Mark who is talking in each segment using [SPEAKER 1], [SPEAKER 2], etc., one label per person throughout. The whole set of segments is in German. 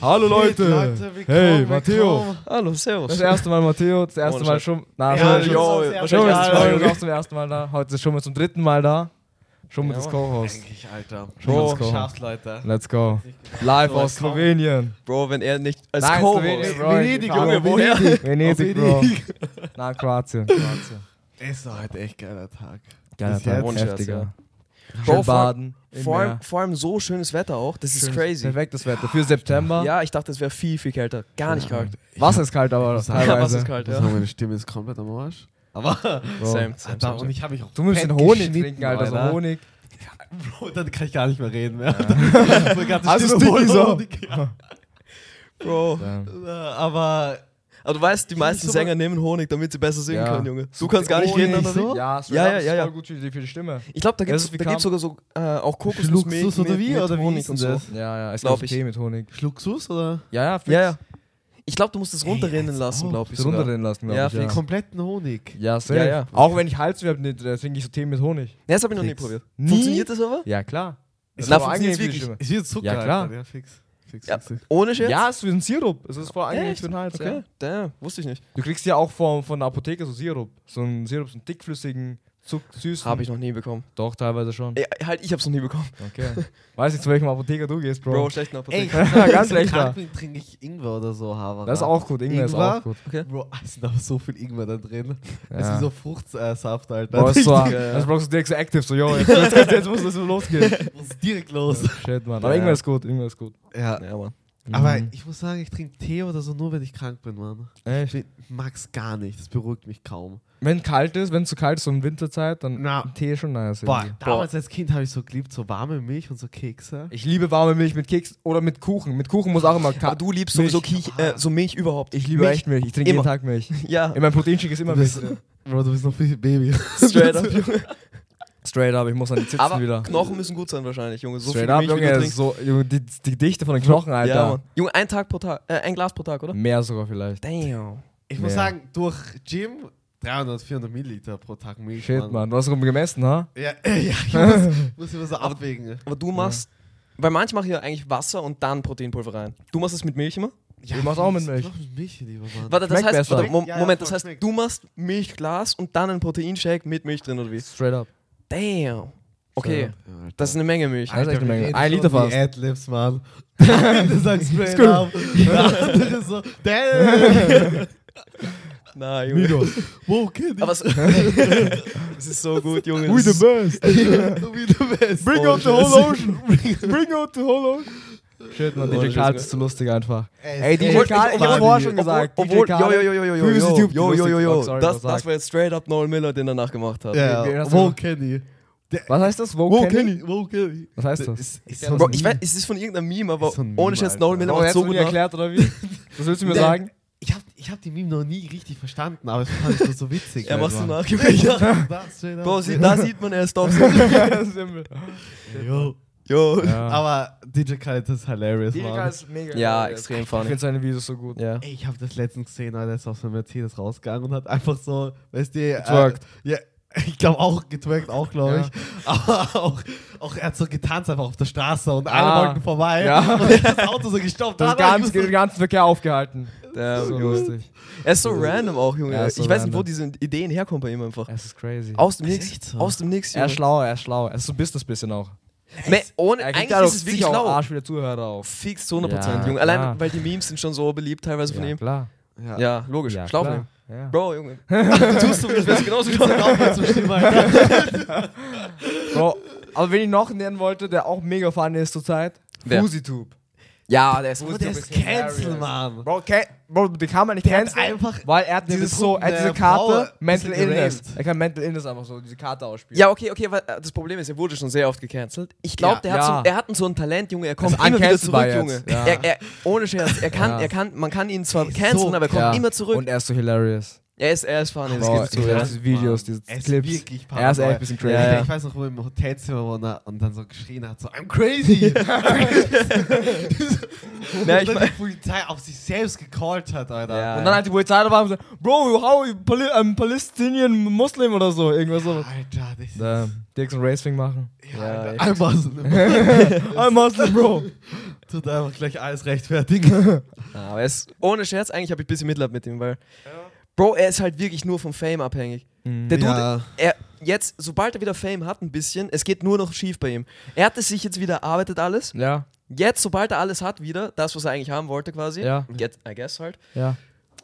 [SPEAKER 1] Hallo Leute.
[SPEAKER 2] Leute, willkommen,
[SPEAKER 1] hey,
[SPEAKER 2] willkommen.
[SPEAKER 1] Matteo.
[SPEAKER 3] Hallo,
[SPEAKER 1] Das
[SPEAKER 3] servus.
[SPEAKER 1] erste Mal Matteo, das erste
[SPEAKER 3] Ohne
[SPEAKER 1] Mal
[SPEAKER 3] Scheiß.
[SPEAKER 1] schon. Na,
[SPEAKER 2] Ja,
[SPEAKER 1] Schummel-
[SPEAKER 2] jo,
[SPEAKER 1] Schummel-
[SPEAKER 2] das
[SPEAKER 1] Schummel ist
[SPEAKER 2] erste Mal.
[SPEAKER 1] Schummel ist auch zum ersten Mal da. Heute ist Schummel zum dritten Mal da. Schummel ist
[SPEAKER 3] Ja,
[SPEAKER 1] Co-Host.
[SPEAKER 2] Eigentlich, Alter.
[SPEAKER 1] Bro,
[SPEAKER 2] Bro, geschafft, Leute.
[SPEAKER 1] Let's go. Live
[SPEAKER 3] So,
[SPEAKER 1] aus
[SPEAKER 3] let's go.
[SPEAKER 1] Slowenien.
[SPEAKER 3] Bro, wenn er nicht als
[SPEAKER 1] Nein,
[SPEAKER 3] Co-Host.
[SPEAKER 1] Slowenien, Bro.
[SPEAKER 2] Venedig,
[SPEAKER 1] Hallo,
[SPEAKER 2] Junge, woher?
[SPEAKER 1] Venedig, Venedig,
[SPEAKER 2] Auf
[SPEAKER 1] Bro. Na, Kroatien. Kroatien.
[SPEAKER 2] Es war heute echt geiler Tag.
[SPEAKER 1] Geiler
[SPEAKER 2] Bis
[SPEAKER 1] Tag,
[SPEAKER 3] jetzt.
[SPEAKER 1] heftiger.
[SPEAKER 3] Bro,
[SPEAKER 1] Schön
[SPEAKER 3] vor-
[SPEAKER 1] baden. im
[SPEAKER 3] Vor
[SPEAKER 1] Meer.
[SPEAKER 3] allem, vor allem so schönes Wetter auch. Das ist
[SPEAKER 1] Schönes-
[SPEAKER 3] crazy.
[SPEAKER 1] Perfektes Wetter. Für September.
[SPEAKER 3] Ja, ich dachte, es wäre viel, viel kälter. Gar nicht kalt.
[SPEAKER 1] Wasser ist kalt, aber
[SPEAKER 2] Ja,
[SPEAKER 1] teilweise.
[SPEAKER 3] Ja, was ist kalt,
[SPEAKER 2] Das
[SPEAKER 3] ja.
[SPEAKER 2] meine Stimme ist komplett am Arsch. Aber
[SPEAKER 1] Bro.
[SPEAKER 3] Same, same,
[SPEAKER 2] Alter,
[SPEAKER 3] same,
[SPEAKER 2] und
[SPEAKER 3] same.
[SPEAKER 2] ich habe mich auch
[SPEAKER 1] Du musst
[SPEAKER 2] fett
[SPEAKER 1] den Honig
[SPEAKER 2] geschnitten,
[SPEAKER 1] trinken, Alter. So
[SPEAKER 2] Alter.
[SPEAKER 1] Honig.
[SPEAKER 2] Bro, dann kann ich gar nicht mehr reden mehr. Meine ganze
[SPEAKER 1] Also
[SPEAKER 2] Stimme
[SPEAKER 1] sticky
[SPEAKER 2] voll
[SPEAKER 1] so.
[SPEAKER 2] Honig. Ja.
[SPEAKER 3] Bro.
[SPEAKER 2] Äh, Aber
[SPEAKER 3] Aber du weißt, die meisten
[SPEAKER 2] so mal-
[SPEAKER 3] Sänger nehmen Honig, damit sie besser singen
[SPEAKER 1] Ja.
[SPEAKER 3] können, Junge. Du kannst gar nicht reden,
[SPEAKER 2] Honig
[SPEAKER 3] oder?
[SPEAKER 2] so?
[SPEAKER 3] wie?
[SPEAKER 1] Oh, Ja, straight
[SPEAKER 3] Ja,
[SPEAKER 1] up,
[SPEAKER 3] ja,
[SPEAKER 1] ist
[SPEAKER 3] ja, ja.
[SPEAKER 1] voll gut für die, für die Stimme.
[SPEAKER 3] Ich glaube, da gibt
[SPEAKER 1] Das ist
[SPEAKER 3] es
[SPEAKER 1] wie
[SPEAKER 3] gibt's
[SPEAKER 1] Kam-
[SPEAKER 3] sogar so äh, auch Kokosnussmilch
[SPEAKER 2] Luxus oder
[SPEAKER 3] mit,
[SPEAKER 2] wie?
[SPEAKER 3] mit
[SPEAKER 2] Oder wie
[SPEAKER 3] Honig
[SPEAKER 2] ist
[SPEAKER 3] und
[SPEAKER 2] denn das?
[SPEAKER 3] so.
[SPEAKER 1] Ja, ja, es
[SPEAKER 3] Glaub
[SPEAKER 1] gibt
[SPEAKER 3] ich.
[SPEAKER 1] Tee mit Honig.
[SPEAKER 2] Schlucksus oder?
[SPEAKER 1] Ja, ja, fix.
[SPEAKER 3] Ja, ja. Ich glaube, du musst es
[SPEAKER 2] Ey,
[SPEAKER 3] runterrennen
[SPEAKER 2] als
[SPEAKER 3] lassen,
[SPEAKER 2] ob.
[SPEAKER 3] glaube ich.
[SPEAKER 1] So
[SPEAKER 3] sogar.
[SPEAKER 1] runterrennen lassen, glaub
[SPEAKER 3] Ja,
[SPEAKER 1] ich.
[SPEAKER 3] fix.
[SPEAKER 2] Kompletten Honig.
[SPEAKER 1] Ja, safe.
[SPEAKER 3] Ja, ja.
[SPEAKER 1] Auch wenn ich Halsweh habe, nee, deswegen ich so Tee mit Honig.
[SPEAKER 3] Nee, das habe ich noch nie
[SPEAKER 1] Fix.
[SPEAKER 3] probiert.
[SPEAKER 1] Nie?
[SPEAKER 3] Funktioniert das aber?
[SPEAKER 1] Ja, klar.
[SPEAKER 3] Es
[SPEAKER 1] ist
[SPEAKER 3] Na,
[SPEAKER 1] voll
[SPEAKER 3] funktioniert's
[SPEAKER 1] angenehm für die
[SPEAKER 3] wirklich?
[SPEAKER 2] Es wird Zucker,
[SPEAKER 1] Ja, klar.
[SPEAKER 2] Alter. Ja, fix. fix,
[SPEAKER 3] Ja.
[SPEAKER 2] fix, fix.
[SPEAKER 3] Ohne
[SPEAKER 1] Stimme.
[SPEAKER 3] Scherz?
[SPEAKER 1] Ja, es ist wie ein Sirup. Es ist voll angenehm
[SPEAKER 3] Echt?
[SPEAKER 1] für den Hals.
[SPEAKER 3] Okay,
[SPEAKER 1] Ja.
[SPEAKER 3] damn, wusste ich nicht.
[SPEAKER 1] Du kriegst ja auch von, von der Apotheke so Sirup. So einen Sirup, so einen dickflüssigen, zuck, süßen.
[SPEAKER 3] Habe ich noch nie bekommen.
[SPEAKER 1] Doch, teilweise schon.
[SPEAKER 3] Ey, halt, ich hab's noch nie bekommen.
[SPEAKER 1] Okay. Weiß nicht, zu welchem Apotheker du gehst,
[SPEAKER 3] Bro,
[SPEAKER 1] Bro.
[SPEAKER 3] schlechten
[SPEAKER 2] Ey,
[SPEAKER 3] Apotheke.
[SPEAKER 1] ganz
[SPEAKER 2] wenn ich
[SPEAKER 1] schlechter.
[SPEAKER 2] krank bin, trinke ich Ingwer oder so, Haver.
[SPEAKER 1] das ist auch gut. Ingwer ist
[SPEAKER 2] Ingwer?
[SPEAKER 1] auch gut.
[SPEAKER 2] Bro, ah, es sind aber so viel Ingwer da drin. Es ist
[SPEAKER 1] Ja.
[SPEAKER 2] wie so Fruchtsaft, Alter.
[SPEAKER 1] Bro, ist so,
[SPEAKER 2] Richtig.
[SPEAKER 3] ja.
[SPEAKER 1] das brauchst du direkt so active. So, yo, jetzt, jetzt, jetzt, jetzt muss das so losgehen.
[SPEAKER 2] Muss direkt los.
[SPEAKER 1] Shit, Mann.
[SPEAKER 3] Ja,
[SPEAKER 1] Aber Ingwer
[SPEAKER 3] ja.
[SPEAKER 1] ist gut. Ingwer ist gut.
[SPEAKER 2] Ja.
[SPEAKER 3] Ja, Mann.
[SPEAKER 2] Aber
[SPEAKER 1] Mhm.
[SPEAKER 2] ich muss sagen, ich trinke Tee oder so nur, wenn ich krank bin, Mann.
[SPEAKER 1] Echt?
[SPEAKER 2] Ich mag's gar nicht. Das beruhigt mich kaum.
[SPEAKER 1] Wenn kalt ist, wenn es zu kalt ist, so in Winterzeit, dann
[SPEAKER 2] Na.
[SPEAKER 1] ein Tee ist schon nice.
[SPEAKER 2] Boah,
[SPEAKER 1] irgendwie.
[SPEAKER 2] damals als Kind habe ich so geliebt, so warme Milch und so Kekse.
[SPEAKER 1] Ich liebe warme Milch mit Keks oder mit Kuchen. Mit Kuchen muss auch immer
[SPEAKER 3] Aber
[SPEAKER 1] kalt.
[SPEAKER 3] du liebst sowieso Kiech, äh, so Milch überhaupt.
[SPEAKER 1] Ich liebe
[SPEAKER 3] Milch.
[SPEAKER 1] echt Milch. Ich trinke jeden
[SPEAKER 3] Immer.
[SPEAKER 1] Tag Milch.
[SPEAKER 3] Ja,
[SPEAKER 1] In meinem Proteinshake ist immer
[SPEAKER 2] Du bist-
[SPEAKER 1] Milch. drin.
[SPEAKER 2] Bro, du bist noch viel Baby.
[SPEAKER 3] straight up, Junge.
[SPEAKER 1] Straight up, ich muss an die Zitzen
[SPEAKER 3] Aber
[SPEAKER 1] wieder.
[SPEAKER 3] Knochen müssen gut sein wahrscheinlich, Junge. So
[SPEAKER 1] Straight
[SPEAKER 3] viel
[SPEAKER 1] up,
[SPEAKER 3] Milch, wie
[SPEAKER 1] Junge,
[SPEAKER 3] du
[SPEAKER 1] das ist
[SPEAKER 3] trinkst.
[SPEAKER 1] so, Junge, die, die Dichte von den Knochen, Alter.
[SPEAKER 3] Ja, Mann. Junge, ein Tag pro Tag, äh, ein Glas pro Tag, oder?
[SPEAKER 1] Mehr sogar vielleicht.
[SPEAKER 3] Damn.
[SPEAKER 2] Ich muss
[SPEAKER 1] Ja.
[SPEAKER 2] sagen, durch Gym 300, 400 Milliliter pro Tag Milch.
[SPEAKER 1] Shit, Mann. Du hast rumgemessen, ha?
[SPEAKER 2] Ja, ja, ich muss, muss immer so abwägen.
[SPEAKER 3] Aber du machst, weil manche machen ja eigentlich Wasser und dann Proteinpulver rein. Du machst es mit Milch immer?
[SPEAKER 2] Ja,
[SPEAKER 1] mach's auch mit Milch.
[SPEAKER 2] Ich mach mit Milch, lieber Mann.
[SPEAKER 3] Warte, das
[SPEAKER 1] Schmeckt
[SPEAKER 3] heißt,
[SPEAKER 1] besser.
[SPEAKER 3] warte, Mo
[SPEAKER 2] Ja, ja,
[SPEAKER 3] Moment,
[SPEAKER 2] voll,
[SPEAKER 3] das heißt,
[SPEAKER 2] schmeckt.
[SPEAKER 3] du machst Milchglas und dann einen Proteinshake mit Milch drin, oder wie?
[SPEAKER 1] Straight up.
[SPEAKER 3] Damn. Okay,
[SPEAKER 1] Straight
[SPEAKER 2] Ja, Alter.
[SPEAKER 3] das ist eine Menge Milch.
[SPEAKER 1] Alter, echt eine Menge. Ein Liter fast.
[SPEAKER 2] Adlibs, Mann. Du sagst straight up. Der andere so, damn.
[SPEAKER 3] Na,
[SPEAKER 2] Wo kenn ich?
[SPEAKER 3] Aber so, das ist so gut, Junge.
[SPEAKER 1] We
[SPEAKER 3] Das
[SPEAKER 1] the
[SPEAKER 3] ist,
[SPEAKER 1] best.
[SPEAKER 2] Wie du bist.
[SPEAKER 1] Bring out the whole ocean. Bring out the whole ocean. Shit, Mann,
[SPEAKER 3] Oh,
[SPEAKER 1] DJ
[SPEAKER 3] das
[SPEAKER 1] Karl
[SPEAKER 3] ist-
[SPEAKER 1] ist zu lustig einfach.
[SPEAKER 2] Ey,
[SPEAKER 1] DJ
[SPEAKER 2] DJ
[SPEAKER 3] obwohl, ich,
[SPEAKER 1] Karl,
[SPEAKER 3] obwohl,
[SPEAKER 1] ich hab's vorher schon gesagt.
[SPEAKER 3] Obwohl,
[SPEAKER 1] DJ
[SPEAKER 3] jo,
[SPEAKER 1] Karl,
[SPEAKER 3] jo, jo, jo, jo,
[SPEAKER 1] Grüße
[SPEAKER 3] jo,
[SPEAKER 1] Tube,
[SPEAKER 3] jo, jo, jo,
[SPEAKER 1] lustig,
[SPEAKER 3] jo.
[SPEAKER 1] sorry,
[SPEAKER 3] Das,
[SPEAKER 1] was
[SPEAKER 3] das war jetzt straight up Noel Miller, den er nachgemacht hat.
[SPEAKER 1] Wie- wie-
[SPEAKER 2] Ja,
[SPEAKER 1] das-
[SPEAKER 2] Wo kenn ich?
[SPEAKER 1] Was heißt das? Wo,
[SPEAKER 2] Wo
[SPEAKER 1] Kenny?
[SPEAKER 2] kenn ich? Wo kenn ich?
[SPEAKER 1] Was heißt das?
[SPEAKER 2] Ist, ist
[SPEAKER 3] Bro, ich weiß, es ist von irgendeinem Meme, aber
[SPEAKER 2] Ist so ein Meme,
[SPEAKER 3] ohne Scheiß, Noel
[SPEAKER 2] Alter.
[SPEAKER 3] Miller macht so gut nach.
[SPEAKER 1] erklärt, oder wie? Das willst du mir
[SPEAKER 2] Nee.
[SPEAKER 1] sagen?
[SPEAKER 2] ich hab, ich hab die Meme noch nie richtig verstanden, aber es fand ich nur so witzig.
[SPEAKER 3] Er macht so
[SPEAKER 1] Mann.
[SPEAKER 3] nach. Ja. Bro,
[SPEAKER 2] Bro,
[SPEAKER 3] sie, da sieht man, er ist doch so.
[SPEAKER 2] Yo.
[SPEAKER 3] Jo.
[SPEAKER 1] Ja,
[SPEAKER 2] Aber DJ Khaled ist hilarious, Mann.
[SPEAKER 1] ist mega
[SPEAKER 3] Ja, extrem
[SPEAKER 1] Ich
[SPEAKER 3] funny.
[SPEAKER 1] finde seine Videos so gut.
[SPEAKER 3] Ja.
[SPEAKER 2] Ey, ich habe das letztens gesehen, Alter, ist aus dem Mercedes rausgegangen und hat einfach so, weißt du, äh,
[SPEAKER 1] Getwerkt.
[SPEAKER 2] ja, ich glaube auch getwerkt, auch glaube
[SPEAKER 1] Ja.
[SPEAKER 2] ich. Aber auch, auch er hat so getanzt einfach auf der Straße und
[SPEAKER 1] Ah.
[SPEAKER 2] alle wollten vorbei
[SPEAKER 1] Ja.
[SPEAKER 2] und er hat das Auto so gestoppt.
[SPEAKER 1] Das
[SPEAKER 2] hat.
[SPEAKER 1] ganz,
[SPEAKER 2] Ich
[SPEAKER 1] den ganzen Verkehr aufgehalten.
[SPEAKER 3] Der,
[SPEAKER 1] so
[SPEAKER 3] Junge.
[SPEAKER 1] lustig.
[SPEAKER 3] er ist so random auch, Junge.
[SPEAKER 1] Er ist
[SPEAKER 3] ich
[SPEAKER 1] so
[SPEAKER 3] weiß nicht, wo
[SPEAKER 1] random.
[SPEAKER 3] diese Ideen herkommen bei ihm einfach.
[SPEAKER 1] Es ist crazy.
[SPEAKER 3] Aus dem
[SPEAKER 2] Ist
[SPEAKER 3] Nix.
[SPEAKER 2] echt so.
[SPEAKER 3] Aus dem Nix,
[SPEAKER 1] er
[SPEAKER 3] Junge.
[SPEAKER 1] ist schlau, er ist schlau. Er ist so ein Business bisschen auch.
[SPEAKER 3] Me- ohne,
[SPEAKER 1] Er
[SPEAKER 3] eigentlich
[SPEAKER 1] kriegt dadurch
[SPEAKER 3] ist es wirklich
[SPEAKER 1] sicher auch
[SPEAKER 3] schlau.
[SPEAKER 1] Arsch wieder Zuhörer auf.
[SPEAKER 3] Fix zu 100%,
[SPEAKER 1] Ja,
[SPEAKER 3] Junge. Allein,
[SPEAKER 1] klar.
[SPEAKER 3] weil die Memes sind schon so beliebt teilweise von
[SPEAKER 1] ja,
[SPEAKER 3] ihm.
[SPEAKER 1] klar.
[SPEAKER 2] muss- Ja.
[SPEAKER 3] Ja, logisch.
[SPEAKER 1] Ja,
[SPEAKER 3] schlau von ihm.
[SPEAKER 1] klar. Ja. Bro.
[SPEAKER 3] Bro, Junge. Tust du, ich wär's genauso getan.
[SPEAKER 2] Auch mal zum Stimmen, Alter.
[SPEAKER 1] Aber wenn ich noch nennen wollte, der auch mega funny ist zurzeit,
[SPEAKER 3] Wer?
[SPEAKER 1] FusiTube.
[SPEAKER 3] Ja, der ist
[SPEAKER 2] Bro,
[SPEAKER 3] gut.
[SPEAKER 2] der
[SPEAKER 3] Der
[SPEAKER 2] ist Cancel, Mann.
[SPEAKER 1] Bro, okay, Bro, den kann man nicht
[SPEAKER 2] Der hat
[SPEAKER 1] canceln.
[SPEAKER 2] einfach
[SPEAKER 1] Weil er hat
[SPEAKER 2] Der
[SPEAKER 1] dieses so, er hat diese
[SPEAKER 2] betrunkene
[SPEAKER 1] Karte,
[SPEAKER 2] Frau
[SPEAKER 1] Mental
[SPEAKER 2] ist geraped.
[SPEAKER 1] Illness. Er kann Mental Illness einfach so, diese Karte ausspielen.
[SPEAKER 3] ja, okay, okay, weil äh, das Problem ist, er wurde schon sehr oft gecancelt. Ich glaube,
[SPEAKER 2] Ja,
[SPEAKER 3] der hat
[SPEAKER 1] ja.
[SPEAKER 3] so, er hat so ein Talent, Junge, er kommt
[SPEAKER 1] ist
[SPEAKER 3] immer wieder
[SPEAKER 1] uncancelbar
[SPEAKER 3] zurück, Junge.
[SPEAKER 1] jetzt, ja.
[SPEAKER 3] Er, er, ohne Scherz, er kann,
[SPEAKER 1] Ja.
[SPEAKER 3] er kann, man kann ihn zwar
[SPEAKER 2] Ist
[SPEAKER 3] canceln,
[SPEAKER 2] so
[SPEAKER 3] aber er kommt
[SPEAKER 1] Ja.
[SPEAKER 3] immer zurück.
[SPEAKER 1] Und er ist so hilarious.
[SPEAKER 3] er ist, er ist funny, das
[SPEAKER 1] Boah,
[SPEAKER 3] gibt's
[SPEAKER 1] ich
[SPEAKER 3] zu. Ja.
[SPEAKER 1] weiß- diese Videos, diese
[SPEAKER 2] Es ist
[SPEAKER 1] Clips.
[SPEAKER 2] Wirklich
[SPEAKER 1] Er ist echt
[SPEAKER 2] paranoid.
[SPEAKER 1] ein bisschen crazy.
[SPEAKER 3] Ja, ja.
[SPEAKER 2] Ich weiß noch, wo im Hotelzimmer war und er- und dann so geschrien hat, so, I'm crazy.
[SPEAKER 3] Na, ich
[SPEAKER 2] und dann
[SPEAKER 3] mein-
[SPEAKER 2] die Polizei auf sich selbst gecallt hat, Alter.
[SPEAKER 3] Ja.
[SPEAKER 1] Und dann hat die Polizei dabei und gesagt, Bro, how you Pal um, Palestinian Muslim oder so, irgendwas sowas.
[SPEAKER 2] Alter, das ist...
[SPEAKER 1] Da, Dirks und Racing machen.
[SPEAKER 3] Ja,
[SPEAKER 2] Alter, Einfach so eine
[SPEAKER 1] I'm Muslim, Bro.
[SPEAKER 2] tut einfach gleich alles rechtfertigen.
[SPEAKER 3] Ah, aber er ist, ohne Scherz, eigentlich habe ich ein bisschen Mitleid mit ihm, weil. Bro, er ist halt wirklich nur vom Fame abhängig.
[SPEAKER 1] Mhm.
[SPEAKER 3] Der Dude,
[SPEAKER 2] Ja.
[SPEAKER 3] er, jetzt, sobald er wieder Fame hat, ein bisschen, es geht nur noch schief bei ihm. Er hat es sich jetzt wieder erarbeitet, alles.
[SPEAKER 1] Ja,
[SPEAKER 3] Jetzt, sobald er alles hat, wieder, das, was er eigentlich haben wollte, quasi.
[SPEAKER 1] Ja.
[SPEAKER 3] Get, I guess halt.
[SPEAKER 1] ja.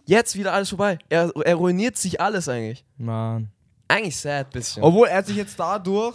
[SPEAKER 3] Jetzt wieder alles vorbei. Er, er ruiniert sich alles eigentlich.
[SPEAKER 1] Mann.
[SPEAKER 3] Eigentlich sad, bisschen.
[SPEAKER 1] Obwohl er sich jetzt dadurch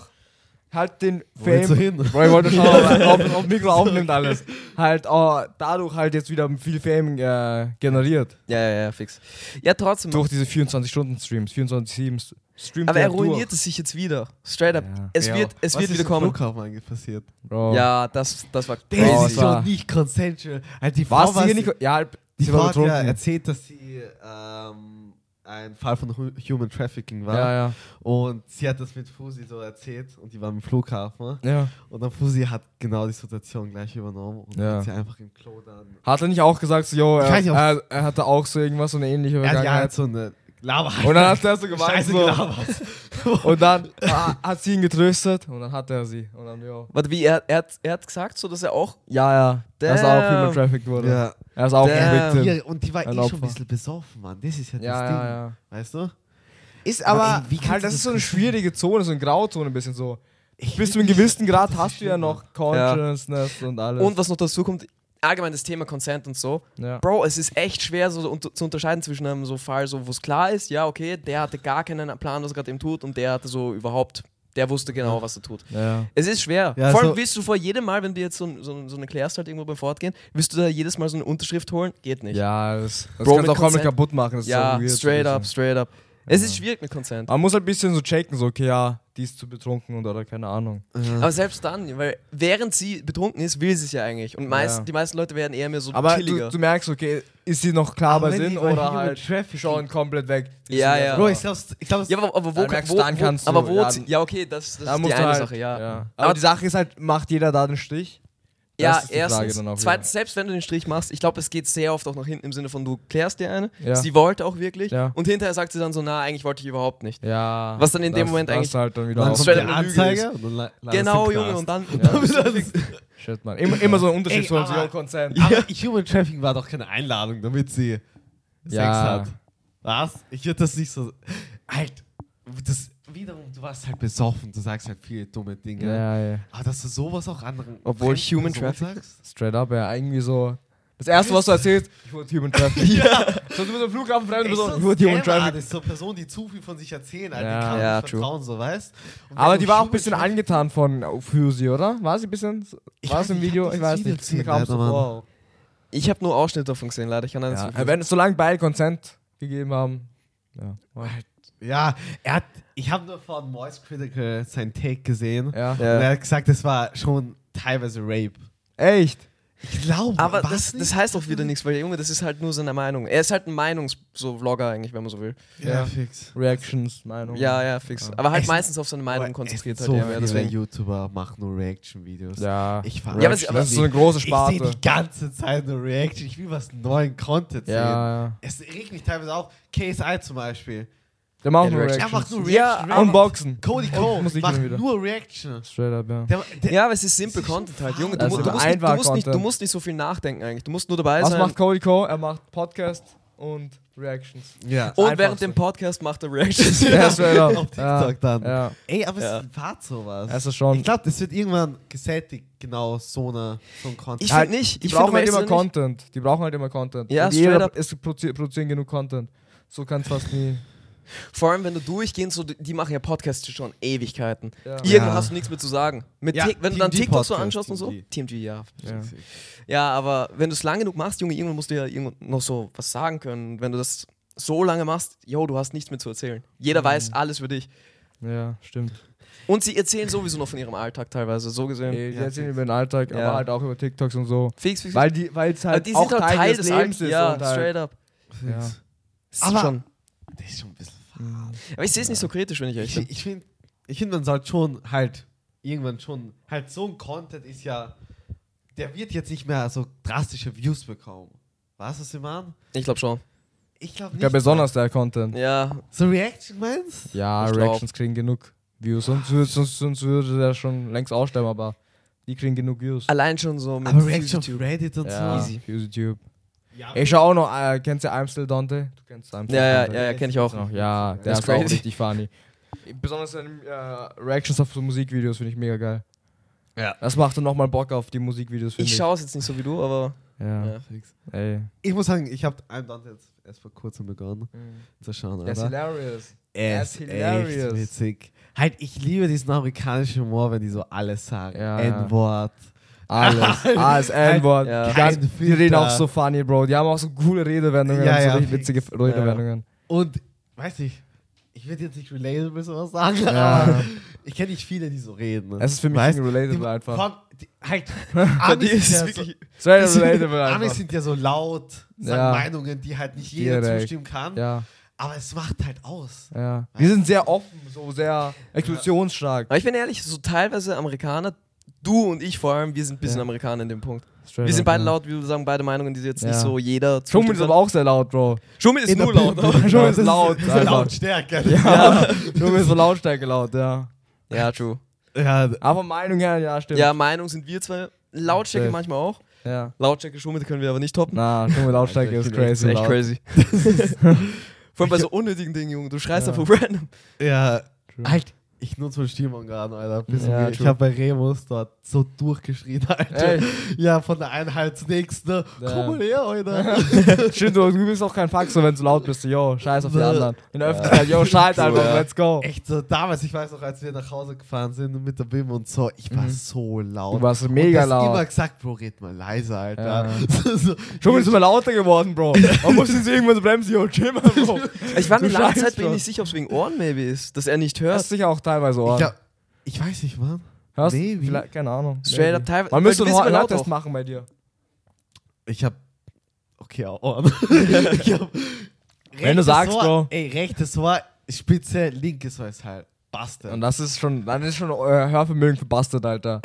[SPEAKER 1] halt den
[SPEAKER 2] Wo willst du
[SPEAKER 1] Fame.
[SPEAKER 2] hin?
[SPEAKER 1] Bro, ich wollte schauen, ob, ob, ob Mikro aufnimmt alles. Halt, oh, dadurch halt jetzt wieder viel Fame äh, generiert.
[SPEAKER 3] Ja, ja, ja, fix. Ja, trotzdem.
[SPEAKER 1] Durch diese 24-Stunden-Streams, 24-7 Streams.
[SPEAKER 3] aber er ruiniert es sich jetzt wieder. Straight up.
[SPEAKER 1] Ja.
[SPEAKER 3] Es
[SPEAKER 1] Ja.
[SPEAKER 3] wird, es
[SPEAKER 2] Was
[SPEAKER 3] wird
[SPEAKER 2] ist im
[SPEAKER 3] wieder kommen.
[SPEAKER 2] Flughafen eigentlich passiert?
[SPEAKER 1] Bro.
[SPEAKER 3] Ja, das, das war.
[SPEAKER 2] Das
[SPEAKER 1] Bro,
[SPEAKER 2] ist
[SPEAKER 1] es Oh, war-
[SPEAKER 2] schon nicht consensual. Also die Frau
[SPEAKER 1] Was?
[SPEAKER 2] war
[SPEAKER 1] Sie hier nicht, ja, halt,
[SPEAKER 2] Die
[SPEAKER 1] sie war
[SPEAKER 2] Frau hat ja
[SPEAKER 1] betrunken.
[SPEAKER 2] erzählt, dass sie ähm, ein Fall von Hu- Human Trafficking war.
[SPEAKER 1] ja, ja.
[SPEAKER 2] Und sie hat das mit Fusi so erzählt und die war im Flughafen.
[SPEAKER 1] ja.
[SPEAKER 2] Und dann Fusi hat genau die Situation gleich übernommen und
[SPEAKER 1] Ja.
[SPEAKER 2] hat sie einfach im Klo dann.
[SPEAKER 1] Hat er nicht auch gesagt, so, yo,
[SPEAKER 2] Ich
[SPEAKER 1] er,
[SPEAKER 2] weiß nicht, ob-
[SPEAKER 1] er, er hatte auch so irgendwas, so eine ähnliche
[SPEAKER 2] Er hat ja
[SPEAKER 1] Vergangenheit.
[SPEAKER 2] halt so eine Lava.
[SPEAKER 1] und dann hat er so gemeint,
[SPEAKER 2] Scheiße
[SPEAKER 1] so,
[SPEAKER 2] gelabert.
[SPEAKER 1] und dann ah, hat sie ihn getröstet und dann hat er sie. Und dann, yo.
[SPEAKER 3] Warte, wie? Er, er, hat, er hat gesagt, so dass er auch.
[SPEAKER 1] Ja, ja. Er ist auch
[SPEAKER 3] Damn.
[SPEAKER 1] human trafficked wurde.
[SPEAKER 2] Ja.
[SPEAKER 1] Er ist auch
[SPEAKER 3] Damn.
[SPEAKER 1] ein Victim.
[SPEAKER 2] Hier, und die war
[SPEAKER 1] Ähm, Ein
[SPEAKER 2] eh schon ein
[SPEAKER 1] Opfer.
[SPEAKER 2] bisschen besoffen, Mann. Das ist ja das
[SPEAKER 1] Ja,
[SPEAKER 2] Ding.
[SPEAKER 1] ja, ja.
[SPEAKER 2] Weißt du?
[SPEAKER 1] Ist
[SPEAKER 2] Aber
[SPEAKER 1] aber,
[SPEAKER 2] ey, wie kannst
[SPEAKER 1] halt,
[SPEAKER 2] du
[SPEAKER 1] das
[SPEAKER 2] das
[SPEAKER 1] ist so eine
[SPEAKER 2] verstehen?
[SPEAKER 1] schwierige Zone, so eine Grauzone ein bisschen so.
[SPEAKER 2] Ich
[SPEAKER 1] Bis zu einem gewissen Grad hast du ja noch Consciousness und alles.
[SPEAKER 3] Und was noch dazu kommt, allgemein das Thema Consent und so.
[SPEAKER 1] ja.
[SPEAKER 3] Bro, es ist echt schwer so unter, zu unterscheiden zwischen einem so Fall, so wo es klar ist, ja, okay, der hatte gar keinen Plan, was er gerade eben tut, und der hatte so überhaupt, der wusste genau, was er tut.
[SPEAKER 1] ja.
[SPEAKER 3] Es ist schwer.
[SPEAKER 2] Ja,
[SPEAKER 3] Vor allem
[SPEAKER 2] so-
[SPEAKER 3] willst du vor jedem Mal, wenn du jetzt so, ein- so, ein- so eine klärst halt irgendwo beim Fortgehen, willst du da jedes Mal so eine Unterschrift holen? Geht nicht.
[SPEAKER 1] Ja, das, das
[SPEAKER 3] Bro,
[SPEAKER 1] kannst
[SPEAKER 3] mit
[SPEAKER 1] du auch komplett
[SPEAKER 3] Consent-
[SPEAKER 1] kaputt machen. Das
[SPEAKER 3] Ja,
[SPEAKER 1] ist so weird,
[SPEAKER 3] straight
[SPEAKER 1] ein
[SPEAKER 3] up,
[SPEAKER 1] bisschen.
[SPEAKER 3] straight up. Es ist schwierig mit Consent.
[SPEAKER 1] Man muss halt ein bisschen so checken, so, okay, ja, die ist zu betrunken und oder keine Ahnung.
[SPEAKER 3] Aber selbst dann, weil während sie betrunken ist, will sie es ja eigentlich. Und meist,
[SPEAKER 1] Ja.
[SPEAKER 3] die meisten Leute werden eher mehr so
[SPEAKER 1] Aber du,
[SPEAKER 3] chilliger.
[SPEAKER 1] du merkst, okay, ist sie noch klar
[SPEAKER 2] Aber
[SPEAKER 1] bei
[SPEAKER 2] wenn die
[SPEAKER 1] Sinn
[SPEAKER 2] bei
[SPEAKER 1] oder
[SPEAKER 2] Human
[SPEAKER 1] halt
[SPEAKER 2] Trafficking-
[SPEAKER 1] schon komplett weg? Die
[SPEAKER 3] Ja,
[SPEAKER 1] sind
[SPEAKER 3] ja.
[SPEAKER 2] Bro, ich glaub's. Ich glaub's
[SPEAKER 3] ja, aber, aber wo,
[SPEAKER 1] Dann merkst
[SPEAKER 3] wo,
[SPEAKER 1] du, dann
[SPEAKER 3] wo,
[SPEAKER 1] kannst du,
[SPEAKER 3] aber wo
[SPEAKER 1] ja,
[SPEAKER 3] zie- ja, okay, das, das
[SPEAKER 1] Da
[SPEAKER 3] ist
[SPEAKER 1] musst
[SPEAKER 3] die
[SPEAKER 1] du
[SPEAKER 3] eine
[SPEAKER 1] halt,
[SPEAKER 3] Sache, ja.
[SPEAKER 1] Aber,
[SPEAKER 3] Aber
[SPEAKER 1] die Sache ist halt, macht jeder da den Strich?
[SPEAKER 3] Ja,
[SPEAKER 1] ist die Frage
[SPEAKER 3] erstens.
[SPEAKER 1] dann auch wieder.
[SPEAKER 3] Zweitens, selbst wenn du den Strich machst, ich glaube, es geht sehr oft auch nach hinten im Sinne von, du klärst dir eine,
[SPEAKER 1] Ja.
[SPEAKER 3] sie wollte auch wirklich,
[SPEAKER 1] Ja.
[SPEAKER 3] und hinterher sagt sie dann so, na, eigentlich wollte ich überhaupt nicht.
[SPEAKER 1] Ja.
[SPEAKER 3] Was dann in dem
[SPEAKER 1] das-
[SPEAKER 3] Moment
[SPEAKER 1] das
[SPEAKER 3] eigentlich-
[SPEAKER 1] halt dann wieder
[SPEAKER 2] dann
[SPEAKER 1] auf.
[SPEAKER 2] kommt
[SPEAKER 3] straight
[SPEAKER 2] die
[SPEAKER 3] up eine Lüge
[SPEAKER 2] Anzeige und dann la- landest
[SPEAKER 3] genau,
[SPEAKER 2] du im
[SPEAKER 3] Junge,
[SPEAKER 2] Knast.
[SPEAKER 3] und dann. Und
[SPEAKER 1] Ja.
[SPEAKER 3] dann bist du-
[SPEAKER 1] Shit, man. Immer, immer so ein Unterschied
[SPEAKER 2] Ey,
[SPEAKER 1] von Zero
[SPEAKER 2] aber-
[SPEAKER 1] Consent.
[SPEAKER 2] Aber Human Trafficking war doch keine Einladung, damit sie
[SPEAKER 1] Ja.
[SPEAKER 2] Sex hat. Was? Ich würde das nicht so. Halt, das wiederum, du warst halt besoffen, du sagst halt viele dumme Dinge.
[SPEAKER 1] ja.
[SPEAKER 2] Aber dass du sowas auch anderen.
[SPEAKER 3] Obwohl
[SPEAKER 2] fremden
[SPEAKER 3] Human
[SPEAKER 2] Personen
[SPEAKER 3] Trafficking-
[SPEAKER 2] sagst?
[SPEAKER 1] Straight up, ja, irgendwie so. Das erste, was du erzählst, ich wurde Human Traffic. ja. So, du bist am Flughafen fremd, du
[SPEAKER 2] Ey,
[SPEAKER 1] bist
[SPEAKER 2] so
[SPEAKER 1] so,
[SPEAKER 2] ein
[SPEAKER 1] ich wurde Human
[SPEAKER 2] Scammer,
[SPEAKER 1] Traffic.
[SPEAKER 2] Das ist so Personen, die zu viel von sich erzählen, Alter.
[SPEAKER 1] Ja.
[SPEAKER 2] die kann man
[SPEAKER 3] Ja,
[SPEAKER 2] nicht
[SPEAKER 3] true.
[SPEAKER 2] vertrauen, so weißt Und
[SPEAKER 1] Aber
[SPEAKER 2] wenn
[SPEAKER 1] die
[SPEAKER 2] du
[SPEAKER 1] war auch ein
[SPEAKER 2] Human
[SPEAKER 1] bisschen
[SPEAKER 2] Trafficking-
[SPEAKER 1] angetan von äh, für sie, oder? War sie ein bisschen? War es
[SPEAKER 2] weiß
[SPEAKER 1] im
[SPEAKER 2] nicht,
[SPEAKER 1] Video?
[SPEAKER 2] hab
[SPEAKER 1] Ich weiß
[SPEAKER 2] dieses Video
[SPEAKER 1] nicht. Mir
[SPEAKER 2] gesehen,
[SPEAKER 1] kam so
[SPEAKER 2] leider, Mann.
[SPEAKER 1] vor.
[SPEAKER 3] Ich habe nur Ausschnitte davon gesehen, leider. Ich kann eines
[SPEAKER 1] Ja,
[SPEAKER 3] nicht-
[SPEAKER 1] wenn, solange beide Consent gegeben haben. Ja.
[SPEAKER 2] Ja, er hat, ich habe nur von Moist Critical sein Take gesehen.
[SPEAKER 1] ja.
[SPEAKER 3] Ja.
[SPEAKER 2] Und er hat gesagt, das war schon teilweise Rape.
[SPEAKER 1] Echt?
[SPEAKER 2] Ich glaube,
[SPEAKER 3] Aber
[SPEAKER 2] war's
[SPEAKER 3] das, das
[SPEAKER 2] nicht?
[SPEAKER 3] heißt auch wieder nichts, weil der Junge, das ist halt nur seine Meinung. Er ist halt ein Meinungs-Vlogger eigentlich, wenn man so will.
[SPEAKER 1] Ja.
[SPEAKER 2] ja, fix.
[SPEAKER 1] Reactions, Meinung.
[SPEAKER 3] Ja, ja, fix. Aber halt
[SPEAKER 2] Echt?
[SPEAKER 3] meistens auf seine Meinung
[SPEAKER 2] Aber
[SPEAKER 3] konzentriert
[SPEAKER 2] es
[SPEAKER 3] halt
[SPEAKER 2] so
[SPEAKER 3] er mehr.
[SPEAKER 2] viele
[SPEAKER 3] Deswegen.
[SPEAKER 2] YouTuber machen nur Reaction-Videos.
[SPEAKER 1] Ja.
[SPEAKER 2] Ich ver-
[SPEAKER 3] Ja, aber sie- aber
[SPEAKER 1] das ist so eine große
[SPEAKER 2] Ich sehe
[SPEAKER 1] Sparte.
[SPEAKER 2] die ganze Zeit nur Reaction. Ich will was neuen Content sehen.
[SPEAKER 1] Ja, ja.
[SPEAKER 2] Es regt mich teilweise auf. KSI zum Beispiel.
[SPEAKER 1] Der macht
[SPEAKER 3] Ja,
[SPEAKER 1] nur
[SPEAKER 3] Reactions.
[SPEAKER 2] Er macht
[SPEAKER 1] Reactions.
[SPEAKER 2] nur
[SPEAKER 3] Ja,
[SPEAKER 2] Reaction.
[SPEAKER 1] Und Boxen.
[SPEAKER 2] Cody
[SPEAKER 1] Musik
[SPEAKER 2] Cole macht
[SPEAKER 1] wieder.
[SPEAKER 2] nur Reaction.
[SPEAKER 1] Straight up, ja.
[SPEAKER 2] Der, der,
[SPEAKER 3] Ja, aber es ist
[SPEAKER 2] Das
[SPEAKER 3] simple
[SPEAKER 2] ist so
[SPEAKER 3] Content halt.
[SPEAKER 2] fad.
[SPEAKER 3] Junge, du,
[SPEAKER 1] Also
[SPEAKER 3] mu- du, musst nicht, du,
[SPEAKER 1] einfach
[SPEAKER 3] musst nicht, du
[SPEAKER 1] Content.
[SPEAKER 3] musst nicht so viel nachdenken eigentlich. Du ähm, musst nur dabei
[SPEAKER 1] Was
[SPEAKER 3] sein.
[SPEAKER 1] macht Cody Co? Er macht Podcast und Reactions.
[SPEAKER 2] ja.
[SPEAKER 3] und während
[SPEAKER 1] Einfachste.
[SPEAKER 3] dem Podcast macht er Reactions.
[SPEAKER 1] Ja, straight up.
[SPEAKER 2] Auf TikTok
[SPEAKER 1] ja,
[SPEAKER 2] dann.
[SPEAKER 1] Ja.
[SPEAKER 2] Ey, aber
[SPEAKER 3] Ja.
[SPEAKER 2] es fahrt sowas.
[SPEAKER 1] Es ist schon-
[SPEAKER 2] Ich glaube, das wird irgendwann gesättigt, genau so, eine, so ein Content.
[SPEAKER 3] Ich
[SPEAKER 1] Halt,
[SPEAKER 3] finde nicht.
[SPEAKER 1] Die
[SPEAKER 3] Ich finde
[SPEAKER 1] brauchen halt immer
[SPEAKER 3] nicht.
[SPEAKER 1] Content. Die brauchen halt immer Content.
[SPEAKER 3] Ja,
[SPEAKER 1] Und
[SPEAKER 3] straight
[SPEAKER 1] jeder,
[SPEAKER 3] up.
[SPEAKER 1] Es produzi produzieren genug Content. So kann es fast nie.
[SPEAKER 3] Vor allem, wenn du durchgehend so, die machen ja Podcasts schon Ewigkeiten.
[SPEAKER 1] Ja.
[SPEAKER 3] Irgendwann
[SPEAKER 2] Ja.
[SPEAKER 3] hast du nichts mehr zu sagen. Mit
[SPEAKER 2] Ja,
[SPEAKER 3] Tik- wenn du dann
[SPEAKER 2] TMG
[SPEAKER 3] TikTok so
[SPEAKER 2] Podcast,
[SPEAKER 3] anschaust und so.
[SPEAKER 2] TMG.
[SPEAKER 3] TMG, ja.
[SPEAKER 1] Ja.
[SPEAKER 3] Ja, aber wenn du es lang genug machst, Junge, irgendwann musst du ja irgendwo noch so was sagen können. Und Wenn du das so lange machst, yo, du hast nichts mehr zu erzählen. Jeder
[SPEAKER 1] Mhm.
[SPEAKER 3] weiß alles über dich.
[SPEAKER 1] ja, stimmt.
[SPEAKER 3] Und sie erzählen sowieso noch von ihrem Alltag teilweise, so gesehen.
[SPEAKER 1] Ey, Die
[SPEAKER 2] Ja,
[SPEAKER 1] erzählen
[SPEAKER 2] fix.
[SPEAKER 1] über den Alltag, aber
[SPEAKER 3] Ja.
[SPEAKER 1] halt auch über TikToks und so.
[SPEAKER 3] Fix, fix, fix.
[SPEAKER 1] Weil die, weil es
[SPEAKER 3] Aber
[SPEAKER 1] halt
[SPEAKER 3] die
[SPEAKER 1] auch
[SPEAKER 3] sind auch
[SPEAKER 1] Teil,
[SPEAKER 3] Teil
[SPEAKER 1] des
[SPEAKER 3] des
[SPEAKER 1] Lebens
[SPEAKER 3] Alltags.
[SPEAKER 1] ist.
[SPEAKER 3] Ja,
[SPEAKER 1] und halt,
[SPEAKER 3] straight up.
[SPEAKER 1] Ja.
[SPEAKER 3] Ist
[SPEAKER 2] Aber-
[SPEAKER 3] schon.
[SPEAKER 2] Das ist schon ein bisschen fad.
[SPEAKER 3] Aber ich sehe es nicht so kritisch, wenn ich ehrlich
[SPEAKER 2] Ich,
[SPEAKER 3] bin.
[SPEAKER 2] ich finde, ich find, man sollte schon halt irgendwann schon, halt so ein Content ist ja, der wird jetzt nicht mehr so drastische Views bekommen. Weißt du, was ich meine?
[SPEAKER 3] Ich glaube schon.
[SPEAKER 2] Ich glaube nicht.
[SPEAKER 1] Ja, besonders der Content.
[SPEAKER 3] Ja,
[SPEAKER 2] So Reaction meinst
[SPEAKER 1] Ja,
[SPEAKER 3] Ich glaub-
[SPEAKER 1] Reactions kriegen genug Views. Sonst, würd- sonst, sonst würde der schon längst aussterben, aber Die kriegen genug Views.
[SPEAKER 3] Allein schon so mit
[SPEAKER 2] Aber Reaction auf
[SPEAKER 3] YouTube.
[SPEAKER 2] Reddit und
[SPEAKER 1] Ja,
[SPEAKER 2] so.
[SPEAKER 3] Also easy.
[SPEAKER 1] für YouTube.
[SPEAKER 2] Ja,
[SPEAKER 1] Ich schau auch noch, äh, kennst du I'm Still Dante? Du kennst I'm Still
[SPEAKER 3] Ja, ja,
[SPEAKER 1] Dante.
[SPEAKER 3] ja, ja kenne ich auch.
[SPEAKER 1] Noch, ja, der
[SPEAKER 3] Das
[SPEAKER 1] ist,
[SPEAKER 3] ist
[SPEAKER 1] auch
[SPEAKER 3] crazy.
[SPEAKER 1] richtig funny. Besonders seine äh, Reactions auf so Musikvideos finde ich mega geil.
[SPEAKER 2] Ja.
[SPEAKER 1] Das macht dann nochmal Bock auf die Musikvideos, finde
[SPEAKER 3] Ich
[SPEAKER 1] ich.
[SPEAKER 3] schaue es jetzt nicht so wie du, aber
[SPEAKER 1] Ja,
[SPEAKER 3] ja.
[SPEAKER 1] ey.
[SPEAKER 2] Ich muss sagen, ich habe I'm Dante jetzt erst vor kurzem begonnen
[SPEAKER 3] Mhm.
[SPEAKER 2] zu schauen.
[SPEAKER 1] Der ist
[SPEAKER 2] Alter.
[SPEAKER 1] hilarious.
[SPEAKER 2] Er
[SPEAKER 1] Er
[SPEAKER 2] ist
[SPEAKER 1] ist hilarious.
[SPEAKER 2] echt witzig. Halt, ich liebe diesen amerikanischen Humor, wenn die so alles sagen.
[SPEAKER 1] Ja, ja.
[SPEAKER 2] N-Wort.
[SPEAKER 1] Alles. Alles N-Wort.
[SPEAKER 3] Ja.
[SPEAKER 1] Die, ganzen-
[SPEAKER 2] Kein
[SPEAKER 1] die reden
[SPEAKER 2] Filter.
[SPEAKER 1] auch so funny, Bro. Die haben auch so coole Redewendungen.
[SPEAKER 2] Ja,
[SPEAKER 1] und so
[SPEAKER 2] ja,
[SPEAKER 1] richtig
[SPEAKER 2] fix.
[SPEAKER 1] witzige F- Redewendungen.
[SPEAKER 2] Und, weiß ich, ich würde jetzt nicht relatable sowas sagen,
[SPEAKER 1] Ja.
[SPEAKER 2] aber ich kenne nicht viele, die so reden. ne?
[SPEAKER 1] Es ist für mich
[SPEAKER 2] Weißt,
[SPEAKER 1] relatable
[SPEAKER 2] die-
[SPEAKER 1] einfach.
[SPEAKER 2] Von, die, halt, Amis
[SPEAKER 3] ist
[SPEAKER 2] sind, ja
[SPEAKER 3] es
[SPEAKER 2] so,
[SPEAKER 1] Sehr
[SPEAKER 2] die sind-
[SPEAKER 1] relatable
[SPEAKER 2] Amis
[SPEAKER 1] einfach.
[SPEAKER 2] sind ja so laut, sagen
[SPEAKER 1] Ja.
[SPEAKER 2] Meinungen, die halt nicht jeder
[SPEAKER 1] Direkt.
[SPEAKER 2] zustimmen kann,
[SPEAKER 1] Ja,
[SPEAKER 2] aber es macht halt aus.
[SPEAKER 1] ja. Wir sind sehr offen, so sehr exklusionsstark.
[SPEAKER 3] Aber ich bin ehrlich, so teilweise Amerikaner, du und ich vor allem, wir sind ein bisschen
[SPEAKER 1] Ja.
[SPEAKER 3] Amerikaner in dem Punkt. Wir sind beide laut, wir sagen beide Meinungen, die jetzt nicht
[SPEAKER 1] Ja.
[SPEAKER 3] so jeder
[SPEAKER 1] Schummel ist
[SPEAKER 3] zustimmt.
[SPEAKER 1] aber auch sehr laut, Bro.
[SPEAKER 3] Schummel ist
[SPEAKER 2] In der
[SPEAKER 3] nur laut.
[SPEAKER 2] Bibel.
[SPEAKER 1] Schummel ist laut.
[SPEAKER 2] Das ist
[SPEAKER 1] einfach.
[SPEAKER 2] Lautstärke.
[SPEAKER 1] Ja, Schummel ist so Lautstärke laut, ja.
[SPEAKER 3] Ja, true.
[SPEAKER 2] ja.
[SPEAKER 1] Aber Meinung her, ja, stimmt.
[SPEAKER 3] Ja, Meinung sind wir zwei. Lautstärke
[SPEAKER 1] Safe.
[SPEAKER 3] manchmal auch.
[SPEAKER 1] ja.
[SPEAKER 3] Lautstärke Schummel können wir aber nicht toppen.
[SPEAKER 1] Na, Schummel Lautstärke ist
[SPEAKER 3] Das ist
[SPEAKER 1] crazy
[SPEAKER 3] echt
[SPEAKER 1] laut.
[SPEAKER 3] crazy. Vor allem bei so unnötigen Dingen, Junge. Du schreist
[SPEAKER 1] Ja.
[SPEAKER 3] einfach random.
[SPEAKER 2] Ja,
[SPEAKER 1] True.
[SPEAKER 2] halt. Ich nutze meinen Stimorgan, Alter. Bis
[SPEAKER 1] Ja,
[SPEAKER 2] mir- ich
[SPEAKER 1] true.
[SPEAKER 2] habe bei Remus dort so durchgeschrien, Alter.
[SPEAKER 1] Echt?
[SPEAKER 2] Ja, von der Einheit zur nächsten. ne?
[SPEAKER 1] Ja.
[SPEAKER 2] Komm mal her, Alter.
[SPEAKER 1] Stimmt, du, du bist auch kein Faxer, wenn du laut bist. Yo, scheiß auf die
[SPEAKER 2] Ne.
[SPEAKER 1] anderen. In der Öffentlichkeit, yo, schalt
[SPEAKER 3] True,
[SPEAKER 1] einfach,
[SPEAKER 3] ja.
[SPEAKER 1] let's go.
[SPEAKER 2] Echt so, damals, ich weiß noch, als wir nach Hause gefahren sind mit der Bim und so, ich war so laut.
[SPEAKER 1] Mhm. Du warst mega
[SPEAKER 2] und das immer
[SPEAKER 1] laut.
[SPEAKER 2] gesagt, Bro, red mal leise, Alter.
[SPEAKER 1] Ja.
[SPEAKER 2] So, so,
[SPEAKER 1] Schummel ist immer lauter geworden, Bro. Man muss jetzt irgendwann so bremsen, yo, chill mal, Bro.
[SPEAKER 3] Ich war mir
[SPEAKER 1] Du
[SPEAKER 3] lange
[SPEAKER 1] scheißt
[SPEAKER 3] Zeit bin ich
[SPEAKER 1] schon.
[SPEAKER 3] nicht sicher, ob es wegen Ohren maybe ist, dass er nicht
[SPEAKER 1] Hörst
[SPEAKER 3] hört.
[SPEAKER 1] sicher auch teilweise
[SPEAKER 2] ich,
[SPEAKER 1] Ohren.
[SPEAKER 2] glaub, ich weiß nicht, Mann.
[SPEAKER 1] Hörst
[SPEAKER 2] nee, wie?
[SPEAKER 1] vielleicht, keine Ahnung.
[SPEAKER 3] Straight
[SPEAKER 1] Maybe.
[SPEAKER 3] up teilweise.
[SPEAKER 1] Man müsste
[SPEAKER 3] Weil du
[SPEAKER 1] einen
[SPEAKER 3] bist immer laut
[SPEAKER 1] Hörtest
[SPEAKER 3] auch.
[SPEAKER 1] machen bei dir.
[SPEAKER 2] Ich hab. Okay, Ohren. ich hab,
[SPEAKER 1] Wenn du
[SPEAKER 2] rechtes
[SPEAKER 1] sagst,
[SPEAKER 2] Ohr,
[SPEAKER 1] Bro.
[SPEAKER 2] Ey, rechtes Ohr, Spitze, linkes Ohr ist halt. Basta.
[SPEAKER 1] Und das ist schon, das ist schon äh, Hörvermögen für Bastard, Alter.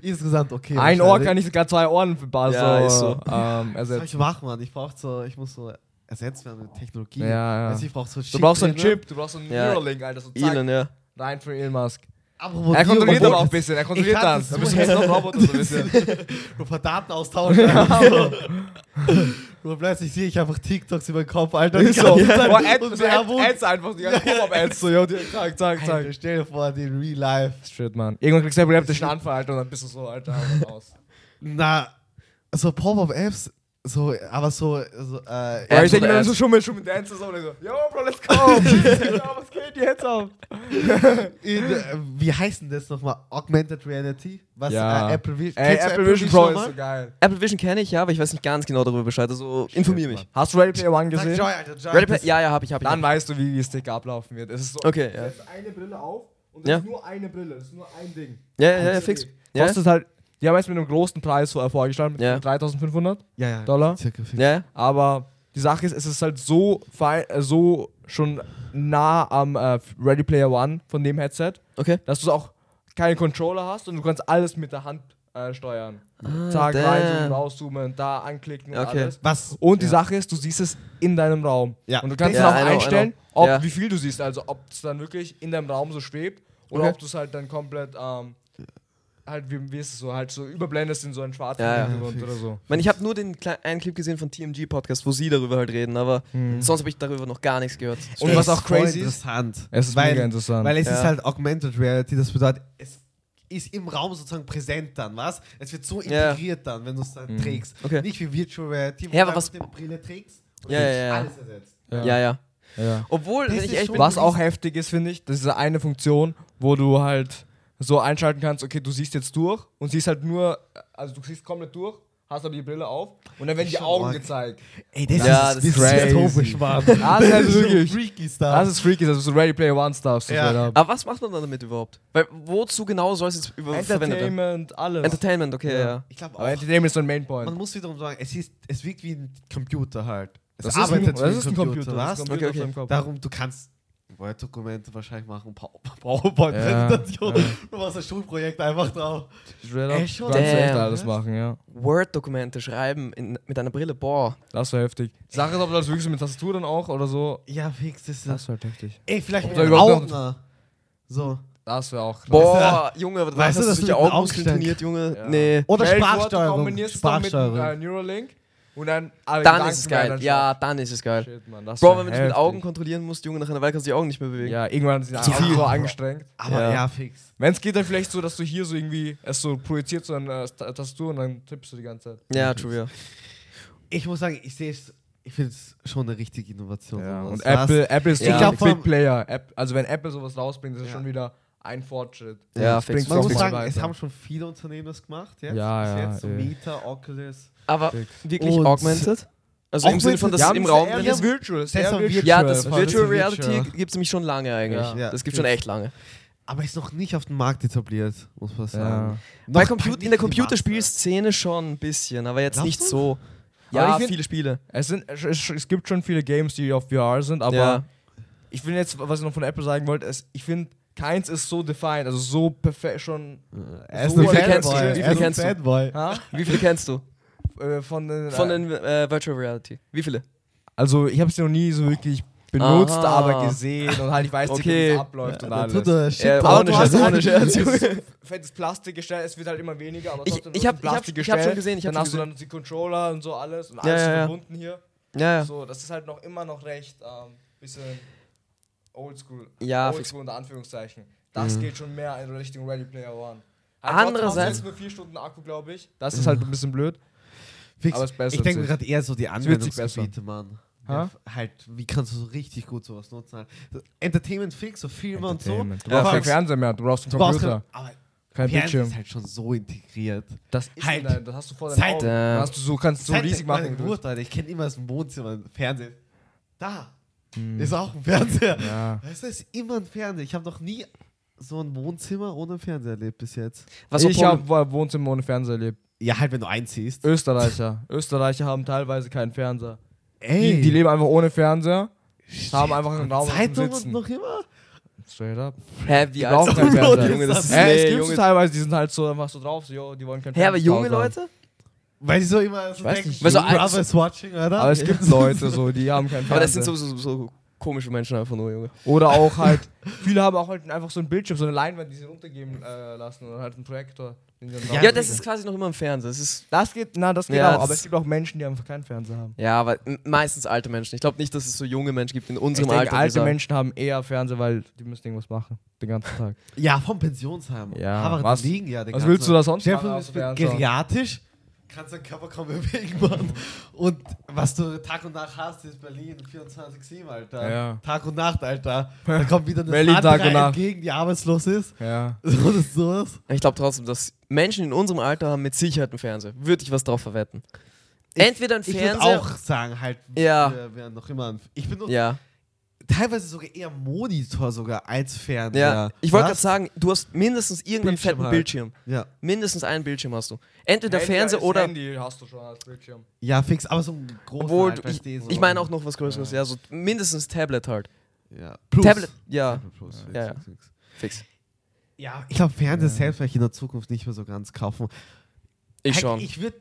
[SPEAKER 2] Insgesamt okay.
[SPEAKER 1] Ein Ohr kann ich sogar zwei Ohren für Bastard
[SPEAKER 3] Ja, ist so.
[SPEAKER 1] so. ähm,
[SPEAKER 2] Was soll
[SPEAKER 1] ersetzen.
[SPEAKER 2] ich machen, Mann? Ich brauch so. Ich muss so ersetzt werden mit Technologie.
[SPEAKER 1] Ja, ja.
[SPEAKER 2] Also ich brauch so
[SPEAKER 1] Du brauchst so einen
[SPEAKER 2] drin, ne?
[SPEAKER 1] Chip, du brauchst so einen
[SPEAKER 3] Ja.
[SPEAKER 1] Neuralink, Alter. So zack,
[SPEAKER 3] Elon, ja.
[SPEAKER 1] rein für Elon Musk.
[SPEAKER 2] Aber wo
[SPEAKER 1] er
[SPEAKER 2] die
[SPEAKER 1] kontrolliert aber auch ein
[SPEAKER 2] Roboter-
[SPEAKER 1] bisschen, er
[SPEAKER 2] Ich
[SPEAKER 1] kontrolliert
[SPEAKER 2] fand
[SPEAKER 1] das.
[SPEAKER 2] das
[SPEAKER 1] Da
[SPEAKER 2] so
[SPEAKER 1] bist du jetzt noch ein Roboter so ein bisschen.
[SPEAKER 2] Über Daten austauschen. Also. Nur plötzlich sehe ich einfach TikToks über den Kopf, Alter.
[SPEAKER 1] Ist so.
[SPEAKER 2] die ganze Zeit.
[SPEAKER 1] Boah, Ads,
[SPEAKER 2] Und
[SPEAKER 1] so
[SPEAKER 2] Werbung.
[SPEAKER 1] Ads, Ads einfach, die ganzen Pop-Up-Ads. So, ja, die- zack, zack,
[SPEAKER 2] Alter,
[SPEAKER 1] zack.
[SPEAKER 2] stell dir vor, den Real Life.
[SPEAKER 1] Shit, Mann. Irgendwann kriegst du einen epileptischen Anfall, Alter, und dann bist du so, Alter, hau raus.
[SPEAKER 2] Na, so Pop-Up-Apps, so, aber so, so äh,
[SPEAKER 1] Aber
[SPEAKER 3] Apps
[SPEAKER 1] ich denke
[SPEAKER 3] oder
[SPEAKER 1] mir dann
[SPEAKER 3] Ads?
[SPEAKER 1] so Schummel, Schummel Dance so, und dann so, yo, Bro, let's go. Ja, Was geht dir jetzt auf?
[SPEAKER 2] in, äh, wie heißt denn das nochmal? Augmented Reality? Was
[SPEAKER 1] Ja.
[SPEAKER 2] äh, Apple Vision?
[SPEAKER 1] Ey,
[SPEAKER 2] Kennst du
[SPEAKER 1] Apple Vision Pro ist
[SPEAKER 2] nochmal?
[SPEAKER 1] so geil.
[SPEAKER 3] Apple Vision kenne ich, ja, aber ich weiß nicht ganz genau darüber Bescheid. Also informier mich.
[SPEAKER 2] Mann.
[SPEAKER 1] Hast du Ready Player One
[SPEAKER 2] Sag
[SPEAKER 1] gesehen?
[SPEAKER 2] Joy, Alter, Joy.
[SPEAKER 3] Ready Play-
[SPEAKER 2] Das-
[SPEAKER 3] Ja, ja, hab ich, hab ich.
[SPEAKER 1] Dann
[SPEAKER 3] Hab
[SPEAKER 1] weißt du, wie die Stick ablaufen wird. Es ist so.
[SPEAKER 3] ich. Okay, ja.
[SPEAKER 1] setzt eine Brille auf und
[SPEAKER 3] Ja.
[SPEAKER 1] ist nur eine Brille, das ist nur ein Ding.
[SPEAKER 3] Ja, ja, ja, fix. Ja,
[SPEAKER 1] Kostet halt. Die haben jetzt mit einem großen Preis so vorgestellt, mit
[SPEAKER 3] Ja.
[SPEAKER 1] 3500
[SPEAKER 2] Ja, ja.
[SPEAKER 1] Dollar.
[SPEAKER 2] Circa fix.
[SPEAKER 3] ja.
[SPEAKER 1] Aber die Sache ist, es ist halt so, fein, äh, so schon nah am äh, Ready Player One von dem Headset,
[SPEAKER 3] okay.
[SPEAKER 1] dass du auch keine Controller hast und du kannst alles mit der Hand äh, steuern.
[SPEAKER 3] Ah,
[SPEAKER 1] Zack, reinzoomen,
[SPEAKER 3] damn.
[SPEAKER 1] rauszoomen, da anklicken,
[SPEAKER 3] Okay.
[SPEAKER 1] alles.
[SPEAKER 2] Was?
[SPEAKER 1] Und die
[SPEAKER 2] Ja.
[SPEAKER 1] Sache ist, du siehst es in deinem Raum.
[SPEAKER 2] Ja.
[SPEAKER 1] Und du kannst
[SPEAKER 3] Ja,
[SPEAKER 1] dann
[SPEAKER 3] I
[SPEAKER 1] auch
[SPEAKER 3] know, I
[SPEAKER 1] einstellen,
[SPEAKER 3] know.
[SPEAKER 1] ob,
[SPEAKER 3] Ja.
[SPEAKER 1] wie viel du siehst. Also ob es dann wirklich in deinem Raum so schwebt oder
[SPEAKER 3] Okay.
[SPEAKER 1] ob du es halt dann komplett, ähm, halt, wie, wie ist es so, halt so überblendest in so einen schwarzen
[SPEAKER 3] Ja, ja.
[SPEAKER 1] Hintergrund
[SPEAKER 2] Ja,
[SPEAKER 1] oder so.
[SPEAKER 3] Ich, meine, ich habe nur den kle- einen Clip gesehen von TMG Podcast, wo sie darüber halt reden, aber sonst habe ich darüber noch gar nichts gehört.
[SPEAKER 1] Und was
[SPEAKER 2] Es ist
[SPEAKER 1] auch
[SPEAKER 2] voll
[SPEAKER 1] crazy ist,
[SPEAKER 2] interessant.
[SPEAKER 1] Es ist
[SPEAKER 2] weil,
[SPEAKER 1] mega interessant.
[SPEAKER 2] Weil es
[SPEAKER 3] Ja.
[SPEAKER 2] ist halt Augmented Reality, das bedeutet, es ist im Raum sozusagen präsent dann, was? Es wird so
[SPEAKER 3] Ja.
[SPEAKER 2] integriert dann, wenn du es dann
[SPEAKER 1] Mhm.
[SPEAKER 2] trägst.
[SPEAKER 3] Okay.
[SPEAKER 2] Nicht wie Virtual Reality,
[SPEAKER 3] Ja, aber
[SPEAKER 2] du
[SPEAKER 3] was-
[SPEAKER 2] einfach eine Brille trägst und
[SPEAKER 3] Ja,
[SPEAKER 2] kriegst
[SPEAKER 3] ja, ja.
[SPEAKER 2] alles ersetzt.
[SPEAKER 3] ja, ja.
[SPEAKER 1] ja.
[SPEAKER 3] Obwohl,
[SPEAKER 2] Das
[SPEAKER 3] wenn ich
[SPEAKER 2] ist
[SPEAKER 3] echt
[SPEAKER 2] schon-
[SPEAKER 3] bin,
[SPEAKER 1] Was auch heftig ist, finde ich, das ist diese eine Funktion, wo du halt so einschalten kannst, okay, du siehst jetzt durch und siehst halt nur, also du siehst komplett durch, hast aber die Brille auf und dann werden die
[SPEAKER 2] schon
[SPEAKER 1] Augen
[SPEAKER 2] arg.
[SPEAKER 1] gezeigt.
[SPEAKER 2] Ey, das
[SPEAKER 3] Ja,
[SPEAKER 2] ist
[SPEAKER 3] das ist
[SPEAKER 1] crazy.
[SPEAKER 2] dystopisch, Mann.
[SPEAKER 1] Ah, das ist halt
[SPEAKER 2] so
[SPEAKER 1] wirklich-
[SPEAKER 2] freaky Stuff.
[SPEAKER 1] Das ist freaky, das ist so Ready Player One Stuff. So
[SPEAKER 2] Ja.
[SPEAKER 1] straight up.
[SPEAKER 3] aber was macht man dann damit überhaupt? Weil wozu genau soll es jetzt über verwendet werden?
[SPEAKER 1] Entertainment, alles.
[SPEAKER 3] Entertainment, okay, ja.
[SPEAKER 1] Ja.
[SPEAKER 3] ja.
[SPEAKER 2] ich glaube
[SPEAKER 1] aber
[SPEAKER 2] auch,
[SPEAKER 1] Entertainment ist so ein Main Point.
[SPEAKER 2] man muss wiederum sagen, es, ist, es wirkt wie ein Computer halt. Es
[SPEAKER 1] Das ist ein-
[SPEAKER 2] arbeitet wie
[SPEAKER 1] das ist ein Computer.
[SPEAKER 2] was?
[SPEAKER 1] Das ist ein Computer
[SPEAKER 3] Okay,
[SPEAKER 1] auf
[SPEAKER 3] okay.
[SPEAKER 1] deinem Kopf.
[SPEAKER 2] Darum, du kannst Word-Dokumente wahrscheinlich machen, Pow- PowerPoint-Präsentation.
[SPEAKER 1] Ja,
[SPEAKER 2] Du machst ein Schulprojekt einfach drauf.
[SPEAKER 1] Straight
[SPEAKER 2] Ey,
[SPEAKER 1] up.
[SPEAKER 2] schon.
[SPEAKER 1] Du kannst
[SPEAKER 3] Damn.
[SPEAKER 1] echt alles machen, ja.
[SPEAKER 3] Word-Dokumente schreiben in, mit einer Brille, boah.
[SPEAKER 1] Das ist so heftig. Die Sache ist, ob du das wirklich so mit Tastatur dann auch oder so.
[SPEAKER 2] Ja, fix, das ist
[SPEAKER 1] ist halt heftig.
[SPEAKER 2] Ey, vielleicht
[SPEAKER 1] da
[SPEAKER 2] mit
[SPEAKER 1] überhaupt
[SPEAKER 2] Augen. So.
[SPEAKER 1] Das wäre auch krass.
[SPEAKER 3] Boah, Junge, was
[SPEAKER 2] Weißt du,
[SPEAKER 3] hast
[SPEAKER 2] dass
[SPEAKER 3] du
[SPEAKER 2] du
[SPEAKER 3] die
[SPEAKER 2] mit den
[SPEAKER 3] Augen
[SPEAKER 2] Augen
[SPEAKER 3] trainiert,
[SPEAKER 2] gesteckt?
[SPEAKER 3] Junge?
[SPEAKER 1] Ja. Oh,
[SPEAKER 3] Nee.
[SPEAKER 2] Oder
[SPEAKER 1] Stell dir vor, Du
[SPEAKER 2] Sprachsteuerung.
[SPEAKER 1] kombinierst es dann mit
[SPEAKER 2] Sprachsteuerung.
[SPEAKER 1] äh, Neuralink und dann. ah,
[SPEAKER 3] Dann ist es geil. Ja, dann ist es geil.
[SPEAKER 1] Shit, Mann, das
[SPEAKER 3] Bro,
[SPEAKER 1] wär
[SPEAKER 3] wenn du dich mit
[SPEAKER 1] heftig.
[SPEAKER 3] Augen kontrollieren musst, Junge, nach einer Weile kannst du die Augen nicht mehr bewegen.
[SPEAKER 1] Ja, irgendwann sind
[SPEAKER 2] Zu viel.
[SPEAKER 1] alle so angestrengt.
[SPEAKER 2] Aber
[SPEAKER 3] Ja.
[SPEAKER 2] ja, fix.
[SPEAKER 1] Wenn es geht, dann vielleicht so, dass du hier so irgendwie es so projizierst, so eine äh, Ta- Tastatur und dann tippst du die ganze Zeit.
[SPEAKER 3] Ja, true, ja.
[SPEAKER 2] Ich muss sagen, ich sehe es, ich finde es schon eine richtige Innovation. sowas.
[SPEAKER 1] und
[SPEAKER 2] Was-
[SPEAKER 1] Apple, Apple ist
[SPEAKER 3] Ich
[SPEAKER 1] so
[SPEAKER 2] glaub,
[SPEAKER 1] ein
[SPEAKER 2] vor allem-
[SPEAKER 1] Quick Player. App, also wenn Apple sowas rausbringt, ist es
[SPEAKER 2] Ja.
[SPEAKER 1] schon wieder ein Fortschritt.
[SPEAKER 3] Ja,
[SPEAKER 1] Das
[SPEAKER 3] fix,
[SPEAKER 1] bringt
[SPEAKER 3] fix,
[SPEAKER 2] Man
[SPEAKER 1] auch
[SPEAKER 2] muss
[SPEAKER 3] fix.
[SPEAKER 1] mal
[SPEAKER 2] sagen,
[SPEAKER 1] weiter.
[SPEAKER 2] es haben schon viele Unternehmen das gemacht. Jetzt.
[SPEAKER 1] Ja,
[SPEAKER 2] Bis
[SPEAKER 1] ja,
[SPEAKER 2] jetzt so
[SPEAKER 1] eh.
[SPEAKER 2] Meta, Oculus.
[SPEAKER 3] Aber
[SPEAKER 1] Fix.
[SPEAKER 3] wirklich
[SPEAKER 2] Und-
[SPEAKER 3] augmented? Also im Sinne von, dass
[SPEAKER 1] Ja,
[SPEAKER 3] es
[SPEAKER 1] aber
[SPEAKER 3] im
[SPEAKER 1] das
[SPEAKER 3] Raum
[SPEAKER 1] ist
[SPEAKER 3] drin
[SPEAKER 1] eher
[SPEAKER 3] ist.
[SPEAKER 1] Virtual, sehr
[SPEAKER 2] Das ist ein
[SPEAKER 1] virtual.
[SPEAKER 3] Ja, das
[SPEAKER 2] Virtual.
[SPEAKER 3] Virtual
[SPEAKER 2] Das ist ein
[SPEAKER 3] Reality
[SPEAKER 2] Virtual.
[SPEAKER 3] gibt es nämlich schon lange eigentlich.
[SPEAKER 1] Ja.
[SPEAKER 2] Ja,
[SPEAKER 3] Das gibt schon
[SPEAKER 2] fix.
[SPEAKER 3] echt lange.
[SPEAKER 2] Aber ist noch nicht auf den Markt etabliert, muss man
[SPEAKER 1] Ja.
[SPEAKER 2] sagen.
[SPEAKER 3] Bei
[SPEAKER 2] Noch
[SPEAKER 3] Compu in
[SPEAKER 2] nicht die
[SPEAKER 3] der
[SPEAKER 2] Masse.
[SPEAKER 3] Computerspielszene schon ein bisschen, aber jetzt
[SPEAKER 2] Glaubst
[SPEAKER 3] nicht
[SPEAKER 2] du?
[SPEAKER 3] so.
[SPEAKER 1] Aber
[SPEAKER 3] Ja,
[SPEAKER 1] ich find-
[SPEAKER 3] viele Spiele.
[SPEAKER 1] Es, sind, es, es es gibt schon viele Games, die auf VR sind, aber
[SPEAKER 3] ja.
[SPEAKER 1] ich will jetzt, was ich noch von Apple sagen wollte, ist, ich finde, keins ist so defined, also so perfekt schon.
[SPEAKER 2] Er ist
[SPEAKER 1] So
[SPEAKER 2] ein
[SPEAKER 1] viel kennst
[SPEAKER 2] Fanboy.
[SPEAKER 1] du,
[SPEAKER 2] Er
[SPEAKER 1] wie
[SPEAKER 2] ist
[SPEAKER 1] viel
[SPEAKER 2] ein
[SPEAKER 3] kennst du?
[SPEAKER 2] Fanboy.
[SPEAKER 1] Ha?
[SPEAKER 3] Wie viele kennst du?
[SPEAKER 1] Äh, Von den,
[SPEAKER 3] Von den äh, Virtual Reality. Wie viele?
[SPEAKER 1] Also ich habe es noch nie so wirklich benutzt,
[SPEAKER 3] Aha.
[SPEAKER 1] aber gesehen und halt ich weiß, nicht, wie
[SPEAKER 3] Okay.
[SPEAKER 1] es abläuft und
[SPEAKER 2] Da tut
[SPEAKER 1] alles.
[SPEAKER 2] er
[SPEAKER 3] Äh,
[SPEAKER 2] Shit
[SPEAKER 1] Aber
[SPEAKER 2] drauf.
[SPEAKER 1] du
[SPEAKER 3] ohne
[SPEAKER 1] hast
[SPEAKER 3] Scherz,
[SPEAKER 1] halt
[SPEAKER 3] ohne Scherz.
[SPEAKER 1] dieses Fettes Plastikgestell, es wird halt immer weniger, aber
[SPEAKER 3] Ich-
[SPEAKER 1] trotzdem
[SPEAKER 3] ich
[SPEAKER 1] nur
[SPEAKER 3] hab-
[SPEAKER 1] so ein
[SPEAKER 3] ich hab-
[SPEAKER 1] Plastikgestell.
[SPEAKER 3] ich hab schon gesehen, ich hab
[SPEAKER 1] Dann hast
[SPEAKER 3] schon
[SPEAKER 1] du dann die Controller und so alles und
[SPEAKER 3] Ja,
[SPEAKER 1] alles
[SPEAKER 3] ja, ja.
[SPEAKER 1] verbunden hier.
[SPEAKER 3] Ja, ja.
[SPEAKER 1] So, das ist halt noch immer noch recht ähm, bisschen oldschool.
[SPEAKER 3] Ja, fix.
[SPEAKER 1] oldschool unter Anführungszeichen. Das geht schon mehr in Richtung Ready Player One. Halt
[SPEAKER 3] Andererseits-
[SPEAKER 1] trotzdem hast du jetzt nur 4 Stunden Akku, glaube ich. Das ist halt ein bisschen blöd.
[SPEAKER 2] Fix.
[SPEAKER 1] Aber es ist besser
[SPEAKER 2] ich denke mir
[SPEAKER 1] tatsächlich.
[SPEAKER 2] gerade eher so die
[SPEAKER 1] Es wird sich
[SPEAKER 2] Anwendungsgebiete, Mann.
[SPEAKER 1] Ha?
[SPEAKER 2] Ja, halt, wie kannst du so richtig gut sowas nutzen? Halt. So Entertainment fix, so Filme und so.
[SPEAKER 1] Du
[SPEAKER 3] Ja,
[SPEAKER 1] brauchst keinen
[SPEAKER 3] fix.
[SPEAKER 1] Fernseher mehr, du brauchst einen
[SPEAKER 2] Du brauchst
[SPEAKER 1] Computer.
[SPEAKER 2] kein- aber
[SPEAKER 1] Kein
[SPEAKER 2] Fernsehen ist
[SPEAKER 1] Bildschirm.
[SPEAKER 2] halt schon so integriert.
[SPEAKER 1] Das ist
[SPEAKER 2] Halt.
[SPEAKER 1] halt. dein, das hast du vor deinen
[SPEAKER 2] Zeit.
[SPEAKER 1] Augen. Dann Hast du so, kannst du so
[SPEAKER 2] Seit
[SPEAKER 1] riesig
[SPEAKER 2] meiner
[SPEAKER 1] machen. wie du willst.
[SPEAKER 2] Geburt, Alter. Ich kenne immer das Wohnzimmer, Fernsehen. Da ist auch ein Fernseher.
[SPEAKER 1] Hm. Ja.
[SPEAKER 2] Weißt du, ist immer ein Fernseher. Ich habe noch nie so ein Wohnzimmer ohne Fernseher erlebt bis jetzt.
[SPEAKER 3] Was
[SPEAKER 1] ich
[SPEAKER 3] ich
[SPEAKER 1] habe Wohnzimmer ohne Fernseher erlebt.
[SPEAKER 2] Ja, halt, wenn du einziehst.
[SPEAKER 1] Österreicher. Österreicher haben teilweise keinen Fernseher.
[SPEAKER 2] Ey,
[SPEAKER 1] Die, die leben einfach ohne Fernseher,
[SPEAKER 2] Shit.
[SPEAKER 1] haben einfach einen Raum zum
[SPEAKER 2] Zeitung und
[SPEAKER 1] Sitzen.
[SPEAKER 2] noch immer?
[SPEAKER 1] Straight up.
[SPEAKER 3] Hä, wie alt
[SPEAKER 1] brauchen
[SPEAKER 3] ist
[SPEAKER 1] keinen
[SPEAKER 3] das?
[SPEAKER 1] Fernseher.
[SPEAKER 3] Junge, das ist
[SPEAKER 1] Hä, es
[SPEAKER 3] nee,
[SPEAKER 1] gibt
[SPEAKER 3] Junge.
[SPEAKER 1] teilweise, die sind halt so einfach so drauf, so, yo, die wollen keinen
[SPEAKER 3] Hä, aber junge
[SPEAKER 1] zu Hause haben.
[SPEAKER 3] Leute?
[SPEAKER 2] Weil die so immer so
[SPEAKER 1] weiß
[SPEAKER 2] denken,
[SPEAKER 1] nicht, also,
[SPEAKER 2] Big
[SPEAKER 3] so alt-
[SPEAKER 2] Brother is watching, Alter.
[SPEAKER 1] Aber es gibt Leute, so, die haben keinen Fernseher.
[SPEAKER 3] Aber das sind so, so, so komische Menschen einfach nur, Junge.
[SPEAKER 1] Oder auch halt, viele haben auch halt einfach so einen Bildschirm, so eine Leinwand, die sie runtergeben äh, lassen oder halt einen Projektor. den sie dann
[SPEAKER 2] Ja,
[SPEAKER 3] Ja,
[SPEAKER 1] drauflegen.
[SPEAKER 3] das ist quasi noch immer im Fernsehen. Das ist,
[SPEAKER 1] Das geht, na, das geht
[SPEAKER 3] Ja,
[SPEAKER 1] auch,
[SPEAKER 3] das-
[SPEAKER 1] aber es gibt auch Menschen, die einfach keinen Fernseher haben.
[SPEAKER 3] ja, aber m- meistens alte Menschen. Ich glaube nicht, dass es so junge Menschen gibt in
[SPEAKER 1] Ich
[SPEAKER 3] unserem
[SPEAKER 1] denke,
[SPEAKER 3] Alter. die
[SPEAKER 1] alte
[SPEAKER 3] sagen,
[SPEAKER 1] Menschen haben eher Fernseher, weil die müssen irgendwas machen, den ganzen Tag.
[SPEAKER 2] Ja, vom Pensionsheim.
[SPEAKER 1] Ja,
[SPEAKER 2] Aber
[SPEAKER 1] was-
[SPEAKER 2] die liegen ja den
[SPEAKER 1] was
[SPEAKER 2] ganzen
[SPEAKER 1] willst du
[SPEAKER 2] Tag.
[SPEAKER 1] da sonst
[SPEAKER 2] Stell dir
[SPEAKER 1] machen
[SPEAKER 2] vor, du
[SPEAKER 1] außer
[SPEAKER 2] bist
[SPEAKER 1] Fernsehen?
[SPEAKER 2] geriatisch, kannst deinen Körper kaum bewegen, Mann. Und was du Tag und Nacht hast, ist Berlin 24-7, Alter.
[SPEAKER 1] Ja.
[SPEAKER 2] Tag und Nacht, Alter. Da kommt wieder eine
[SPEAKER 1] Berlin
[SPEAKER 2] Fahrt
[SPEAKER 1] Tag und
[SPEAKER 2] rein
[SPEAKER 1] Nacht.
[SPEAKER 2] entgegen, die arbeitslos ist.
[SPEAKER 1] Ja.
[SPEAKER 2] So ist sowas.
[SPEAKER 3] Ich glaube trotzdem, dass Menschen in unserem Alter haben mit Sicherheit einen Fernseher. Würde ich was drauf verwetten. Entweder ein
[SPEAKER 2] Ich würde
[SPEAKER 3] Fernseher.
[SPEAKER 2] auch sagen, halt,
[SPEAKER 3] Ja.
[SPEAKER 2] wir wären noch immer ein, Ich bin
[SPEAKER 3] Ja,
[SPEAKER 2] teilweise sogar eher Monitor sogar als Fernseher.
[SPEAKER 3] ja. Ich wollte gerade
[SPEAKER 2] Was?
[SPEAKER 3] sagen, du hast mindestens irgendeinen
[SPEAKER 2] Bildschirm
[SPEAKER 3] fetten
[SPEAKER 2] halt.
[SPEAKER 3] Bildschirm.
[SPEAKER 2] Ja.
[SPEAKER 3] Mindestens einen Bildschirm hast du. Entweder Fernseher
[SPEAKER 1] ist
[SPEAKER 3] oder.
[SPEAKER 1] Handy hast du schon als Bildschirm.
[SPEAKER 2] ja, fix, aber so ein großer
[SPEAKER 3] Obwohl,
[SPEAKER 2] halt,
[SPEAKER 3] ich,
[SPEAKER 2] versteh, so.
[SPEAKER 3] ich meine auch noch was Größeres. Ja, so mindestens Tablet halt.
[SPEAKER 2] Ja. Plus.
[SPEAKER 3] Tablet, ja,
[SPEAKER 2] Apple Plus,
[SPEAKER 3] Ja,
[SPEAKER 2] fix,
[SPEAKER 3] ja.
[SPEAKER 2] fix, fix.
[SPEAKER 3] fix.
[SPEAKER 2] Ja, ich glaube, Fernseher selbst werde ich in der Zukunft nicht mehr so ganz kaufen.
[SPEAKER 3] Ich
[SPEAKER 2] Heck,
[SPEAKER 3] schon.
[SPEAKER 2] Ich würde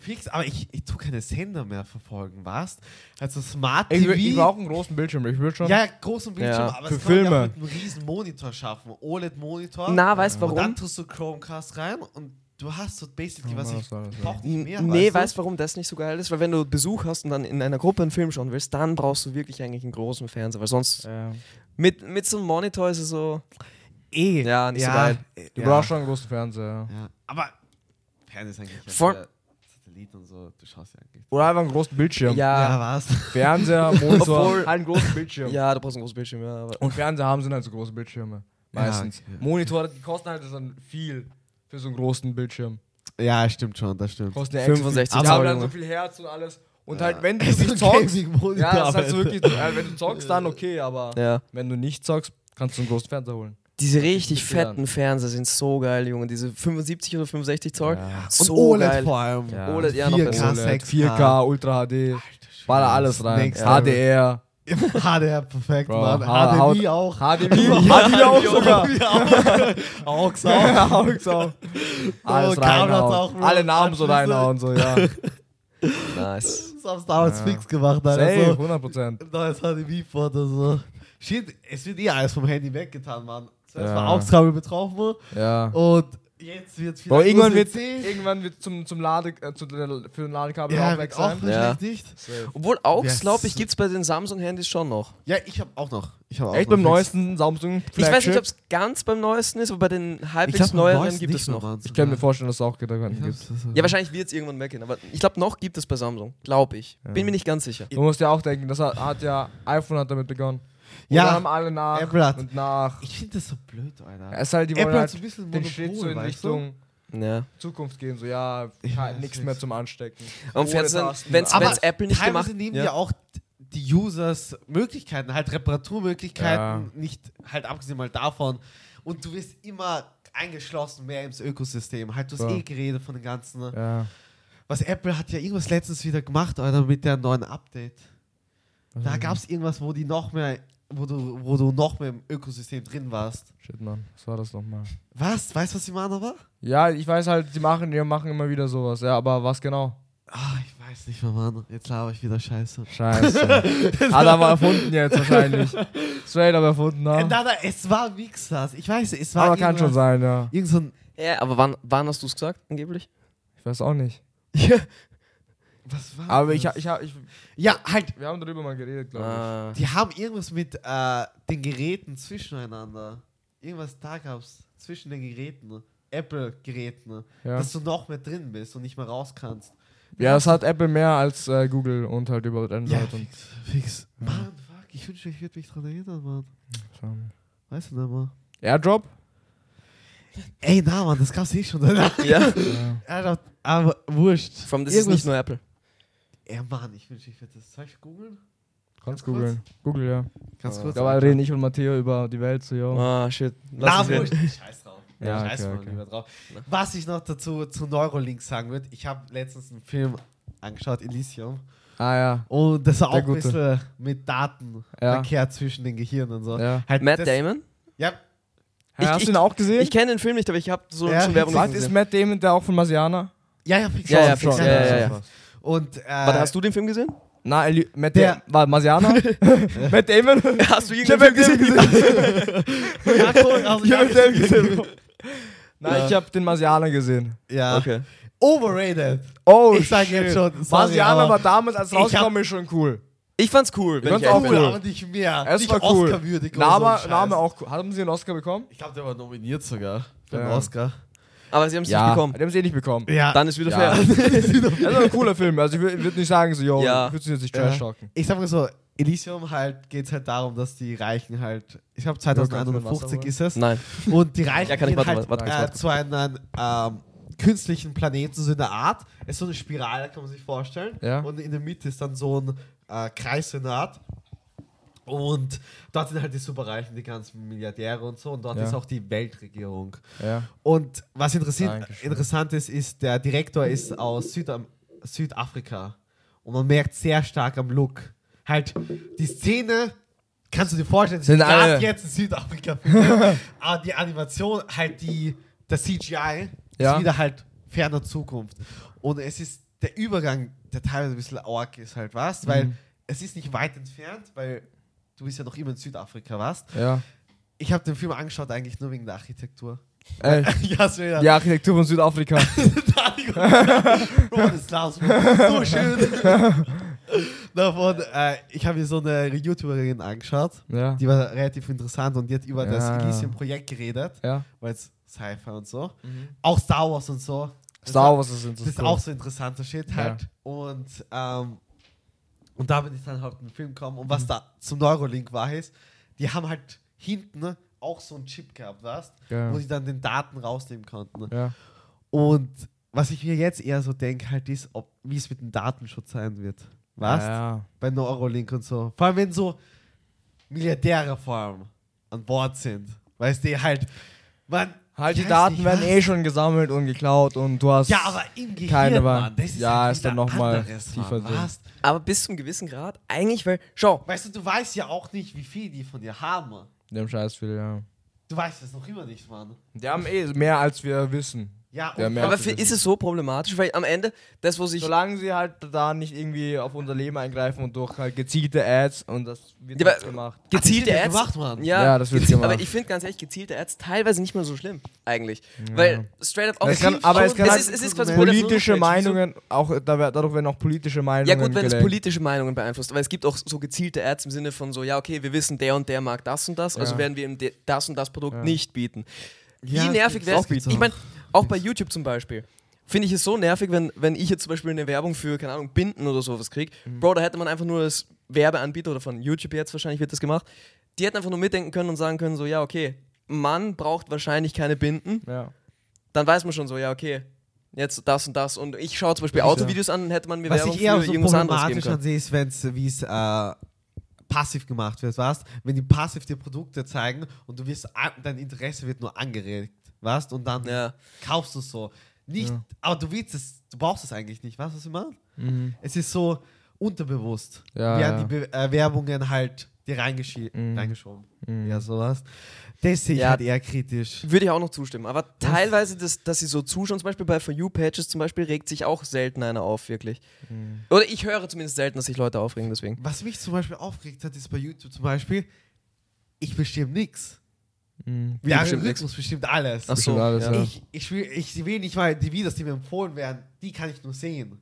[SPEAKER 2] fix, aber ich, ich tue keine Sender mehr verfolgen, was? Also Smart
[SPEAKER 1] Ich,
[SPEAKER 2] TV.
[SPEAKER 1] wür- ich brauche einen großen Bildschirm, ich würde schon.
[SPEAKER 2] ja, großen Bildschirm,
[SPEAKER 3] Ja.
[SPEAKER 2] aber
[SPEAKER 1] Für
[SPEAKER 2] das kann man ja
[SPEAKER 1] Filme.
[SPEAKER 2] auch mit einem riesen Monitor schaffen. OLED-Monitor.
[SPEAKER 3] Na, weißt du
[SPEAKER 2] Und dann
[SPEAKER 3] warum?
[SPEAKER 2] tust du Chromecast rein und du hast so basically,
[SPEAKER 1] Ja,
[SPEAKER 2] was
[SPEAKER 1] das
[SPEAKER 2] ich
[SPEAKER 1] war das, ja.
[SPEAKER 2] brauche nicht
[SPEAKER 3] N-
[SPEAKER 2] mehr.
[SPEAKER 3] nee,
[SPEAKER 2] weißt
[SPEAKER 3] weißt du, warum das nicht so geil ist? Weil wenn du Besuch hast und dann in einer Gruppe einen Film schauen willst, dann brauchst du wirklich eigentlich einen großen Fernseher, weil sonst
[SPEAKER 1] Ja.
[SPEAKER 3] mit, mit so einem Monitor ist es so.
[SPEAKER 2] du? Eh.
[SPEAKER 3] Ja, nicht so geil.
[SPEAKER 1] Du brauchst schon einen großen Fernseher. Ja.
[SPEAKER 2] Ja. Aber Fernseher ist eigentlich
[SPEAKER 3] Vor-
[SPEAKER 2] ja, Satellit und so, du schaust ja eigentlich.
[SPEAKER 1] Oder einfach einen großen Bildschirm.
[SPEAKER 3] Ja, ja,
[SPEAKER 2] was?
[SPEAKER 1] Fernseher, Monitor,
[SPEAKER 3] Obwohl-
[SPEAKER 1] halt einen großen Bildschirm.
[SPEAKER 3] du brauchst einen großen Bildschirm, ja. Aber
[SPEAKER 1] Und Fernseher haben sind halt so große Bildschirme.
[SPEAKER 2] Ja,
[SPEAKER 1] Meistens.
[SPEAKER 2] okay.
[SPEAKER 1] Monitore, die kosten halt dann viel für so einen großen Bildschirm.
[SPEAKER 2] Ja, stimmt schon, das stimmt.
[SPEAKER 1] Kosten ja
[SPEAKER 3] 65
[SPEAKER 1] extra viel. Die haben
[SPEAKER 3] Zoll,
[SPEAKER 1] dann so
[SPEAKER 3] Junge.
[SPEAKER 1] viel Herz und alles. Und halt, wenn du
[SPEAKER 2] Es ist
[SPEAKER 1] nicht
[SPEAKER 2] ein
[SPEAKER 1] zockst,
[SPEAKER 2] Gaming-Monitor,
[SPEAKER 1] ja, das ist halt so
[SPEAKER 2] Alter.
[SPEAKER 1] wirklich, äh, wenn du zockst, dann okay, aber
[SPEAKER 3] ja.
[SPEAKER 1] wenn du nicht zockst, kannst du einen großen Fernseher holen.
[SPEAKER 3] Diese richtig
[SPEAKER 1] Beschweren.
[SPEAKER 3] fetten Fernseher sind so geil, Junge. Diese 75 oder 65 Zoll.
[SPEAKER 1] Ja.
[SPEAKER 3] So
[SPEAKER 2] und OLED
[SPEAKER 3] geil.
[SPEAKER 2] vor allem.
[SPEAKER 1] Ja.
[SPEAKER 3] OLED, ja, noch
[SPEAKER 2] 4K.
[SPEAKER 3] besser.
[SPEAKER 1] OLED,
[SPEAKER 2] 6K.
[SPEAKER 1] 4K, Ultra HD, baller alles rein.
[SPEAKER 2] Next
[SPEAKER 1] HDR.
[SPEAKER 2] HDR, E, perfekt,
[SPEAKER 1] E. Bro, E
[SPEAKER 2] Mann.
[SPEAKER 1] ha-
[SPEAKER 2] HDMI
[SPEAKER 1] haut-
[SPEAKER 2] auch.
[SPEAKER 1] HDMI,
[SPEAKER 2] E
[SPEAKER 1] HDMI E auch sogar.
[SPEAKER 2] Auch sauer.
[SPEAKER 1] Augs auf. Alles
[SPEAKER 2] Oh, Kabel hat's auch,
[SPEAKER 1] reinhauen.
[SPEAKER 2] Bro.
[SPEAKER 1] Alle Namen so
[SPEAKER 2] Anschlüsse.
[SPEAKER 1] reinhauen, so, ja.
[SPEAKER 3] Nice.
[SPEAKER 2] Das haben sie damals
[SPEAKER 1] Ja.
[SPEAKER 2] fix gemacht,
[SPEAKER 1] Safe,
[SPEAKER 2] Alter. So,
[SPEAKER 1] 100%.
[SPEAKER 2] E neues HDMI-Port oder so. Shit, es wird eh alles vom Handy weggetan, Mann. Zuerst
[SPEAKER 1] Ja.
[SPEAKER 2] war Augstrakabel betroffen
[SPEAKER 1] Ja.
[SPEAKER 2] und jetzt wird es
[SPEAKER 1] Boah, irgendwann wird
[SPEAKER 2] USB-C.
[SPEAKER 1] irgendwann wird zum zum Lade äh, zu der, für den Ladekabel
[SPEAKER 2] Ja,
[SPEAKER 1] auch weg
[SPEAKER 2] wird auch
[SPEAKER 1] sein.
[SPEAKER 3] Ja.
[SPEAKER 2] wahrscheinlich nicht.
[SPEAKER 1] Safe.
[SPEAKER 3] Obwohl Aux,
[SPEAKER 2] Yes.
[SPEAKER 3] glaube ich, gibt es bei den Samsung-Handys schon noch.
[SPEAKER 2] Ja, ich habe auch noch. Ich hab auch
[SPEAKER 1] Echt
[SPEAKER 2] noch
[SPEAKER 1] beim
[SPEAKER 2] fix.
[SPEAKER 1] neuesten Samsung.
[SPEAKER 3] Ich weiß
[SPEAKER 1] Flagship?
[SPEAKER 3] nicht, ob es ganz beim neuesten ist, aber bei den
[SPEAKER 2] Ich
[SPEAKER 3] halbwegs
[SPEAKER 2] glaub, beim
[SPEAKER 3] neueren
[SPEAKER 2] neuesten
[SPEAKER 3] gibt
[SPEAKER 2] nicht
[SPEAKER 3] es
[SPEAKER 2] mehr,
[SPEAKER 3] noch.
[SPEAKER 2] Mann.
[SPEAKER 1] Ich kann mir vorstellen, dass es auch Gedanken
[SPEAKER 2] Ich
[SPEAKER 1] gibt.
[SPEAKER 2] hab's- das- halt.
[SPEAKER 3] Ja, wahrscheinlich wird es irgendwann weggehen, aber ich glaube, noch gibt es bei Samsung. Glaube ich. Bin mir nicht ganz sicher.
[SPEAKER 1] Du musst ja auch denken, das hat, hat ja iPhone hat damit begonnen. Und
[SPEAKER 2] Ja,
[SPEAKER 1] dann haben alle nach
[SPEAKER 2] Apple hat-
[SPEAKER 1] und nach.
[SPEAKER 2] Ich finde das so blöd, Alter.
[SPEAKER 1] Es ist halt die
[SPEAKER 2] Apple
[SPEAKER 1] wollen
[SPEAKER 2] hat so ein
[SPEAKER 1] halt
[SPEAKER 2] bisschen
[SPEAKER 1] den Schritt so
[SPEAKER 2] Monopol,
[SPEAKER 1] in
[SPEAKER 2] weißt du?
[SPEAKER 1] Richtung
[SPEAKER 3] Ja.
[SPEAKER 1] Zukunft gehen, so ja, halt
[SPEAKER 2] Ich weiß
[SPEAKER 1] nichts
[SPEAKER 2] nicht.
[SPEAKER 1] mehr zum Anstecken.
[SPEAKER 3] Und
[SPEAKER 1] Ohne
[SPEAKER 3] Fernsehen,
[SPEAKER 1] Tasten.
[SPEAKER 3] wenn's-
[SPEAKER 1] Aber-
[SPEAKER 3] wenn's- Apple nicht
[SPEAKER 2] teilweise
[SPEAKER 3] gemacht-
[SPEAKER 2] nehmen
[SPEAKER 3] ja.
[SPEAKER 2] ja auch die Users Möglichkeiten, halt Reparaturmöglichkeiten,
[SPEAKER 1] Ja.
[SPEAKER 2] nicht halt abgesehen mal davon. Und du wirst immer eingeschlossen mehr ins Ökosystem. Halt, du hast
[SPEAKER 1] Ja.
[SPEAKER 2] eh geredet von den ganzen.
[SPEAKER 1] ja.
[SPEAKER 2] Was Apple hat ja irgendwas letztens wieder gemacht, Alter, mit der neuen Update. Da gab es irgendwas, wo die noch mehr, wo du, wo du noch mehr im Ökosystem drin warst.
[SPEAKER 1] Shit, Mann, was war das nochmal?
[SPEAKER 2] Was? Weißt du, was die Mana war?
[SPEAKER 1] Ja, ich weiß halt, die machen, die machen immer wieder sowas, ja, aber was genau?
[SPEAKER 2] Ah, ich weiß nicht mehr, Mann. Jetzt laber ich wieder Scheiße.
[SPEAKER 1] Scheiße. Hat er mal erfunden jetzt wahrscheinlich. Straight up erfunden,
[SPEAKER 2] Äh,
[SPEAKER 1] ne?
[SPEAKER 2] Na, na, es war Mixers. Ich weiß, es war
[SPEAKER 1] Aber kann schon
[SPEAKER 2] irgendwas-
[SPEAKER 1] sein, ja.
[SPEAKER 2] Irgend so ein.
[SPEAKER 3] Ja, aber wann, wann hast du es gesagt, angeblich?
[SPEAKER 1] Ich weiß auch nicht.
[SPEAKER 3] Ja.
[SPEAKER 2] Was war
[SPEAKER 1] Aber
[SPEAKER 2] das?
[SPEAKER 1] ich, ha- ich, ha- ich
[SPEAKER 2] Ja, halt.
[SPEAKER 1] wir haben darüber mal geredet, glaube
[SPEAKER 3] Ah.
[SPEAKER 2] Die haben irgendwas mit äh, den Geräten zwischeneinander. Irgendwas da gab's zwischen den Geräten. ne? Apple-Geräten. ne?
[SPEAKER 1] ich. Ja.
[SPEAKER 2] Dass du noch mehr drin bist und nicht mehr raus kannst.
[SPEAKER 1] ja, das hat Apple mehr als äh, Google und halt über Android und
[SPEAKER 2] fix. fix. Mann, fuck. Ich wünschte, ich würde mich dran erinnern, Mann. Weißt du nicht mal.
[SPEAKER 1] Airdrop?
[SPEAKER 2] Ey, na, Mann, das gab's eh schon. Alter,
[SPEAKER 3] Ah, Ja.
[SPEAKER 2] aber wurscht.
[SPEAKER 3] From this ist
[SPEAKER 2] Irgendwas-
[SPEAKER 3] nicht nur Apple.
[SPEAKER 2] Ja, Mann, ich wünschte, ich würde das. Soll ich googeln?
[SPEAKER 1] Kannst
[SPEAKER 2] Ganz kurz.
[SPEAKER 1] googeln. Google, ja.
[SPEAKER 2] Ganz
[SPEAKER 3] Ah.
[SPEAKER 2] kurz.
[SPEAKER 1] Da reden ich und Matteo über die Welt, so, yo.
[SPEAKER 3] Ah, shit.
[SPEAKER 2] Na,
[SPEAKER 3] Lass
[SPEAKER 2] wo
[SPEAKER 3] uns
[SPEAKER 2] ich
[SPEAKER 3] reden.
[SPEAKER 2] Scheiß drauf.
[SPEAKER 1] Ja,
[SPEAKER 2] Scheiß
[SPEAKER 1] okay,
[SPEAKER 2] mal
[SPEAKER 1] okay.
[SPEAKER 2] lieber drauf. Was ich noch dazu zu Neurolink sagen würde, ich habe letztens einen Film angeschaut, Elysium.
[SPEAKER 1] Ah, ja.
[SPEAKER 2] Und das war auch
[SPEAKER 1] Der
[SPEAKER 2] ein
[SPEAKER 1] Gute.
[SPEAKER 2] bisschen mit Datenverkehr zwischen den Gehirnen und so.
[SPEAKER 1] Ja.
[SPEAKER 2] Halt
[SPEAKER 3] Matt
[SPEAKER 2] das-
[SPEAKER 3] Damon?
[SPEAKER 2] Ja,
[SPEAKER 1] Hey,
[SPEAKER 3] Ich-
[SPEAKER 1] hast
[SPEAKER 3] ich-
[SPEAKER 1] du ihn auch gesehen?
[SPEAKER 3] Ich kenne den Film nicht, aber ich habe so
[SPEAKER 2] Ja,
[SPEAKER 3] schon Werbung
[SPEAKER 1] Was
[SPEAKER 3] gesehen.
[SPEAKER 1] ist Matt Damon, der auch von Masiana?
[SPEAKER 2] ja, ja, fix.
[SPEAKER 3] Ja, ja,
[SPEAKER 2] schon,
[SPEAKER 3] fix,
[SPEAKER 2] fix,
[SPEAKER 3] ja, ja, ja.
[SPEAKER 2] Und äh,
[SPEAKER 3] Warte, hast du den Film gesehen?
[SPEAKER 1] Na, Eli Matt
[SPEAKER 2] Der-
[SPEAKER 1] der war Masiana? Matt Damon?
[SPEAKER 3] Hast du irgendeinen Film gesehen?
[SPEAKER 2] ja, cool, also,
[SPEAKER 1] Ich
[SPEAKER 2] ja,
[SPEAKER 1] hab Matt Damon gesehen.
[SPEAKER 2] Ja.
[SPEAKER 1] Nein, ich hab den Masiana gesehen.
[SPEAKER 2] ja.
[SPEAKER 3] Ah, Okay.
[SPEAKER 2] Overrated.
[SPEAKER 1] Oh,
[SPEAKER 2] Ich sag jetzt schon, sorry,
[SPEAKER 1] Masiana
[SPEAKER 2] aber
[SPEAKER 1] war damals, als
[SPEAKER 2] ich hab-
[SPEAKER 1] rausgekommen ist, schon cool.
[SPEAKER 3] Ich fand's cool. Wenn
[SPEAKER 1] Ganz
[SPEAKER 3] ich ehrlich
[SPEAKER 1] auch
[SPEAKER 3] bin.
[SPEAKER 2] Cool,
[SPEAKER 1] cool.
[SPEAKER 2] aber nicht mehr.
[SPEAKER 1] Es
[SPEAKER 2] nicht
[SPEAKER 1] war cool.
[SPEAKER 2] Oscar-würdig oder so ein
[SPEAKER 1] Name,
[SPEAKER 2] Scheiß.
[SPEAKER 1] Name auch cool. Haben sie einen Oscar bekommen?
[SPEAKER 2] Ich glaube, der war nominiert sogar für den
[SPEAKER 1] Ja.
[SPEAKER 2] Oscar.
[SPEAKER 3] Aber sie haben es nicht bekommen.
[SPEAKER 1] Die haben sie eh nicht bekommen.
[SPEAKER 2] Ja.
[SPEAKER 3] Dann ist wieder
[SPEAKER 1] Ja.
[SPEAKER 3] fair.
[SPEAKER 1] Das ist ein cooler Film. Also ich würde nicht sagen, so, yo,
[SPEAKER 3] Ja.
[SPEAKER 1] ich würde jetzt nicht
[SPEAKER 2] Ja.
[SPEAKER 1] trash talken.
[SPEAKER 2] ich sag mal so, Elysium halt geht's halt darum, dass die Reichen halt, ich glaube
[SPEAKER 1] Ja, kannst du
[SPEAKER 2] 2150
[SPEAKER 1] mir
[SPEAKER 2] ist es,
[SPEAKER 3] Nein.
[SPEAKER 2] und die Reichen
[SPEAKER 3] Ja, kann ich-
[SPEAKER 2] gehen
[SPEAKER 3] warte,
[SPEAKER 2] halt
[SPEAKER 3] warte, warte,
[SPEAKER 2] äh,
[SPEAKER 3] warte.
[SPEAKER 2] zu einem ähm, künstlichen Planeten, so in der Art, ist so eine Spirale, kann man sich vorstellen,
[SPEAKER 1] Ja.
[SPEAKER 2] und in der Mitte ist dann so ein äh, Kreis so in der Art. Und dort sind halt die Superreichen, die ganzen Milliardäre und so. Und dort
[SPEAKER 1] Ja.
[SPEAKER 2] ist auch die Weltregierung.
[SPEAKER 1] Ja.
[SPEAKER 2] Und was interessi-
[SPEAKER 1] Dankeschön.
[SPEAKER 2] interessant ist, ist, der Direktor ist aus Südam Südafrika. Und man merkt sehr stark am Look. Halt, die Szene, kannst du dir vorstellen,
[SPEAKER 1] Sind
[SPEAKER 2] gerade
[SPEAKER 1] alle-
[SPEAKER 2] jetzt in Südafrika. findet. aber die Animation, halt die, das CGI,
[SPEAKER 1] Ja.
[SPEAKER 2] ist wieder halt ferner Zukunft. Und es ist der Übergang, der teilweise ein bisschen arg ist halt,
[SPEAKER 1] Mhm.
[SPEAKER 2] was? Weil es ist nicht weit entfernt, weil du bist ja noch immer in Südafrika, was?
[SPEAKER 1] Ja.
[SPEAKER 2] Ich habe den Film angeschaut eigentlich nur wegen der Architektur.
[SPEAKER 1] Ey,
[SPEAKER 2] ja, ist wieder-
[SPEAKER 1] die Architektur von Südafrika.
[SPEAKER 2] Verteidigung. Bro, das Glas so schön. Davon, äh, ich habe mir so eine YouTuberin angeschaut,
[SPEAKER 1] ja.
[SPEAKER 2] die war relativ interessant und die hat über das
[SPEAKER 1] Ja.
[SPEAKER 2] Elysium-Projekt geredet,
[SPEAKER 1] ja.
[SPEAKER 2] weil es Sci-Fi und so. Auch Star Wars und so.
[SPEAKER 1] Mhm.
[SPEAKER 2] Das
[SPEAKER 1] Star
[SPEAKER 2] war-
[SPEAKER 1] Wars ist
[SPEAKER 2] Das ist
[SPEAKER 1] interessant.
[SPEAKER 2] auch so interessanter Shit halt.
[SPEAKER 1] Ja.
[SPEAKER 2] Und, ähm, und da bin ich dann halt in den Film gekommen. Und
[SPEAKER 1] Mhm.
[SPEAKER 2] was da zum Neurolink war, ist, die haben halt hinten auch so einen Chip gehabt, weißt,
[SPEAKER 1] Geil.
[SPEAKER 2] wo sie dann den Daten rausnehmen konnten.
[SPEAKER 1] Ja.
[SPEAKER 2] Und was ich mir jetzt eher so denke, halt ist, ob- wie es mit dem Datenschutz sein wird. Was?
[SPEAKER 1] Ja.
[SPEAKER 2] Bei Neurolink und so. Vor allem, wenn so Milliardäre vor allem an Bord sind. Weißt du, halt, man.
[SPEAKER 1] Halt,
[SPEAKER 2] ich
[SPEAKER 1] die
[SPEAKER 2] weiß
[SPEAKER 1] Daten
[SPEAKER 2] nicht,
[SPEAKER 1] werden
[SPEAKER 2] was-
[SPEAKER 1] eh schon gesammelt und geklaut und du hast.
[SPEAKER 2] Ja, aber im Gehirn,
[SPEAKER 1] keine Wahl.
[SPEAKER 2] Mann, das ist
[SPEAKER 1] Ja,
[SPEAKER 2] halt
[SPEAKER 1] ist dann
[SPEAKER 2] wieder
[SPEAKER 1] noch mal
[SPEAKER 2] anderes, Mann,
[SPEAKER 1] tiefer drin.
[SPEAKER 2] was?
[SPEAKER 3] Aber bis zum gewissen Grad, eigentlich, weil, schau,
[SPEAKER 2] Weißt du, du weißt ja auch nicht, wie viel die von dir haben.
[SPEAKER 1] Dem Scheiß viel, ja.
[SPEAKER 2] Du weißt es noch immer nicht, Mann.
[SPEAKER 1] Die haben eh mehr als wir wissen.
[SPEAKER 2] Ja,
[SPEAKER 1] Der
[SPEAKER 2] und-
[SPEAKER 1] merkt
[SPEAKER 3] Aber
[SPEAKER 1] das
[SPEAKER 3] für, ist es so problematisch? Weil am Ende, das, was ich.
[SPEAKER 1] Solange sie halt da nicht irgendwie auf unser Leben eingreifen und durch halt gezielte Ads und das wird
[SPEAKER 3] Ja, aber-
[SPEAKER 1] jetzt gemacht.
[SPEAKER 3] gezielte
[SPEAKER 2] Hat die
[SPEAKER 3] Ads.
[SPEAKER 2] denn gemacht, Mann?
[SPEAKER 3] Ja,
[SPEAKER 1] Ja, das wird
[SPEAKER 3] geziel-
[SPEAKER 1] gemacht.
[SPEAKER 3] Aber ich finde ganz ehrlich, gezielte Ads teilweise nicht mal so schlimm, eigentlich. Weil straight up auch
[SPEAKER 1] Es kann,
[SPEAKER 3] viel-
[SPEAKER 1] aber es kann
[SPEAKER 3] es
[SPEAKER 1] halt
[SPEAKER 3] ist, es ist quasi
[SPEAKER 1] politische
[SPEAKER 3] Meinung.
[SPEAKER 1] Meinungen, auch da- dadurch werden auch politische Meinungen
[SPEAKER 3] Ja, gut, wenn es
[SPEAKER 1] gelenkt.
[SPEAKER 3] politische Meinungen beeinflusst. Aber es gibt auch so gezielte Ads im Sinne von so, ja, okay, wir wissen, der und der mag das und das, also
[SPEAKER 1] Ja.
[SPEAKER 3] werden wir ihm de- das und das Produkt
[SPEAKER 1] Ja.
[SPEAKER 3] nicht bieten. Wie
[SPEAKER 2] Ja,
[SPEAKER 3] nervig
[SPEAKER 2] gibt's
[SPEAKER 3] wäre
[SPEAKER 2] auch, gibt's
[SPEAKER 3] es? Ich
[SPEAKER 2] auch.
[SPEAKER 3] meine, auch bei YouTube zum Beispiel. Finde ich es so nervig, wenn, wenn ich jetzt zum Beispiel eine Werbung für, keine Ahnung, Binden oder sowas kriege.
[SPEAKER 1] Mhm.
[SPEAKER 3] Bro, da hätte man einfach nur das Werbeanbieter oder von YouTube jetzt wahrscheinlich wird das gemacht. Die hätten einfach nur mitdenken können und sagen können, so, ja, okay, Mann braucht wahrscheinlich keine Binden
[SPEAKER 1] Ja.
[SPEAKER 3] dann weiß man schon so, ja, okay, jetzt das und das. Und ich schaue zum Beispiel
[SPEAKER 1] Das ist
[SPEAKER 3] Autovideos an, hätte man mir
[SPEAKER 2] Was
[SPEAKER 3] Werbung
[SPEAKER 2] ich eher
[SPEAKER 3] für
[SPEAKER 2] so
[SPEAKER 3] irgendwas anderes geben
[SPEAKER 2] problematisch
[SPEAKER 3] können.
[SPEAKER 2] ansehe, ist, wenn es, wie es äh, passiv gemacht wird, weißt Wenn die passiv dir Produkte zeigen und du wirst, a- dein Interesse wird nur angeregt, weißt Und dann
[SPEAKER 3] Ja.
[SPEAKER 2] kaufst du es so. Nicht,
[SPEAKER 1] Ja.
[SPEAKER 2] aber du willst es, du brauchst es eigentlich nicht, weißt du, was ich meine? Es ist so unterbewusst,
[SPEAKER 1] Ja,
[SPEAKER 2] werden
[SPEAKER 1] ja.
[SPEAKER 2] die Be äh, Werbungen halt dir reingeschie- reingeschoben. Ja, sowas. Das sehe ich
[SPEAKER 3] Ja.
[SPEAKER 2] halt eher kritisch.
[SPEAKER 3] Würde ich auch noch zustimmen. Aber teilweise, das, dass sie so zuschauen, zum Beispiel bei For You-Pages zum Beispiel, regt sich auch selten einer auf, wirklich.
[SPEAKER 2] Mhm.
[SPEAKER 3] Oder ich höre zumindest selten, dass sich Leute aufregen, deswegen.
[SPEAKER 2] Was mich zum Beispiel aufgeregt hat, ist bei YouTube zum Beispiel, ich bestimme nichts.
[SPEAKER 3] Wie,
[SPEAKER 2] Der
[SPEAKER 3] bestimmt
[SPEAKER 2] Algorithmus bestimmt alles.
[SPEAKER 3] Ach so,
[SPEAKER 1] Bestimmt alles,
[SPEAKER 3] ja.
[SPEAKER 1] ja.
[SPEAKER 2] Ich, ich, will, ich will nicht mal die Videos, die mir empfohlen werden, die kann ich nur sehen.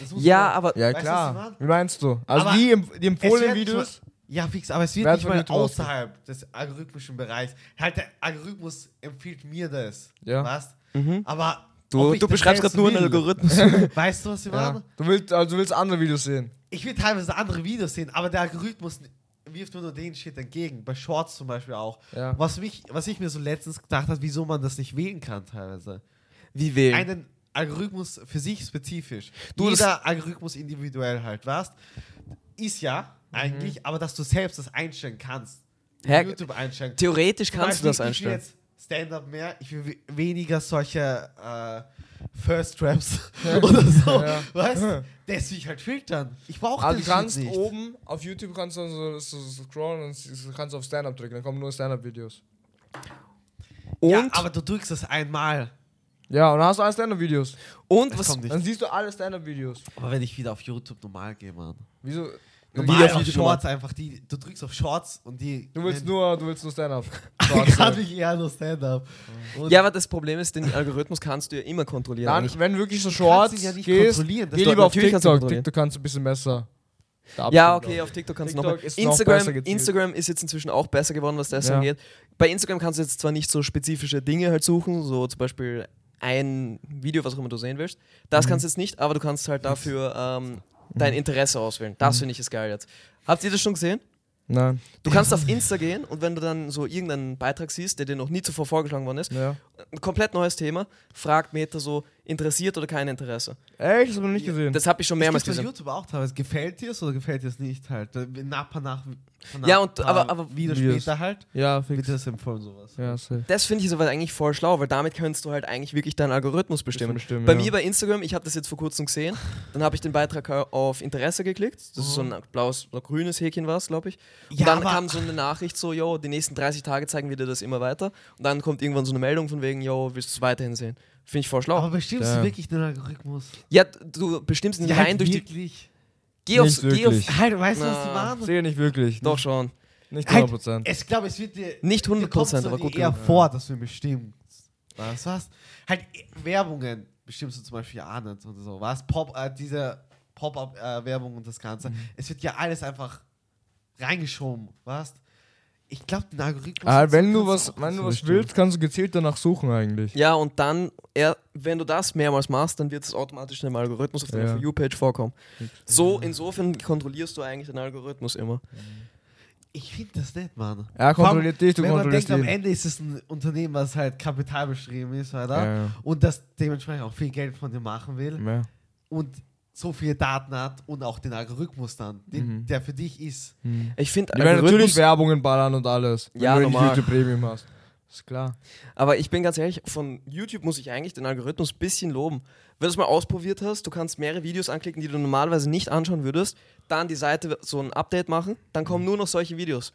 [SPEAKER 2] Das muss
[SPEAKER 3] Ja,
[SPEAKER 2] man-
[SPEAKER 3] aber
[SPEAKER 1] Ja,
[SPEAKER 2] Weißt du, was ich
[SPEAKER 1] klar.
[SPEAKER 2] mein?
[SPEAKER 1] Wie meinst du? Also
[SPEAKER 2] Aber
[SPEAKER 1] die, empf- die
[SPEAKER 2] Es
[SPEAKER 1] empfohlenen
[SPEAKER 2] wird nicht
[SPEAKER 1] Videos.
[SPEAKER 2] mal- Ja, fix, aber es wird
[SPEAKER 1] Werden
[SPEAKER 2] nicht
[SPEAKER 1] von
[SPEAKER 2] mal
[SPEAKER 1] YouTube ausgeht.
[SPEAKER 2] außerhalb des algorithmischen Bereichs. Halt, der Algorithmus empfiehlt mir das.
[SPEAKER 1] Ja.
[SPEAKER 2] Was? Aber.
[SPEAKER 3] Mhm. Du,
[SPEAKER 2] ob ich
[SPEAKER 3] du
[SPEAKER 2] das
[SPEAKER 3] beschreibst
[SPEAKER 2] selbst
[SPEAKER 3] gerade nur einen
[SPEAKER 2] will,
[SPEAKER 3] Algorithmus.
[SPEAKER 2] Weißt du, was ich
[SPEAKER 1] Ja.
[SPEAKER 2] meine?
[SPEAKER 1] Du, willst, also du willst andere Videos sehen.
[SPEAKER 2] Ich will teilweise andere Videos sehen, aber der Algorithmus wirft mir nur den Shit entgegen. Bei Shorts zum Beispiel auch.
[SPEAKER 1] Ja.
[SPEAKER 2] Was, mich, was ich mir so letztens gedacht habe, wieso man das nicht wählen kann teilweise.
[SPEAKER 3] Wie wählen?
[SPEAKER 2] einen Algorithmus für sich spezifisch.
[SPEAKER 3] Du, das-
[SPEAKER 2] Jeder Algorithmus individuell halt, weißt? Ist ja eigentlich, aber dass du selbst das einstellen kannst.
[SPEAKER 3] Mhm. Hä?
[SPEAKER 2] YouTube einstellen.
[SPEAKER 3] Theoretisch
[SPEAKER 2] Zum
[SPEAKER 3] kannst du das
[SPEAKER 2] Beispiel,
[SPEAKER 3] einstellen.
[SPEAKER 2] Ich will jetzt Stand-up mehr, ich will we- weniger solche äh, First Traps oder so,
[SPEAKER 1] Ja.
[SPEAKER 2] weißt? Das will ich halt filtern. Ich brauche
[SPEAKER 1] Also
[SPEAKER 2] das
[SPEAKER 1] du kannst
[SPEAKER 2] Shit nicht.
[SPEAKER 1] oben auf YouTube kannst du so, so, so scrollen und s- kannst auf Stand-Up drücken. Dann kommen nur Stand-Up-Videos.
[SPEAKER 3] Und,
[SPEAKER 2] Ja, aber du drückst es einmal.
[SPEAKER 1] Ja, und dann hast du alle Stand-Up-Videos.
[SPEAKER 3] und
[SPEAKER 2] Das
[SPEAKER 3] was,
[SPEAKER 2] kommt nicht.
[SPEAKER 1] Dann siehst du alle Stand-Up-Videos.
[SPEAKER 2] Aber wenn ich wieder auf YouTube normal gehe, Mann.
[SPEAKER 1] Wieso?
[SPEAKER 2] Normal
[SPEAKER 3] auf
[SPEAKER 2] auf
[SPEAKER 3] YouTube
[SPEAKER 2] Shorts einfach die. Du drückst auf Shorts und die.
[SPEAKER 1] Du willst nur, du willst nur Stand-Up.
[SPEAKER 2] Ich kann mich eher nur Stand-up. Und
[SPEAKER 3] ja, aber das Problem ist, den Algorithmus kannst du ja immer kontrollieren.
[SPEAKER 1] Dann,
[SPEAKER 3] eigentlich.
[SPEAKER 1] wenn wirklich so Shorts
[SPEAKER 2] kannst ihn ja nicht
[SPEAKER 1] gehst,
[SPEAKER 2] kontrollieren, das
[SPEAKER 1] geh
[SPEAKER 3] dort-
[SPEAKER 1] lieber auf
[SPEAKER 3] natürlich kannst du
[SPEAKER 1] TikTok.
[SPEAKER 3] kontrollieren.
[SPEAKER 1] TikTok kannst du ein bisschen besser. da abstimmen,
[SPEAKER 3] Ja, okay,
[SPEAKER 1] glaub
[SPEAKER 3] auf TikTok kannst
[SPEAKER 1] TikTok
[SPEAKER 3] du noch
[SPEAKER 1] ist noch
[SPEAKER 3] Instagram,
[SPEAKER 1] besser gezielt.
[SPEAKER 3] Instagram ist jetzt inzwischen auch besser geworden, was das
[SPEAKER 1] Ja.
[SPEAKER 3] angeht. Bei Instagram kannst du jetzt zwar nicht so spezifische Dinge halt suchen, so zum Beispiel ein Video, was auch immer du sehen willst.
[SPEAKER 1] Mhm.
[SPEAKER 3] Das kannst du jetzt nicht, aber du kannst halt dafür ähm, dein Interesse auswählen.
[SPEAKER 1] Mhm.
[SPEAKER 3] Das finde ich ist geil jetzt. Habt ihr das schon gesehen?
[SPEAKER 1] ich. Nein.
[SPEAKER 3] Du kannst auf Insta gehen und wenn du dann so irgendeinen Beitrag siehst, der dir noch nie zuvor vorgeschlagen worden ist,
[SPEAKER 1] Ja.
[SPEAKER 3] ein komplett neues Thema, fragt Meta so, interessiert oder kein Interesse.
[SPEAKER 1] Echt? Das hab ich noch nicht gesehen.
[SPEAKER 3] Das habe ich schon
[SPEAKER 2] Das
[SPEAKER 3] mehrmals
[SPEAKER 2] gibt's bei
[SPEAKER 3] gesehen.
[SPEAKER 2] YouTube auch teilweise. Gefällt dir es oder gefällt dir es nicht halt? Da- Nach, paar nach, paar nach
[SPEAKER 3] Ja, und-
[SPEAKER 2] paar
[SPEAKER 3] aber- aber-
[SPEAKER 2] wieder
[SPEAKER 1] Videos.
[SPEAKER 2] später halt.
[SPEAKER 1] ja,
[SPEAKER 2] Wird dir das empfohlen, sowas.
[SPEAKER 1] Ja, safe.
[SPEAKER 3] Das finde ich soweit eigentlich voll schlau, weil damit kannst du halt eigentlich wirklich deinen Algorithmus bestimmen.
[SPEAKER 1] bestimmen,
[SPEAKER 3] bei
[SPEAKER 1] ja.
[SPEAKER 3] mir bei Instagram, ich habe das jetzt vor kurzem gesehen, dann habe ich den Beitrag auf Interesse geklickt. Das ist so ein blaues oder grünes Häkchen war es, glaube ich. Und
[SPEAKER 2] Ja,
[SPEAKER 3] dann
[SPEAKER 2] aber-
[SPEAKER 3] kam so eine Nachricht so, yo, die nächsten 30 Tage zeigen wir dir das immer weiter. Und dann kommt irgendwann so eine Meldung von wegen, yo, willst du es weiterhin sehen? Finde ich voll schlau.
[SPEAKER 2] Aber bestimmst
[SPEAKER 1] Ja.
[SPEAKER 2] du wirklich den Algorithmus?
[SPEAKER 3] ja, du bestimmst ihn rein
[SPEAKER 2] halt
[SPEAKER 3] durch die...
[SPEAKER 2] wirklich.
[SPEAKER 3] Geh aufs...
[SPEAKER 1] Nicht
[SPEAKER 3] Geh auf,
[SPEAKER 1] wirklich.
[SPEAKER 2] Halt, weißt du,
[SPEAKER 3] Na.
[SPEAKER 2] was die waren?
[SPEAKER 1] Sehe nicht wirklich.
[SPEAKER 3] doch schon.
[SPEAKER 1] Nicht
[SPEAKER 2] Halt,
[SPEAKER 1] 100%.
[SPEAKER 2] Es glaube, es wird dir.
[SPEAKER 3] Nicht
[SPEAKER 2] dir kommt's
[SPEAKER 3] 100%,
[SPEAKER 2] doch
[SPEAKER 3] aber gut
[SPEAKER 2] eher
[SPEAKER 3] genug.
[SPEAKER 2] vor, dass wir bestimmen. Was, was? Halt, eh, Werbungen bestimmst du zum Beispiel ja nicht und so. Was? Pop, äh, diese Pop-Up-Werbung und das Ganze.
[SPEAKER 3] Mhm.
[SPEAKER 2] Es wird ja alles einfach reingeschoben. Was? Ich glaube, den Algorithmus.
[SPEAKER 1] Ah, wenn
[SPEAKER 2] kannst
[SPEAKER 1] du was,
[SPEAKER 2] auch
[SPEAKER 1] wenn du
[SPEAKER 2] so
[SPEAKER 1] was
[SPEAKER 2] bestimmen.
[SPEAKER 1] willst, kannst du gezielt danach suchen eigentlich.
[SPEAKER 3] Ja, und dann, er, wenn du das mehrmals machst, dann wird es automatisch in einem Algorithmus auf deiner
[SPEAKER 1] Ja.
[SPEAKER 3] For You-Page vorkommen. So, insofern kontrollierst du eigentlich den Algorithmus immer.
[SPEAKER 2] Ich finde das nett, Mann.
[SPEAKER 1] Er
[SPEAKER 2] Vor allem,
[SPEAKER 1] kontrolliert dich, du
[SPEAKER 2] wenn man
[SPEAKER 1] kontrollierst
[SPEAKER 2] denkt, am
[SPEAKER 1] ihn.
[SPEAKER 2] Ende ist es ein Unternehmen, was halt kapitalbeschrieben ist, oder?
[SPEAKER 1] Ja, ja.
[SPEAKER 2] Und das dementsprechend auch viel Geld von dir machen will.
[SPEAKER 1] Ja.
[SPEAKER 2] und so viele Daten hat und auch den Algorithmus dann, den,
[SPEAKER 3] Mhm.
[SPEAKER 2] der für dich ist.
[SPEAKER 3] Ich finde
[SPEAKER 1] Die werden natürlich Werbungen ballern und alles.
[SPEAKER 3] Ja,
[SPEAKER 1] wenn du
[SPEAKER 3] normal.
[SPEAKER 1] nicht YouTube Premium hast. Ist klar.
[SPEAKER 3] aber ich bin ganz ehrlich, von YouTube muss ich eigentlich den Algorithmus ein bisschen loben. Wenn du es mal ausprobiert hast, du kannst mehrere Videos anklicken, die du
[SPEAKER 1] Mhm.
[SPEAKER 3] normalerweise nicht anschauen würdest, dann die Seite so ein Update machen, dann kommen nur noch solche Videos.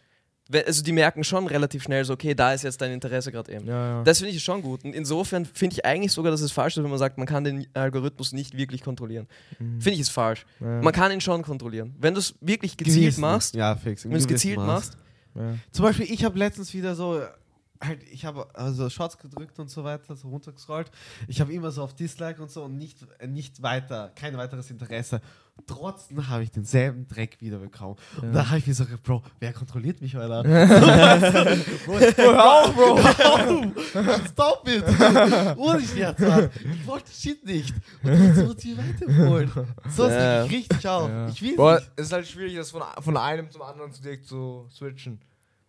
[SPEAKER 3] we- also die merken schon relativ schnell so, okay, da ist jetzt dein Interesse gerade eben.
[SPEAKER 1] Ja, ja.
[SPEAKER 3] Das finde ich schon gut. Und insofern finde ich eigentlich sogar, dass es falsch ist, wenn man sagt, man kann den Algorithmus nicht wirklich kontrollieren.
[SPEAKER 2] Mhm.
[SPEAKER 3] Finde ich es falsch.
[SPEAKER 1] Ja.
[SPEAKER 3] Man kann ihn schon kontrollieren. Wenn du es wirklich gezielt
[SPEAKER 2] Gewissen.
[SPEAKER 3] machst,
[SPEAKER 2] Ja, fix. im
[SPEAKER 3] wenn du es
[SPEAKER 2] gewissen
[SPEAKER 3] gezielt
[SPEAKER 2] Maß.
[SPEAKER 3] machst,
[SPEAKER 1] ja.
[SPEAKER 2] Zum Beispiel, ich habe letztens wieder so, halt, ich habe also Shots gedrückt und so weiter, so runtergescrollt. Ich habe immer so auf Dislike und so und nicht, äh, nicht weiter, kein weiteres Interesse. Trotzdem habe ich denselben Dreck wieder bekommen. Und da habe ich mir so gedacht, Bro, wer kontrolliert mich, Alter? Hör auf, Bro! Stop it! Ohne Scherz, Mann. Ich wollte das Shit nicht. Und jetzt wird hier weiterholen. Sonst
[SPEAKER 3] Ja.
[SPEAKER 2] yeah. ich richtig auf.
[SPEAKER 1] Ja.
[SPEAKER 2] Ich will
[SPEAKER 1] Boah,
[SPEAKER 2] nicht.
[SPEAKER 1] es ist halt schwierig, das von, von einem zum anderen zu direkt zu switchen.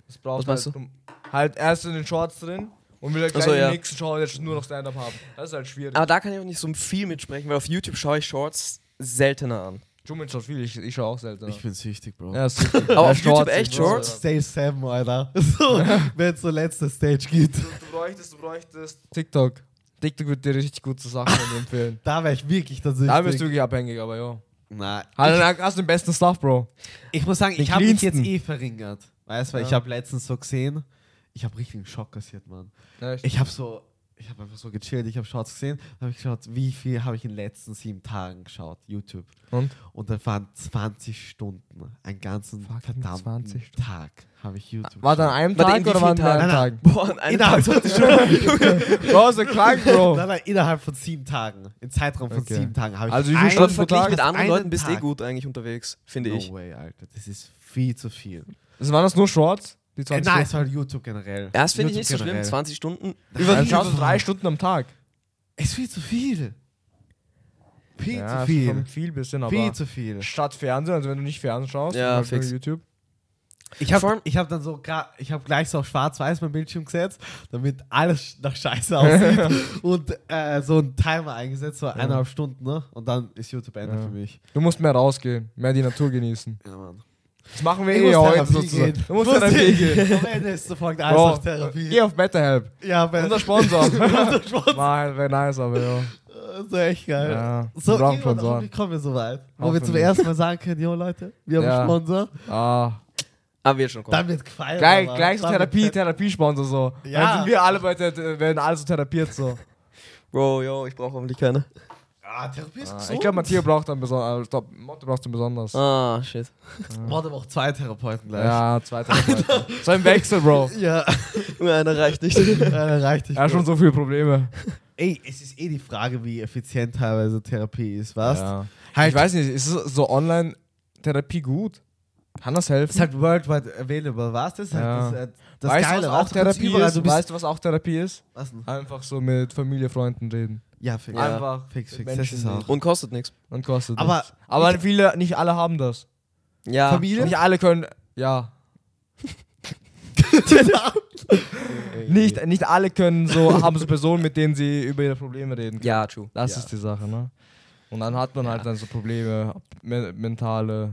[SPEAKER 1] Das braucht
[SPEAKER 3] Was meinst
[SPEAKER 1] halt, um- halt erst in den Shorts drin und wieder gleich
[SPEAKER 3] so,
[SPEAKER 1] in den
[SPEAKER 3] ja. Ah.
[SPEAKER 1] nächsten Shorts jetzt nur noch Stand-Up haben. Das ist halt schwierig.
[SPEAKER 3] aber da kann ich auch nicht so viel mitsprechen, weil auf YouTube schaue ich Shorts seltener an.
[SPEAKER 1] Jumin schaut viel, ich, ich schaue auch selten.
[SPEAKER 2] Ich bin süchtig, Bro.
[SPEAKER 1] ja, ist richtig.
[SPEAKER 3] Aber
[SPEAKER 1] Ja,
[SPEAKER 3] auf YouTube
[SPEAKER 1] Shorts,
[SPEAKER 3] echt
[SPEAKER 1] ich weiß,
[SPEAKER 3] Shorts?
[SPEAKER 2] Stage 7, Alter. So, wenn es so letzte Stage gibt.
[SPEAKER 1] Alter. Du, du bräuchtest, du bräuchtest TikTok. TikTok wird dir richtig gute Sachen von dir empfehlen.
[SPEAKER 2] Da wäre ich wirklich tatsächlich.
[SPEAKER 1] Da bist du wirklich abhängig, aber ja.
[SPEAKER 2] Na,
[SPEAKER 1] Also, da hast du den besten Stuff, Bro.
[SPEAKER 2] ich, ich muss sagen,
[SPEAKER 1] Den
[SPEAKER 2] ich habe mich jetzt
[SPEAKER 1] cleansten.
[SPEAKER 2] eh verringert. Weißt du, weil
[SPEAKER 1] Ja.
[SPEAKER 2] ich habe letztens so gesehen, ich habe richtig einen Schock kassiert, Mann.
[SPEAKER 1] Echt?
[SPEAKER 2] Ich habe so, ich habe einfach so gechillt, ich habe Shorts gesehen, habe ich geschaut, wie viel habe ich in den letzten sieben Tagen geschaut, YouTube.
[SPEAKER 1] Und?
[SPEAKER 2] Und dann waren 20 Stunden, einen ganzen
[SPEAKER 1] Fucking
[SPEAKER 2] verdammten
[SPEAKER 1] 20 Stunden.
[SPEAKER 2] Tag habe ich YouTube
[SPEAKER 1] War dann
[SPEAKER 2] geschaut.
[SPEAKER 1] an einem
[SPEAKER 3] Warte,
[SPEAKER 1] Tag
[SPEAKER 3] in wie
[SPEAKER 1] oder waren
[SPEAKER 3] vielen
[SPEAKER 1] wir an
[SPEAKER 2] Tagen?
[SPEAKER 1] einem Tag?
[SPEAKER 3] Boah, an einem
[SPEAKER 2] Innerhalb
[SPEAKER 3] Tag.
[SPEAKER 2] von 20 Stunden.
[SPEAKER 1] Bro, ist ja krank, Bro.
[SPEAKER 2] Nein, nein, halt innerhalb von sieben Tagen. In Zeitraum von
[SPEAKER 1] Oh. Okay.
[SPEAKER 2] sieben Tagen habe ich.
[SPEAKER 1] Also wie viel
[SPEAKER 2] einen
[SPEAKER 1] Stunden pro
[SPEAKER 3] Aber
[SPEAKER 2] Vergleich
[SPEAKER 1] Tag?
[SPEAKER 3] verglichen mit
[SPEAKER 2] einen
[SPEAKER 3] anderen Leuten bist du eh
[SPEAKER 2] Tag.
[SPEAKER 3] gut eigentlich unterwegs, finde
[SPEAKER 2] No
[SPEAKER 3] ich.
[SPEAKER 2] way, Alter. Das ist viel zu viel.
[SPEAKER 1] Also, waren das nur Shorts? Die
[SPEAKER 2] Äh,
[SPEAKER 1] 20
[SPEAKER 2] nein, es war YouTube generell.
[SPEAKER 3] Ja, das finde ich nicht
[SPEAKER 2] YouTube
[SPEAKER 3] so schlimm.
[SPEAKER 2] generell.
[SPEAKER 3] 20 Stunden.
[SPEAKER 1] Über
[SPEAKER 2] Nein,
[SPEAKER 1] also, schaust du
[SPEAKER 2] Alter.
[SPEAKER 1] drei Stunden am Tag.
[SPEAKER 2] Es ist viel zu viel. Viel
[SPEAKER 1] Ja, also
[SPEAKER 2] zu
[SPEAKER 1] schon
[SPEAKER 2] viel.
[SPEAKER 1] viel bisschen, aber.
[SPEAKER 2] Viel zu viel.
[SPEAKER 1] statt Fernsehen, also wenn du nicht Fernsehen schaust,
[SPEAKER 3] Ja,
[SPEAKER 1] halt nur
[SPEAKER 3] fix.
[SPEAKER 1] YouTube.
[SPEAKER 2] Ich habe ich hab dann so, gra- ich habe gleich so auf schwarz-weiß mein Bildschirm gesetzt, damit alles nach Scheiße aussieht und äh, so einen Timer eingesetzt, so eineinhalb Stunden, ne? Und dann ist YouTube Ende
[SPEAKER 1] Ja.
[SPEAKER 2] für mich.
[SPEAKER 1] Du musst mehr rausgehen, mehr die Natur genießen.
[SPEAKER 2] Ja, Mann.
[SPEAKER 1] Das machen wir
[SPEAKER 2] Ich
[SPEAKER 1] eh
[SPEAKER 2] muss
[SPEAKER 1] heute
[SPEAKER 2] Therapie
[SPEAKER 1] sozusagen.
[SPEAKER 2] gehen.
[SPEAKER 1] Du musst Therapie gehen.
[SPEAKER 2] Am Ende ist sofort alles
[SPEAKER 1] Bro,
[SPEAKER 2] auf Therapie.
[SPEAKER 1] geh auf BetterHelp.
[SPEAKER 2] Ja, aber
[SPEAKER 1] Unser Sponsor.
[SPEAKER 2] Unser Sponsor.
[SPEAKER 1] Mann, wäre nice, aber ja.
[SPEAKER 2] Das ist echt geil.
[SPEAKER 1] Ja,
[SPEAKER 2] So,
[SPEAKER 1] wir brauchen
[SPEAKER 2] irgendwann
[SPEAKER 1] Sponsoren.
[SPEAKER 2] hoffentlich kommen wir so weit, wo wir
[SPEAKER 1] Hoffentlich.
[SPEAKER 2] zum ersten Mal sagen können, jo Leute, wir haben
[SPEAKER 1] Ja.
[SPEAKER 2] einen Sponsor.
[SPEAKER 1] Ah.
[SPEAKER 3] Aber wir schon kommen.
[SPEAKER 2] Dann wird gefeiert.
[SPEAKER 1] Gleich,
[SPEAKER 2] Mann.
[SPEAKER 1] gleich so
[SPEAKER 2] Dann wird
[SPEAKER 1] Therapie,
[SPEAKER 2] gefeiert.
[SPEAKER 1] Therapiesponsor so.
[SPEAKER 2] Ja.
[SPEAKER 1] Dann sind wir alle bei der, werden alle so therapiert so.
[SPEAKER 3] Bro, yo, ich brauche hoffentlich keine.
[SPEAKER 2] Ah, Therapie ist
[SPEAKER 1] Ah,
[SPEAKER 2] gesund.
[SPEAKER 1] ich glaube, Matthias braucht dann also, besonders. Stopp, Motte brauchst du besonders.
[SPEAKER 3] Ah, shit.
[SPEAKER 2] Warte, aber auch zwei Therapeuten gleich.
[SPEAKER 1] Ja, zwei Therapeuten. So ein Wechsel, Bro.
[SPEAKER 2] Ja,
[SPEAKER 3] Nur einer reicht nicht.
[SPEAKER 2] dann reicht dich.
[SPEAKER 1] Er hat schon so viele Probleme.
[SPEAKER 2] Ey, es ist eh die Frage, wie effizient teilweise Therapie ist, was?
[SPEAKER 1] Ja.
[SPEAKER 2] Halt,
[SPEAKER 1] Ich weiß nicht, ist es so Online-Therapie gut? Kann das helfen?
[SPEAKER 2] ist halt worldwide available, was? Das ist halt
[SPEAKER 1] Ja.
[SPEAKER 2] das, äh, das
[SPEAKER 1] weißt
[SPEAKER 2] Geile.
[SPEAKER 1] du, was
[SPEAKER 2] weißt
[SPEAKER 1] auch
[SPEAKER 2] du, kannst
[SPEAKER 1] Therapie
[SPEAKER 2] überall,
[SPEAKER 1] ist?
[SPEAKER 2] Du bist,
[SPEAKER 1] weißt du, was auch Therapie ist?
[SPEAKER 2] was denn?
[SPEAKER 1] Einfach so mit Familie, Freunden reden.
[SPEAKER 2] Ja, fix.
[SPEAKER 3] Ja.
[SPEAKER 1] Einfach
[SPEAKER 2] fix,
[SPEAKER 1] mit
[SPEAKER 2] fix. Das
[SPEAKER 1] Menschen
[SPEAKER 2] ist auch.
[SPEAKER 1] reden.
[SPEAKER 3] Und kostet nichts.
[SPEAKER 1] Und kostet
[SPEAKER 2] Aber-
[SPEAKER 1] nichts. Aber viele, nicht alle haben das.
[SPEAKER 3] Ja.
[SPEAKER 2] Familie?
[SPEAKER 1] Nicht alle können, ja. Nicht, nicht alle können so, haben so Personen, mit denen sie über ihre Probleme reden können.
[SPEAKER 3] Ja, true.
[SPEAKER 1] Das
[SPEAKER 2] Ja.
[SPEAKER 1] ist die Sache, ne? Und dann hat man halt dann so Probleme, me mentale.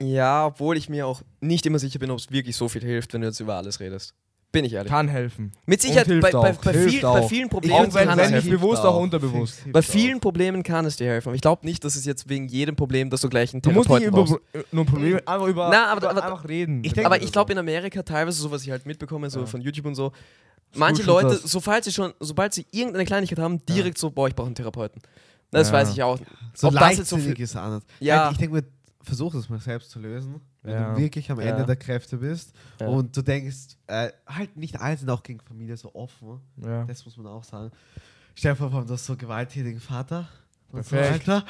[SPEAKER 3] Ja, obwohl ich mir auch nicht immer sicher bin, ob es wirklich so viel hilft, wenn du jetzt über alles redest. Bin ich ehrlich.
[SPEAKER 1] Kann helfen.
[SPEAKER 3] Mit Sicherheit,
[SPEAKER 1] Und hilft
[SPEAKER 3] bei, bei,
[SPEAKER 1] auch.
[SPEAKER 3] bei,
[SPEAKER 1] Hilft
[SPEAKER 3] viel,
[SPEAKER 1] auch.
[SPEAKER 3] bei vielen Problemen
[SPEAKER 1] Auch wenn,
[SPEAKER 3] kann es
[SPEAKER 1] wenn nicht
[SPEAKER 3] helfen.
[SPEAKER 1] bewusst, auch unterbewusst.
[SPEAKER 3] Bei vielen Problemen kann es dir helfen. Aber ich glaube nicht, dass es jetzt wegen jedem Problem, dass du gleich einen
[SPEAKER 1] Du musst nicht
[SPEAKER 3] Therapeuten
[SPEAKER 1] über
[SPEAKER 3] brauchst.
[SPEAKER 1] nur Probleme, einfach über,
[SPEAKER 3] Na, aber-
[SPEAKER 1] über
[SPEAKER 3] aber-
[SPEAKER 1] einfach reden.
[SPEAKER 2] Ich denke-
[SPEAKER 3] Aber ich glaube in Amerika teilweise, so was ich halt mitbekomme, so
[SPEAKER 1] Ja.
[SPEAKER 3] von YouTube und so, manche
[SPEAKER 1] Screenshot
[SPEAKER 3] Leute,
[SPEAKER 1] das.
[SPEAKER 3] sobald sie schon, sobald sie irgendeine Kleinigkeit haben, direkt so, boah, ich brauche einen Therapeuten. Das
[SPEAKER 1] Ja.
[SPEAKER 3] weiß ich auch.
[SPEAKER 2] So
[SPEAKER 3] Ob das jetzt so
[SPEAKER 2] leichtsinnig
[SPEAKER 3] viel-
[SPEAKER 2] ist anders.
[SPEAKER 3] Ja.
[SPEAKER 2] Halt, Ich denke mir, versuch es mal selbst zu lösen, wenn
[SPEAKER 1] Ja.
[SPEAKER 2] du wirklich am
[SPEAKER 3] Ja.
[SPEAKER 2] Ende der Kräfte bist
[SPEAKER 3] Ja.
[SPEAKER 2] und du denkst, äh, halt nicht alle sind auch gegen Familie so offen.
[SPEAKER 1] Ja.
[SPEAKER 2] Das muss man auch sagen. Stell dir vor, vor allem, du hast so einen gewalttätigen Vater. Und so
[SPEAKER 1] Perfekt.
[SPEAKER 2] Alter.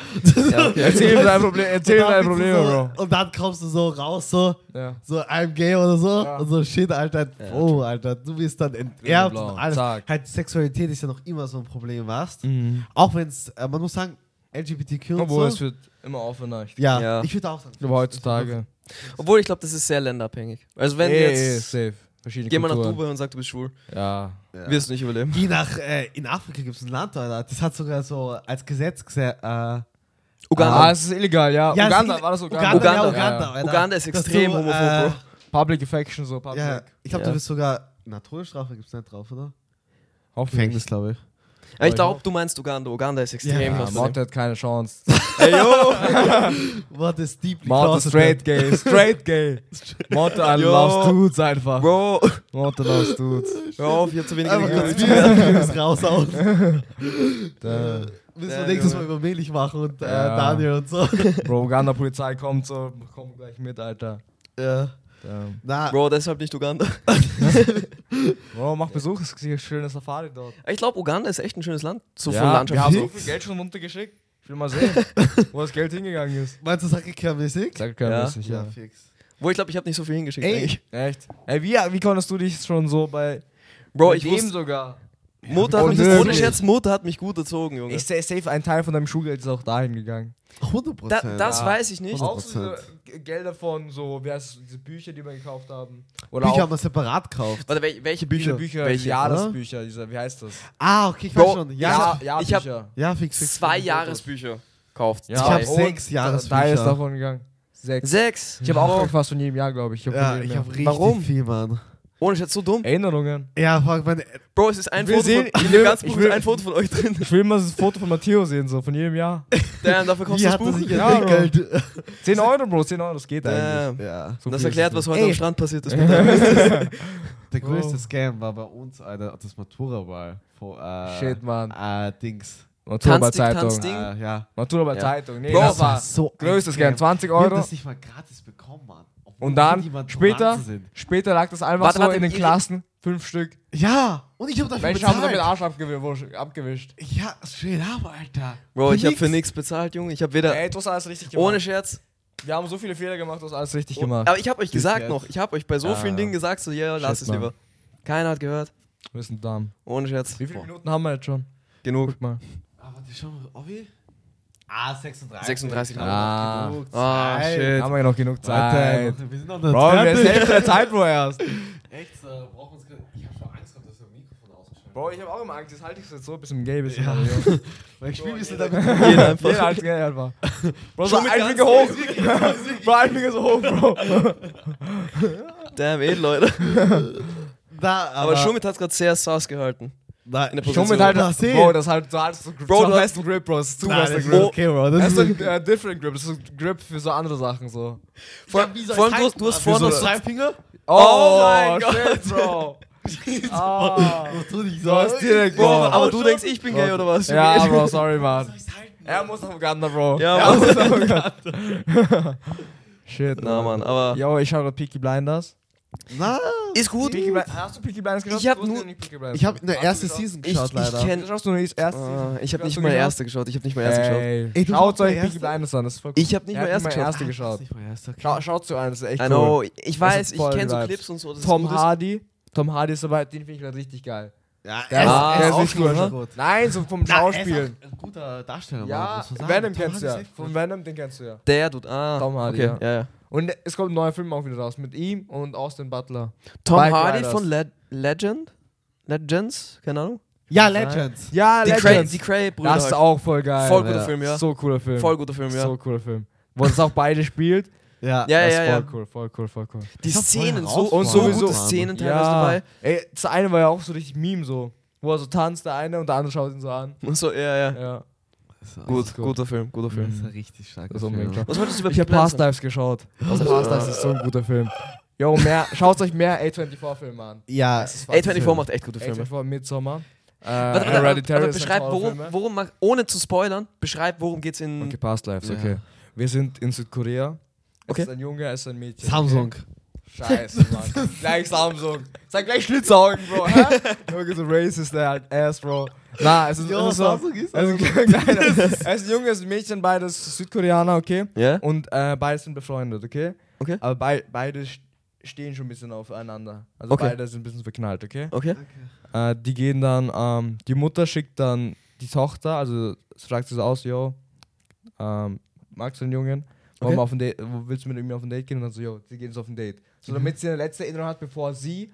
[SPEAKER 3] Ja, okay.
[SPEAKER 1] Erzähl mir dein Problem, erzähl mir
[SPEAKER 2] Und
[SPEAKER 1] dein
[SPEAKER 2] dann bist du
[SPEAKER 1] Problem, Bro.
[SPEAKER 2] so, Und dann kommst du so raus, so,
[SPEAKER 1] Ja.
[SPEAKER 2] so I'm gay oder so.
[SPEAKER 1] Ja.
[SPEAKER 2] Und so shit, Alter.
[SPEAKER 3] Ja,
[SPEAKER 2] oh, Alter, du bist dann enterbt
[SPEAKER 1] Blau,
[SPEAKER 2] und alles.
[SPEAKER 1] zack. Mhm.
[SPEAKER 2] Halt, Sexualität ist ja noch immer so ein Problem, was?
[SPEAKER 3] Mhm.
[SPEAKER 2] Auch wenn es, äh, man muss sagen, LGBTQ und
[SPEAKER 1] Obwohl, es
[SPEAKER 2] so.
[SPEAKER 1] wird immer offener. Ich
[SPEAKER 2] Ja,
[SPEAKER 3] Ja.
[SPEAKER 2] ich würde auch sagen.
[SPEAKER 1] glaube, heutzutage.
[SPEAKER 3] Obwohl ich glaube, das ist sehr länderabhängig. Also wenn
[SPEAKER 1] Eh, eh,
[SPEAKER 3] jetzt
[SPEAKER 1] safe. Verschiedene
[SPEAKER 3] jemand nach
[SPEAKER 1] Kulturen.
[SPEAKER 3] Dubai und sagt, du bist schwul,
[SPEAKER 1] Ja.
[SPEAKER 2] Ja.
[SPEAKER 3] wirst du nicht überleben.
[SPEAKER 2] Die nach, äh, in Afrika gibt es ein Land, Alter. Das hat sogar so als Gesetz gese- äh,
[SPEAKER 1] Ah,
[SPEAKER 3] Uganda.
[SPEAKER 1] es ist illegal, ja.
[SPEAKER 2] Ja,
[SPEAKER 1] Uganda,
[SPEAKER 2] es-
[SPEAKER 1] war das Uganda?
[SPEAKER 2] Uganda, ja,
[SPEAKER 3] Uganda,
[SPEAKER 2] Uganda,
[SPEAKER 1] ja.
[SPEAKER 2] Alter.
[SPEAKER 3] Uganda ist
[SPEAKER 2] Dass
[SPEAKER 3] extrem
[SPEAKER 2] du,
[SPEAKER 3] homophob,
[SPEAKER 2] äh,
[SPEAKER 3] Bro.
[SPEAKER 1] Public Affection, so Public.
[SPEAKER 2] Ja, ich glaube,
[SPEAKER 3] Ja.
[SPEAKER 2] du bist sogar. Na, Todesstrafe gibt es nicht drauf, oder?
[SPEAKER 1] Hoffentlich.
[SPEAKER 2] Gefängnis, glaube ich.
[SPEAKER 3] Aber ich glaube, du meinst Uganda. Uganda ist extrem
[SPEAKER 1] Ja,
[SPEAKER 3] krass.
[SPEAKER 1] Mott hat keine Chance.
[SPEAKER 3] Ey, yo!
[SPEAKER 2] What is deeply
[SPEAKER 1] Mott ist
[SPEAKER 2] closeted.
[SPEAKER 1] straight gay, straight gay. Mott
[SPEAKER 3] Yo.
[SPEAKER 1] loves dudes einfach.
[SPEAKER 3] Bro!
[SPEAKER 1] Mott loves dudes.
[SPEAKER 3] Hör auf, ich hab zu wenig
[SPEAKER 2] Einfach kurz
[SPEAKER 3] Energie.
[SPEAKER 2] Views raushauen.
[SPEAKER 1] Da,
[SPEAKER 2] Müssen wir
[SPEAKER 3] Ja,
[SPEAKER 2] nächstes Mal
[SPEAKER 3] Junge.
[SPEAKER 2] über Melich machen und äh,
[SPEAKER 1] Ja.
[SPEAKER 2] Daniel und so.
[SPEAKER 1] Bro, Uganda Polizei kommt so, komm gleich mit, Alter.
[SPEAKER 2] ja.
[SPEAKER 1] Da.
[SPEAKER 2] Na,
[SPEAKER 3] Bro, deshalb nicht Uganda.
[SPEAKER 1] Bro, mach Besuch, es ist eine schöne Safari dort.
[SPEAKER 3] Ich glaube, Uganda ist echt ein schönes Land. So von
[SPEAKER 1] ja, wir
[SPEAKER 3] Landschaft.
[SPEAKER 1] haben so viel Geld schon runtergeschickt. Ich will mal sehen, wo das Geld hingegangen ist.
[SPEAKER 2] meinst du Sackgekehrmäßig?
[SPEAKER 1] Sag keiner
[SPEAKER 3] Ja.
[SPEAKER 1] mäßig, ja.
[SPEAKER 2] fix.
[SPEAKER 3] Wo ich glaube, ich habe nicht so viel hingeschickt.
[SPEAKER 1] Ey.
[SPEAKER 3] eigentlich.
[SPEAKER 1] Echt? Ey, wie, wie konntest du dich schon so bei,
[SPEAKER 3] Bro,
[SPEAKER 1] bei
[SPEAKER 3] ich
[SPEAKER 1] dem
[SPEAKER 3] wusste,
[SPEAKER 1] sogar?
[SPEAKER 3] Mutter hat mich,
[SPEAKER 1] Unmöglich.
[SPEAKER 3] ohne Scherz, Mutter hat mich gut erzogen, Junge.
[SPEAKER 1] Ich sa- safe, ein Teil von deinem Schulgeld ist auch dahin gegangen.
[SPEAKER 2] 100
[SPEAKER 3] da,
[SPEAKER 2] Prozent.
[SPEAKER 3] das weiß ich nicht.
[SPEAKER 2] Auch
[SPEAKER 1] Auch so diese G- Gelder von so, wer ist diese Bücher, die wir gekauft haben? Oder
[SPEAKER 2] Bücher haben
[SPEAKER 1] auch
[SPEAKER 2] wir separat gekauft.
[SPEAKER 3] Warte, welche, welche
[SPEAKER 1] diese
[SPEAKER 3] Bücher?
[SPEAKER 1] Bücher,
[SPEAKER 3] welche?
[SPEAKER 1] Jahresbücher, dieser, wie heißt das?
[SPEAKER 2] Ah, okay, ich
[SPEAKER 3] Bro,
[SPEAKER 2] weiß schon. Ja,
[SPEAKER 1] ja, ja,
[SPEAKER 3] ich hab-
[SPEAKER 1] Bücher.
[SPEAKER 2] ja fix, fix.
[SPEAKER 3] Zwei
[SPEAKER 2] fix.
[SPEAKER 3] Jahresbücher kauft.
[SPEAKER 1] Ja,
[SPEAKER 2] Ich habe
[SPEAKER 1] hab-
[SPEAKER 3] Zwei.
[SPEAKER 1] und
[SPEAKER 2] sechs
[SPEAKER 1] Da ist
[SPEAKER 2] Jahresbücher.
[SPEAKER 1] davon gegangen. Sechs.
[SPEAKER 3] Sechs.
[SPEAKER 1] Ich habe auch fast von jedem Jahr, glaube ich. ich hab von
[SPEAKER 2] Ja,
[SPEAKER 1] jedem
[SPEAKER 2] ich
[SPEAKER 1] Jahr.
[SPEAKER 2] habe richtig
[SPEAKER 3] Warum?
[SPEAKER 2] viel, Mann.
[SPEAKER 3] Ohne Scherz, so dumm.
[SPEAKER 1] Erinnerungen.
[SPEAKER 2] Ja, fuck, meine,
[SPEAKER 3] Bro, es ist ein
[SPEAKER 1] Ich will
[SPEAKER 3] Foto
[SPEAKER 1] sehen-
[SPEAKER 3] von,
[SPEAKER 1] ich
[SPEAKER 3] in
[SPEAKER 1] will-
[SPEAKER 3] dem ganzen
[SPEAKER 1] ich
[SPEAKER 3] Buch ist
[SPEAKER 1] will-
[SPEAKER 3] ein Foto von euch drin.
[SPEAKER 1] Ich will mal das Foto von Matteo sehen, so von jedem Jahr.
[SPEAKER 3] Damn, dafür kostet
[SPEAKER 2] wie
[SPEAKER 3] das
[SPEAKER 2] hat das
[SPEAKER 3] Buch.
[SPEAKER 2] sich
[SPEAKER 1] Ja, Bro.
[SPEAKER 2] entwickelt?
[SPEAKER 1] 10 Euro, Bro, 10 Euro, das geht eigentlich.
[SPEAKER 3] Damn.
[SPEAKER 2] Ja.
[SPEAKER 1] So
[SPEAKER 3] Äh, das
[SPEAKER 1] viel
[SPEAKER 3] erklärt,
[SPEAKER 1] ist es
[SPEAKER 3] was heute
[SPEAKER 2] Ey.
[SPEAKER 3] am Strand passiert ist. mit deinem-
[SPEAKER 2] Der größte
[SPEAKER 1] Oh.
[SPEAKER 2] Scam war bei uns, Alter, das Matura-Wahl. Vor,
[SPEAKER 1] nicht.
[SPEAKER 2] Äh,
[SPEAKER 1] Shit, Mann.
[SPEAKER 2] Äh, Dings.
[SPEAKER 1] Matura bei
[SPEAKER 3] Tanzding,
[SPEAKER 1] Zeitung.
[SPEAKER 3] Tanzding. Ding.
[SPEAKER 2] Äh, ja.
[SPEAKER 1] Matura bei
[SPEAKER 3] Ja.
[SPEAKER 1] Zeitung. Nee,
[SPEAKER 3] Bro,
[SPEAKER 1] das war
[SPEAKER 2] so ein
[SPEAKER 1] größtes
[SPEAKER 2] Scam.
[SPEAKER 1] Gern, 20
[SPEAKER 2] Wir haben
[SPEAKER 1] Euro.
[SPEAKER 2] das nicht mal gratis bekommen, Mann. Obwohl
[SPEAKER 1] Und dann,
[SPEAKER 2] niemand
[SPEAKER 1] später,
[SPEAKER 2] Toleranzen sind.
[SPEAKER 1] später lag das einfach
[SPEAKER 3] Warte,
[SPEAKER 1] so
[SPEAKER 3] warte,
[SPEAKER 1] in den
[SPEAKER 3] ihr-
[SPEAKER 1] Klassen. Fünf Stück.
[SPEAKER 2] Ja, und ich hab dafür
[SPEAKER 1] Welche haben
[SPEAKER 2] bezahlt.
[SPEAKER 1] sie mit Arsch abgewischt? abgewischt.
[SPEAKER 2] ja, straight up, Alter.
[SPEAKER 3] Bro, ich habe
[SPEAKER 2] nix.
[SPEAKER 3] für nichts bezahlt, Junge. Ich habe weder.
[SPEAKER 1] Ey, du hast alles richtig gemacht.
[SPEAKER 3] Ohne Scherz.
[SPEAKER 1] Wir haben so viele Fehler gemacht, du hast alles richtig gemacht.
[SPEAKER 3] Aber ich habe euch gesagt
[SPEAKER 2] jetzt.
[SPEAKER 3] noch, ich habe euch bei so
[SPEAKER 1] Ja,
[SPEAKER 3] vielen
[SPEAKER 1] ja.
[SPEAKER 3] Dingen gesagt, so, ja, lass
[SPEAKER 1] Shit,
[SPEAKER 3] es
[SPEAKER 1] Mann.
[SPEAKER 3] lieber. Keiner hat gehört.
[SPEAKER 1] Wir sind dumm.
[SPEAKER 3] Ohne Scherz.
[SPEAKER 1] Wie viele Minuten haben wir jetzt schon?
[SPEAKER 3] Genug.
[SPEAKER 1] Guck mal.
[SPEAKER 2] Ah, warte, schau mal, Obi. Ah, 36.
[SPEAKER 3] 36.
[SPEAKER 1] Ah.
[SPEAKER 2] Genug
[SPEAKER 3] Ah,
[SPEAKER 2] Zeit.
[SPEAKER 3] shit.
[SPEAKER 1] Haben wir noch genug Zeit?
[SPEAKER 2] Alter, wir sind noch
[SPEAKER 1] Bro, wir
[SPEAKER 2] fertig.
[SPEAKER 1] sind echt der Zeit, Bro, erst.
[SPEAKER 2] Echt, so, wir brauchen uns. Ich hab schon Angst gehabt, dass wir Mikrofon ausgeschaltet
[SPEAKER 1] Bro, ich habe auch immer Angst, jetzt halte ich es jetzt so ein bisschen gay, bisschen.
[SPEAKER 2] Ja.
[SPEAKER 1] aber, Junge.
[SPEAKER 2] haben. Ich spiel ein bisschen
[SPEAKER 1] Bro,
[SPEAKER 2] damit.
[SPEAKER 3] Jeder einfach.
[SPEAKER 1] Jeder als Geld einfach. Bro, so
[SPEAKER 2] Schon
[SPEAKER 1] ein
[SPEAKER 2] mit
[SPEAKER 1] Finger hoch.
[SPEAKER 2] ganz- ist wirklich- ist wirklich-
[SPEAKER 1] Bro, ein Finger so hoch, Bro.
[SPEAKER 3] Damn, eh, Leute.
[SPEAKER 2] Na, aber,
[SPEAKER 3] Aber Schumit hat gerade sehr sass gehalten.
[SPEAKER 2] Na, in
[SPEAKER 3] der
[SPEAKER 1] Schon mit
[SPEAKER 3] Position.
[SPEAKER 1] halt,
[SPEAKER 2] Na, seh.
[SPEAKER 1] Bro, das ist halt so alles so
[SPEAKER 3] Bro,
[SPEAKER 1] so
[SPEAKER 3] du hast-
[SPEAKER 1] festen Grip, Bro. Das ist zu
[SPEAKER 2] Na,
[SPEAKER 1] fester
[SPEAKER 2] das ist
[SPEAKER 1] Grip.
[SPEAKER 2] okay, Bro.
[SPEAKER 1] Das
[SPEAKER 2] Das
[SPEAKER 1] ist
[SPEAKER 2] ist
[SPEAKER 1] so ein äh, different Grip, das ist so ein Grip für so andere Sachen so.
[SPEAKER 3] Vor,
[SPEAKER 2] Ja, wie soll
[SPEAKER 3] vor allem,
[SPEAKER 2] ich
[SPEAKER 3] du,
[SPEAKER 2] halten?
[SPEAKER 3] du hast
[SPEAKER 2] Wie
[SPEAKER 3] vorhin
[SPEAKER 2] soll
[SPEAKER 3] noch
[SPEAKER 2] ich
[SPEAKER 3] so,
[SPEAKER 2] drei Finger.
[SPEAKER 3] Oh mein
[SPEAKER 1] shit, Bro. Ah.
[SPEAKER 2] Was tu ich
[SPEAKER 1] Du hast direkt,
[SPEAKER 3] Bro,
[SPEAKER 1] Bro.
[SPEAKER 3] aber du denkst, ich bin gay oder was?
[SPEAKER 1] Ja, Bro, sorry,
[SPEAKER 2] Soll
[SPEAKER 1] Mann.
[SPEAKER 2] ich's halten?
[SPEAKER 1] Er muss nach Uganda, Bro.
[SPEAKER 3] Ja,
[SPEAKER 1] er
[SPEAKER 3] Mann.
[SPEAKER 1] muss nach Uganda. Shit,
[SPEAKER 3] Na, Mann, aber.
[SPEAKER 1] Yo, ich schaue gerade Peaky Blinders.
[SPEAKER 2] Na,
[SPEAKER 3] Ist gut.
[SPEAKER 1] Peaky Blinders. Hast du Peaky Blinders geschaut?
[SPEAKER 3] Ich hab
[SPEAKER 1] Du hast
[SPEAKER 3] nur-
[SPEAKER 1] nicht Peaky Blinders
[SPEAKER 2] ich habe
[SPEAKER 1] geschaut.
[SPEAKER 2] eine
[SPEAKER 1] Hast
[SPEAKER 2] erste
[SPEAKER 1] du geschaut?
[SPEAKER 2] Season
[SPEAKER 3] Ich-
[SPEAKER 2] geschaut,
[SPEAKER 3] ich
[SPEAKER 2] leider.
[SPEAKER 3] kenn-
[SPEAKER 1] Du schaust nur die erste
[SPEAKER 3] Ah, ich habe
[SPEAKER 1] Hast
[SPEAKER 3] nicht
[SPEAKER 1] du
[SPEAKER 3] mal
[SPEAKER 1] geschaut?
[SPEAKER 3] erste geschaut. Ich habe nicht mal erste geschaut.
[SPEAKER 1] Ey,
[SPEAKER 2] Ey, du
[SPEAKER 1] schaut
[SPEAKER 2] hast nur
[SPEAKER 1] euch
[SPEAKER 2] erste?
[SPEAKER 1] Peaky Blinders an, das ist voll cool.
[SPEAKER 3] Ich habe nicht
[SPEAKER 1] Ja,
[SPEAKER 3] mal erste
[SPEAKER 1] ich hab
[SPEAKER 3] geschaut.
[SPEAKER 1] erste geschaut.
[SPEAKER 2] Nicht mal erst, okay.
[SPEAKER 1] Schau, schaut zu an, das ist echt
[SPEAKER 3] I
[SPEAKER 1] cool.
[SPEAKER 3] know. Ich
[SPEAKER 1] Das
[SPEAKER 3] weiß,
[SPEAKER 1] ist
[SPEAKER 3] ich
[SPEAKER 1] voll
[SPEAKER 3] kenne so
[SPEAKER 1] nice.
[SPEAKER 3] Clips und so. das ist
[SPEAKER 1] Tom
[SPEAKER 3] gut.
[SPEAKER 1] Hardy. Tom Hardy ist dabei, den finde ich gerade richtig geil.
[SPEAKER 2] Ja,
[SPEAKER 1] Der
[SPEAKER 2] er
[SPEAKER 1] ist,
[SPEAKER 3] Ah,
[SPEAKER 1] der
[SPEAKER 2] er
[SPEAKER 1] ist
[SPEAKER 3] auch
[SPEAKER 1] richtig
[SPEAKER 3] gut,
[SPEAKER 1] cool,
[SPEAKER 3] ne?
[SPEAKER 1] ne? Nein, so vom
[SPEAKER 2] Na, er ist
[SPEAKER 1] Schauspielen.
[SPEAKER 2] auch Ein guter Darsteller, Mann,
[SPEAKER 1] Ja,
[SPEAKER 2] muss man sagen.
[SPEAKER 1] Venom
[SPEAKER 2] Tom
[SPEAKER 1] kennst du ja.
[SPEAKER 2] Hardy ist echt
[SPEAKER 1] Von
[SPEAKER 2] gut.
[SPEAKER 1] Venom, den kennst du ja.
[SPEAKER 3] Der Dude, ah.
[SPEAKER 1] Tom Hardy,
[SPEAKER 3] okay, ja. Ja,
[SPEAKER 1] Und es kommt ein neuer Film auch wieder raus mit ihm und Austin Butler.
[SPEAKER 3] Tom
[SPEAKER 1] Bike
[SPEAKER 3] Hardy
[SPEAKER 1] Riders.
[SPEAKER 3] von Le Legend? Legends? Keine Ahnung.
[SPEAKER 2] Ja, Legends.
[SPEAKER 1] Ja,
[SPEAKER 3] Die Cray,
[SPEAKER 1] Legends.
[SPEAKER 3] die Cray Brüder.
[SPEAKER 1] das ist
[SPEAKER 3] halt.
[SPEAKER 1] auch voll geil.
[SPEAKER 3] voll guter
[SPEAKER 2] ja.
[SPEAKER 3] Film, ja.
[SPEAKER 1] So cooler Film.
[SPEAKER 3] voll guter Film, ja.
[SPEAKER 1] So cooler Film. Wo das auch beide spielt.
[SPEAKER 2] Ja.
[SPEAKER 3] ja,
[SPEAKER 1] das
[SPEAKER 3] ja,
[SPEAKER 1] ist
[SPEAKER 3] ja.
[SPEAKER 1] voll cool, voll cool, voll cool.
[SPEAKER 3] Die
[SPEAKER 2] Ich hab voll
[SPEAKER 3] Szenen, so,
[SPEAKER 2] herausfordernd.
[SPEAKER 3] und so
[SPEAKER 1] Sowieso.
[SPEAKER 3] gute Szenen teilweise
[SPEAKER 1] Ja. Ey, das eine war ja auch so richtig Meme so. Wo er so tanzt, der eine und der andere schaut ihn so an.
[SPEAKER 3] dabei. Und so, ja, ja.
[SPEAKER 1] Ja.
[SPEAKER 2] Das ist
[SPEAKER 3] Gut,
[SPEAKER 1] ist gut.
[SPEAKER 3] guter Film, guter
[SPEAKER 2] Das
[SPEAKER 3] Film.
[SPEAKER 2] ist ein richtig stark.
[SPEAKER 1] Das ist unbedingt klar.
[SPEAKER 3] Was wolltest du über
[SPEAKER 1] Ich habe
[SPEAKER 3] Peaky Blinders
[SPEAKER 1] Past Lives geschaut. Also
[SPEAKER 3] ist-
[SPEAKER 1] Past Lives ist so ein guter Film. Yo, mehr, schaut euch mehr A24-Filme an.
[SPEAKER 2] Ja,
[SPEAKER 3] sagen? A24 macht echt gute Filme.
[SPEAKER 1] A24 Midsommar. Äh,
[SPEAKER 3] Warte, warte, warte,
[SPEAKER 1] Hereditary
[SPEAKER 3] aber
[SPEAKER 1] ist ein
[SPEAKER 3] beschreib,
[SPEAKER 1] toller
[SPEAKER 3] worum,
[SPEAKER 1] Film.
[SPEAKER 3] worum mach, ohne zu spoilern, beschreib, worum geht's in.
[SPEAKER 1] Okay, Past Lives,
[SPEAKER 2] Ja.
[SPEAKER 1] okay. Wir sind in Südkorea.
[SPEAKER 3] Okay.
[SPEAKER 1] Es ist ein Junge, es ist ein Mädchen.
[SPEAKER 2] Samsung.
[SPEAKER 1] Scheiße, Mann. gleich Samsung. Sag gleich Schlitzaugen, Bro. Hä? Junge, so racist, der halt ass, Bro. Na, es ist,
[SPEAKER 2] Jo,
[SPEAKER 1] es ist so.
[SPEAKER 2] Samsung ist
[SPEAKER 1] es, ist kleiner, es ist ein Junge, es ist ein Mädchen, beides Südkoreaner, okay?
[SPEAKER 3] Ja?
[SPEAKER 1] Und äh, beide sind befreundet, okay?
[SPEAKER 3] Okay.
[SPEAKER 1] Aber bei, beide st- stehen schon ein bisschen aufeinander. Also
[SPEAKER 3] Okay.
[SPEAKER 1] beide sind ein bisschen verknallt, okay?
[SPEAKER 3] Okay.
[SPEAKER 1] Äh, die gehen dann, ähm, die Mutter schickt dann die Tochter, also sie fragt sie so aus, yo, ähm, magst du den Jungen? Wollen
[SPEAKER 3] Okay.
[SPEAKER 1] wir auf ein Date, wo- willst du mit ihm auf ein Date gehen? Und dann so, yo, sie gehen so auf ein Date. So,
[SPEAKER 2] Mhm.
[SPEAKER 1] damit sie eine letzte Erinnerung hat, bevor sie,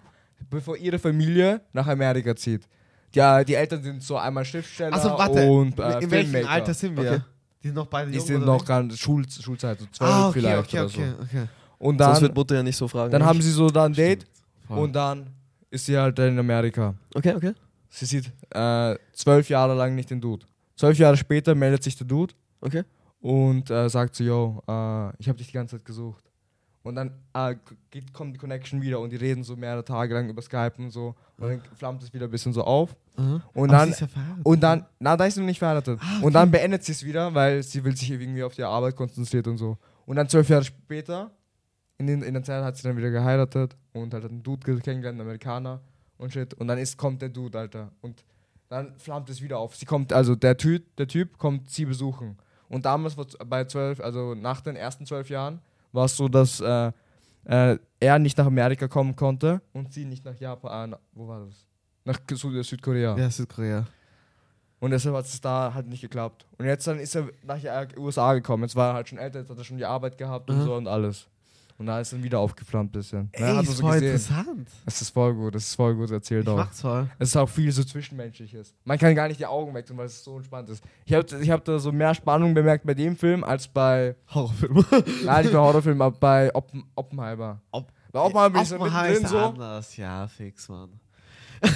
[SPEAKER 1] bevor ihre Familie nach Amerika zieht. Ja, die Eltern sind so einmal Schriftsteller
[SPEAKER 2] Also warte,
[SPEAKER 1] und äh,
[SPEAKER 2] in welchem
[SPEAKER 1] Filmmaker.
[SPEAKER 2] Alter sind wir?
[SPEAKER 3] Okay.
[SPEAKER 2] Die sind noch beide
[SPEAKER 1] Die
[SPEAKER 2] jung,
[SPEAKER 1] sind
[SPEAKER 2] oder
[SPEAKER 1] noch
[SPEAKER 2] nicht?
[SPEAKER 1] ganz Schul, Schulzeit, so zwölf
[SPEAKER 2] ah, okay,
[SPEAKER 1] vielleicht
[SPEAKER 2] okay,
[SPEAKER 1] oder
[SPEAKER 2] okay,
[SPEAKER 1] so.
[SPEAKER 2] okay.
[SPEAKER 1] Und
[SPEAKER 3] Sonst
[SPEAKER 1] dann,
[SPEAKER 3] wird Mutter ja nicht so fragen.
[SPEAKER 1] dann haben sie so da ein Date
[SPEAKER 2] Voll.
[SPEAKER 1] und dann ist sie halt in Amerika.
[SPEAKER 3] Okay, okay.
[SPEAKER 1] Sie sieht äh, zwölf Jahre lang nicht den Dude. Zwölf Jahre später meldet sich der Dude
[SPEAKER 3] Okay.
[SPEAKER 1] und äh, sagt so, yo, äh, ich habe dich die ganze Zeit gesucht. Und dann äh, k- geht, kommt die Connection wieder und die reden so mehrere Tage lang über Skype und so. Und dann flammt es wieder ein bisschen so auf. Und
[SPEAKER 2] Aber
[SPEAKER 1] dann-
[SPEAKER 2] sie ist ja verheiratet.
[SPEAKER 1] Und dann, na, da ist sie noch nicht verheiratet. Und dann beendet sie es wieder, weil sie will sich irgendwie auf die Arbeit konzentriert und so. Und dann zwölf Jahre später, in, den, in der Zeit hat sie dann wieder geheiratet und halt hat einen Dude kennengelernt, einen Amerikaner und shit. Und dann ist, kommt der Dude, Alter. Und dann flammt es wieder auf. Sie kommt, also der Typ, der Typ kommt sie besuchen. Und damals vor- bei zwölf, also nach den ersten zwölf Jahren, war es so, dass äh, äh, er nicht nach Amerika kommen konnte und sie nicht nach Japan, ah, wo war das? Nach Süd- Südkorea.
[SPEAKER 2] Ja, Südkorea.
[SPEAKER 1] Und deshalb hat es da halt nicht geklappt. Und jetzt dann ist er nach den USA gekommen. Jetzt war er halt schon älter, jetzt hat er schon die Arbeit gehabt und
[SPEAKER 2] Mhm.
[SPEAKER 1] so und alles. Und da ist dann wieder aufgeflammt ein bisschen.
[SPEAKER 2] Ey,
[SPEAKER 1] Ja, hat man
[SPEAKER 2] ist
[SPEAKER 1] so
[SPEAKER 2] voll
[SPEAKER 1] gesehen.
[SPEAKER 2] interessant.
[SPEAKER 1] Es ist voll gut, es ist voll gut erzählt
[SPEAKER 2] Ich
[SPEAKER 1] auch.
[SPEAKER 2] mach's voll.
[SPEAKER 1] Es ist auch viel so Zwischenmenschliches. Man kann gar nicht die Augen wegtun, weil es so entspannt ist. Ich habe ich hab da so mehr Spannung bemerkt bei dem Film als bei,
[SPEAKER 2] Horrorfilm.
[SPEAKER 1] nein, nicht bei Horrorfilmen, aber bei Oppen, Oppenheimer.
[SPEAKER 2] Ob-
[SPEAKER 1] bei Oppenheimer bin ich so
[SPEAKER 2] Oppenheimer
[SPEAKER 1] mittendrin
[SPEAKER 2] ist
[SPEAKER 1] so.
[SPEAKER 2] anders. Ja, fix, Mann.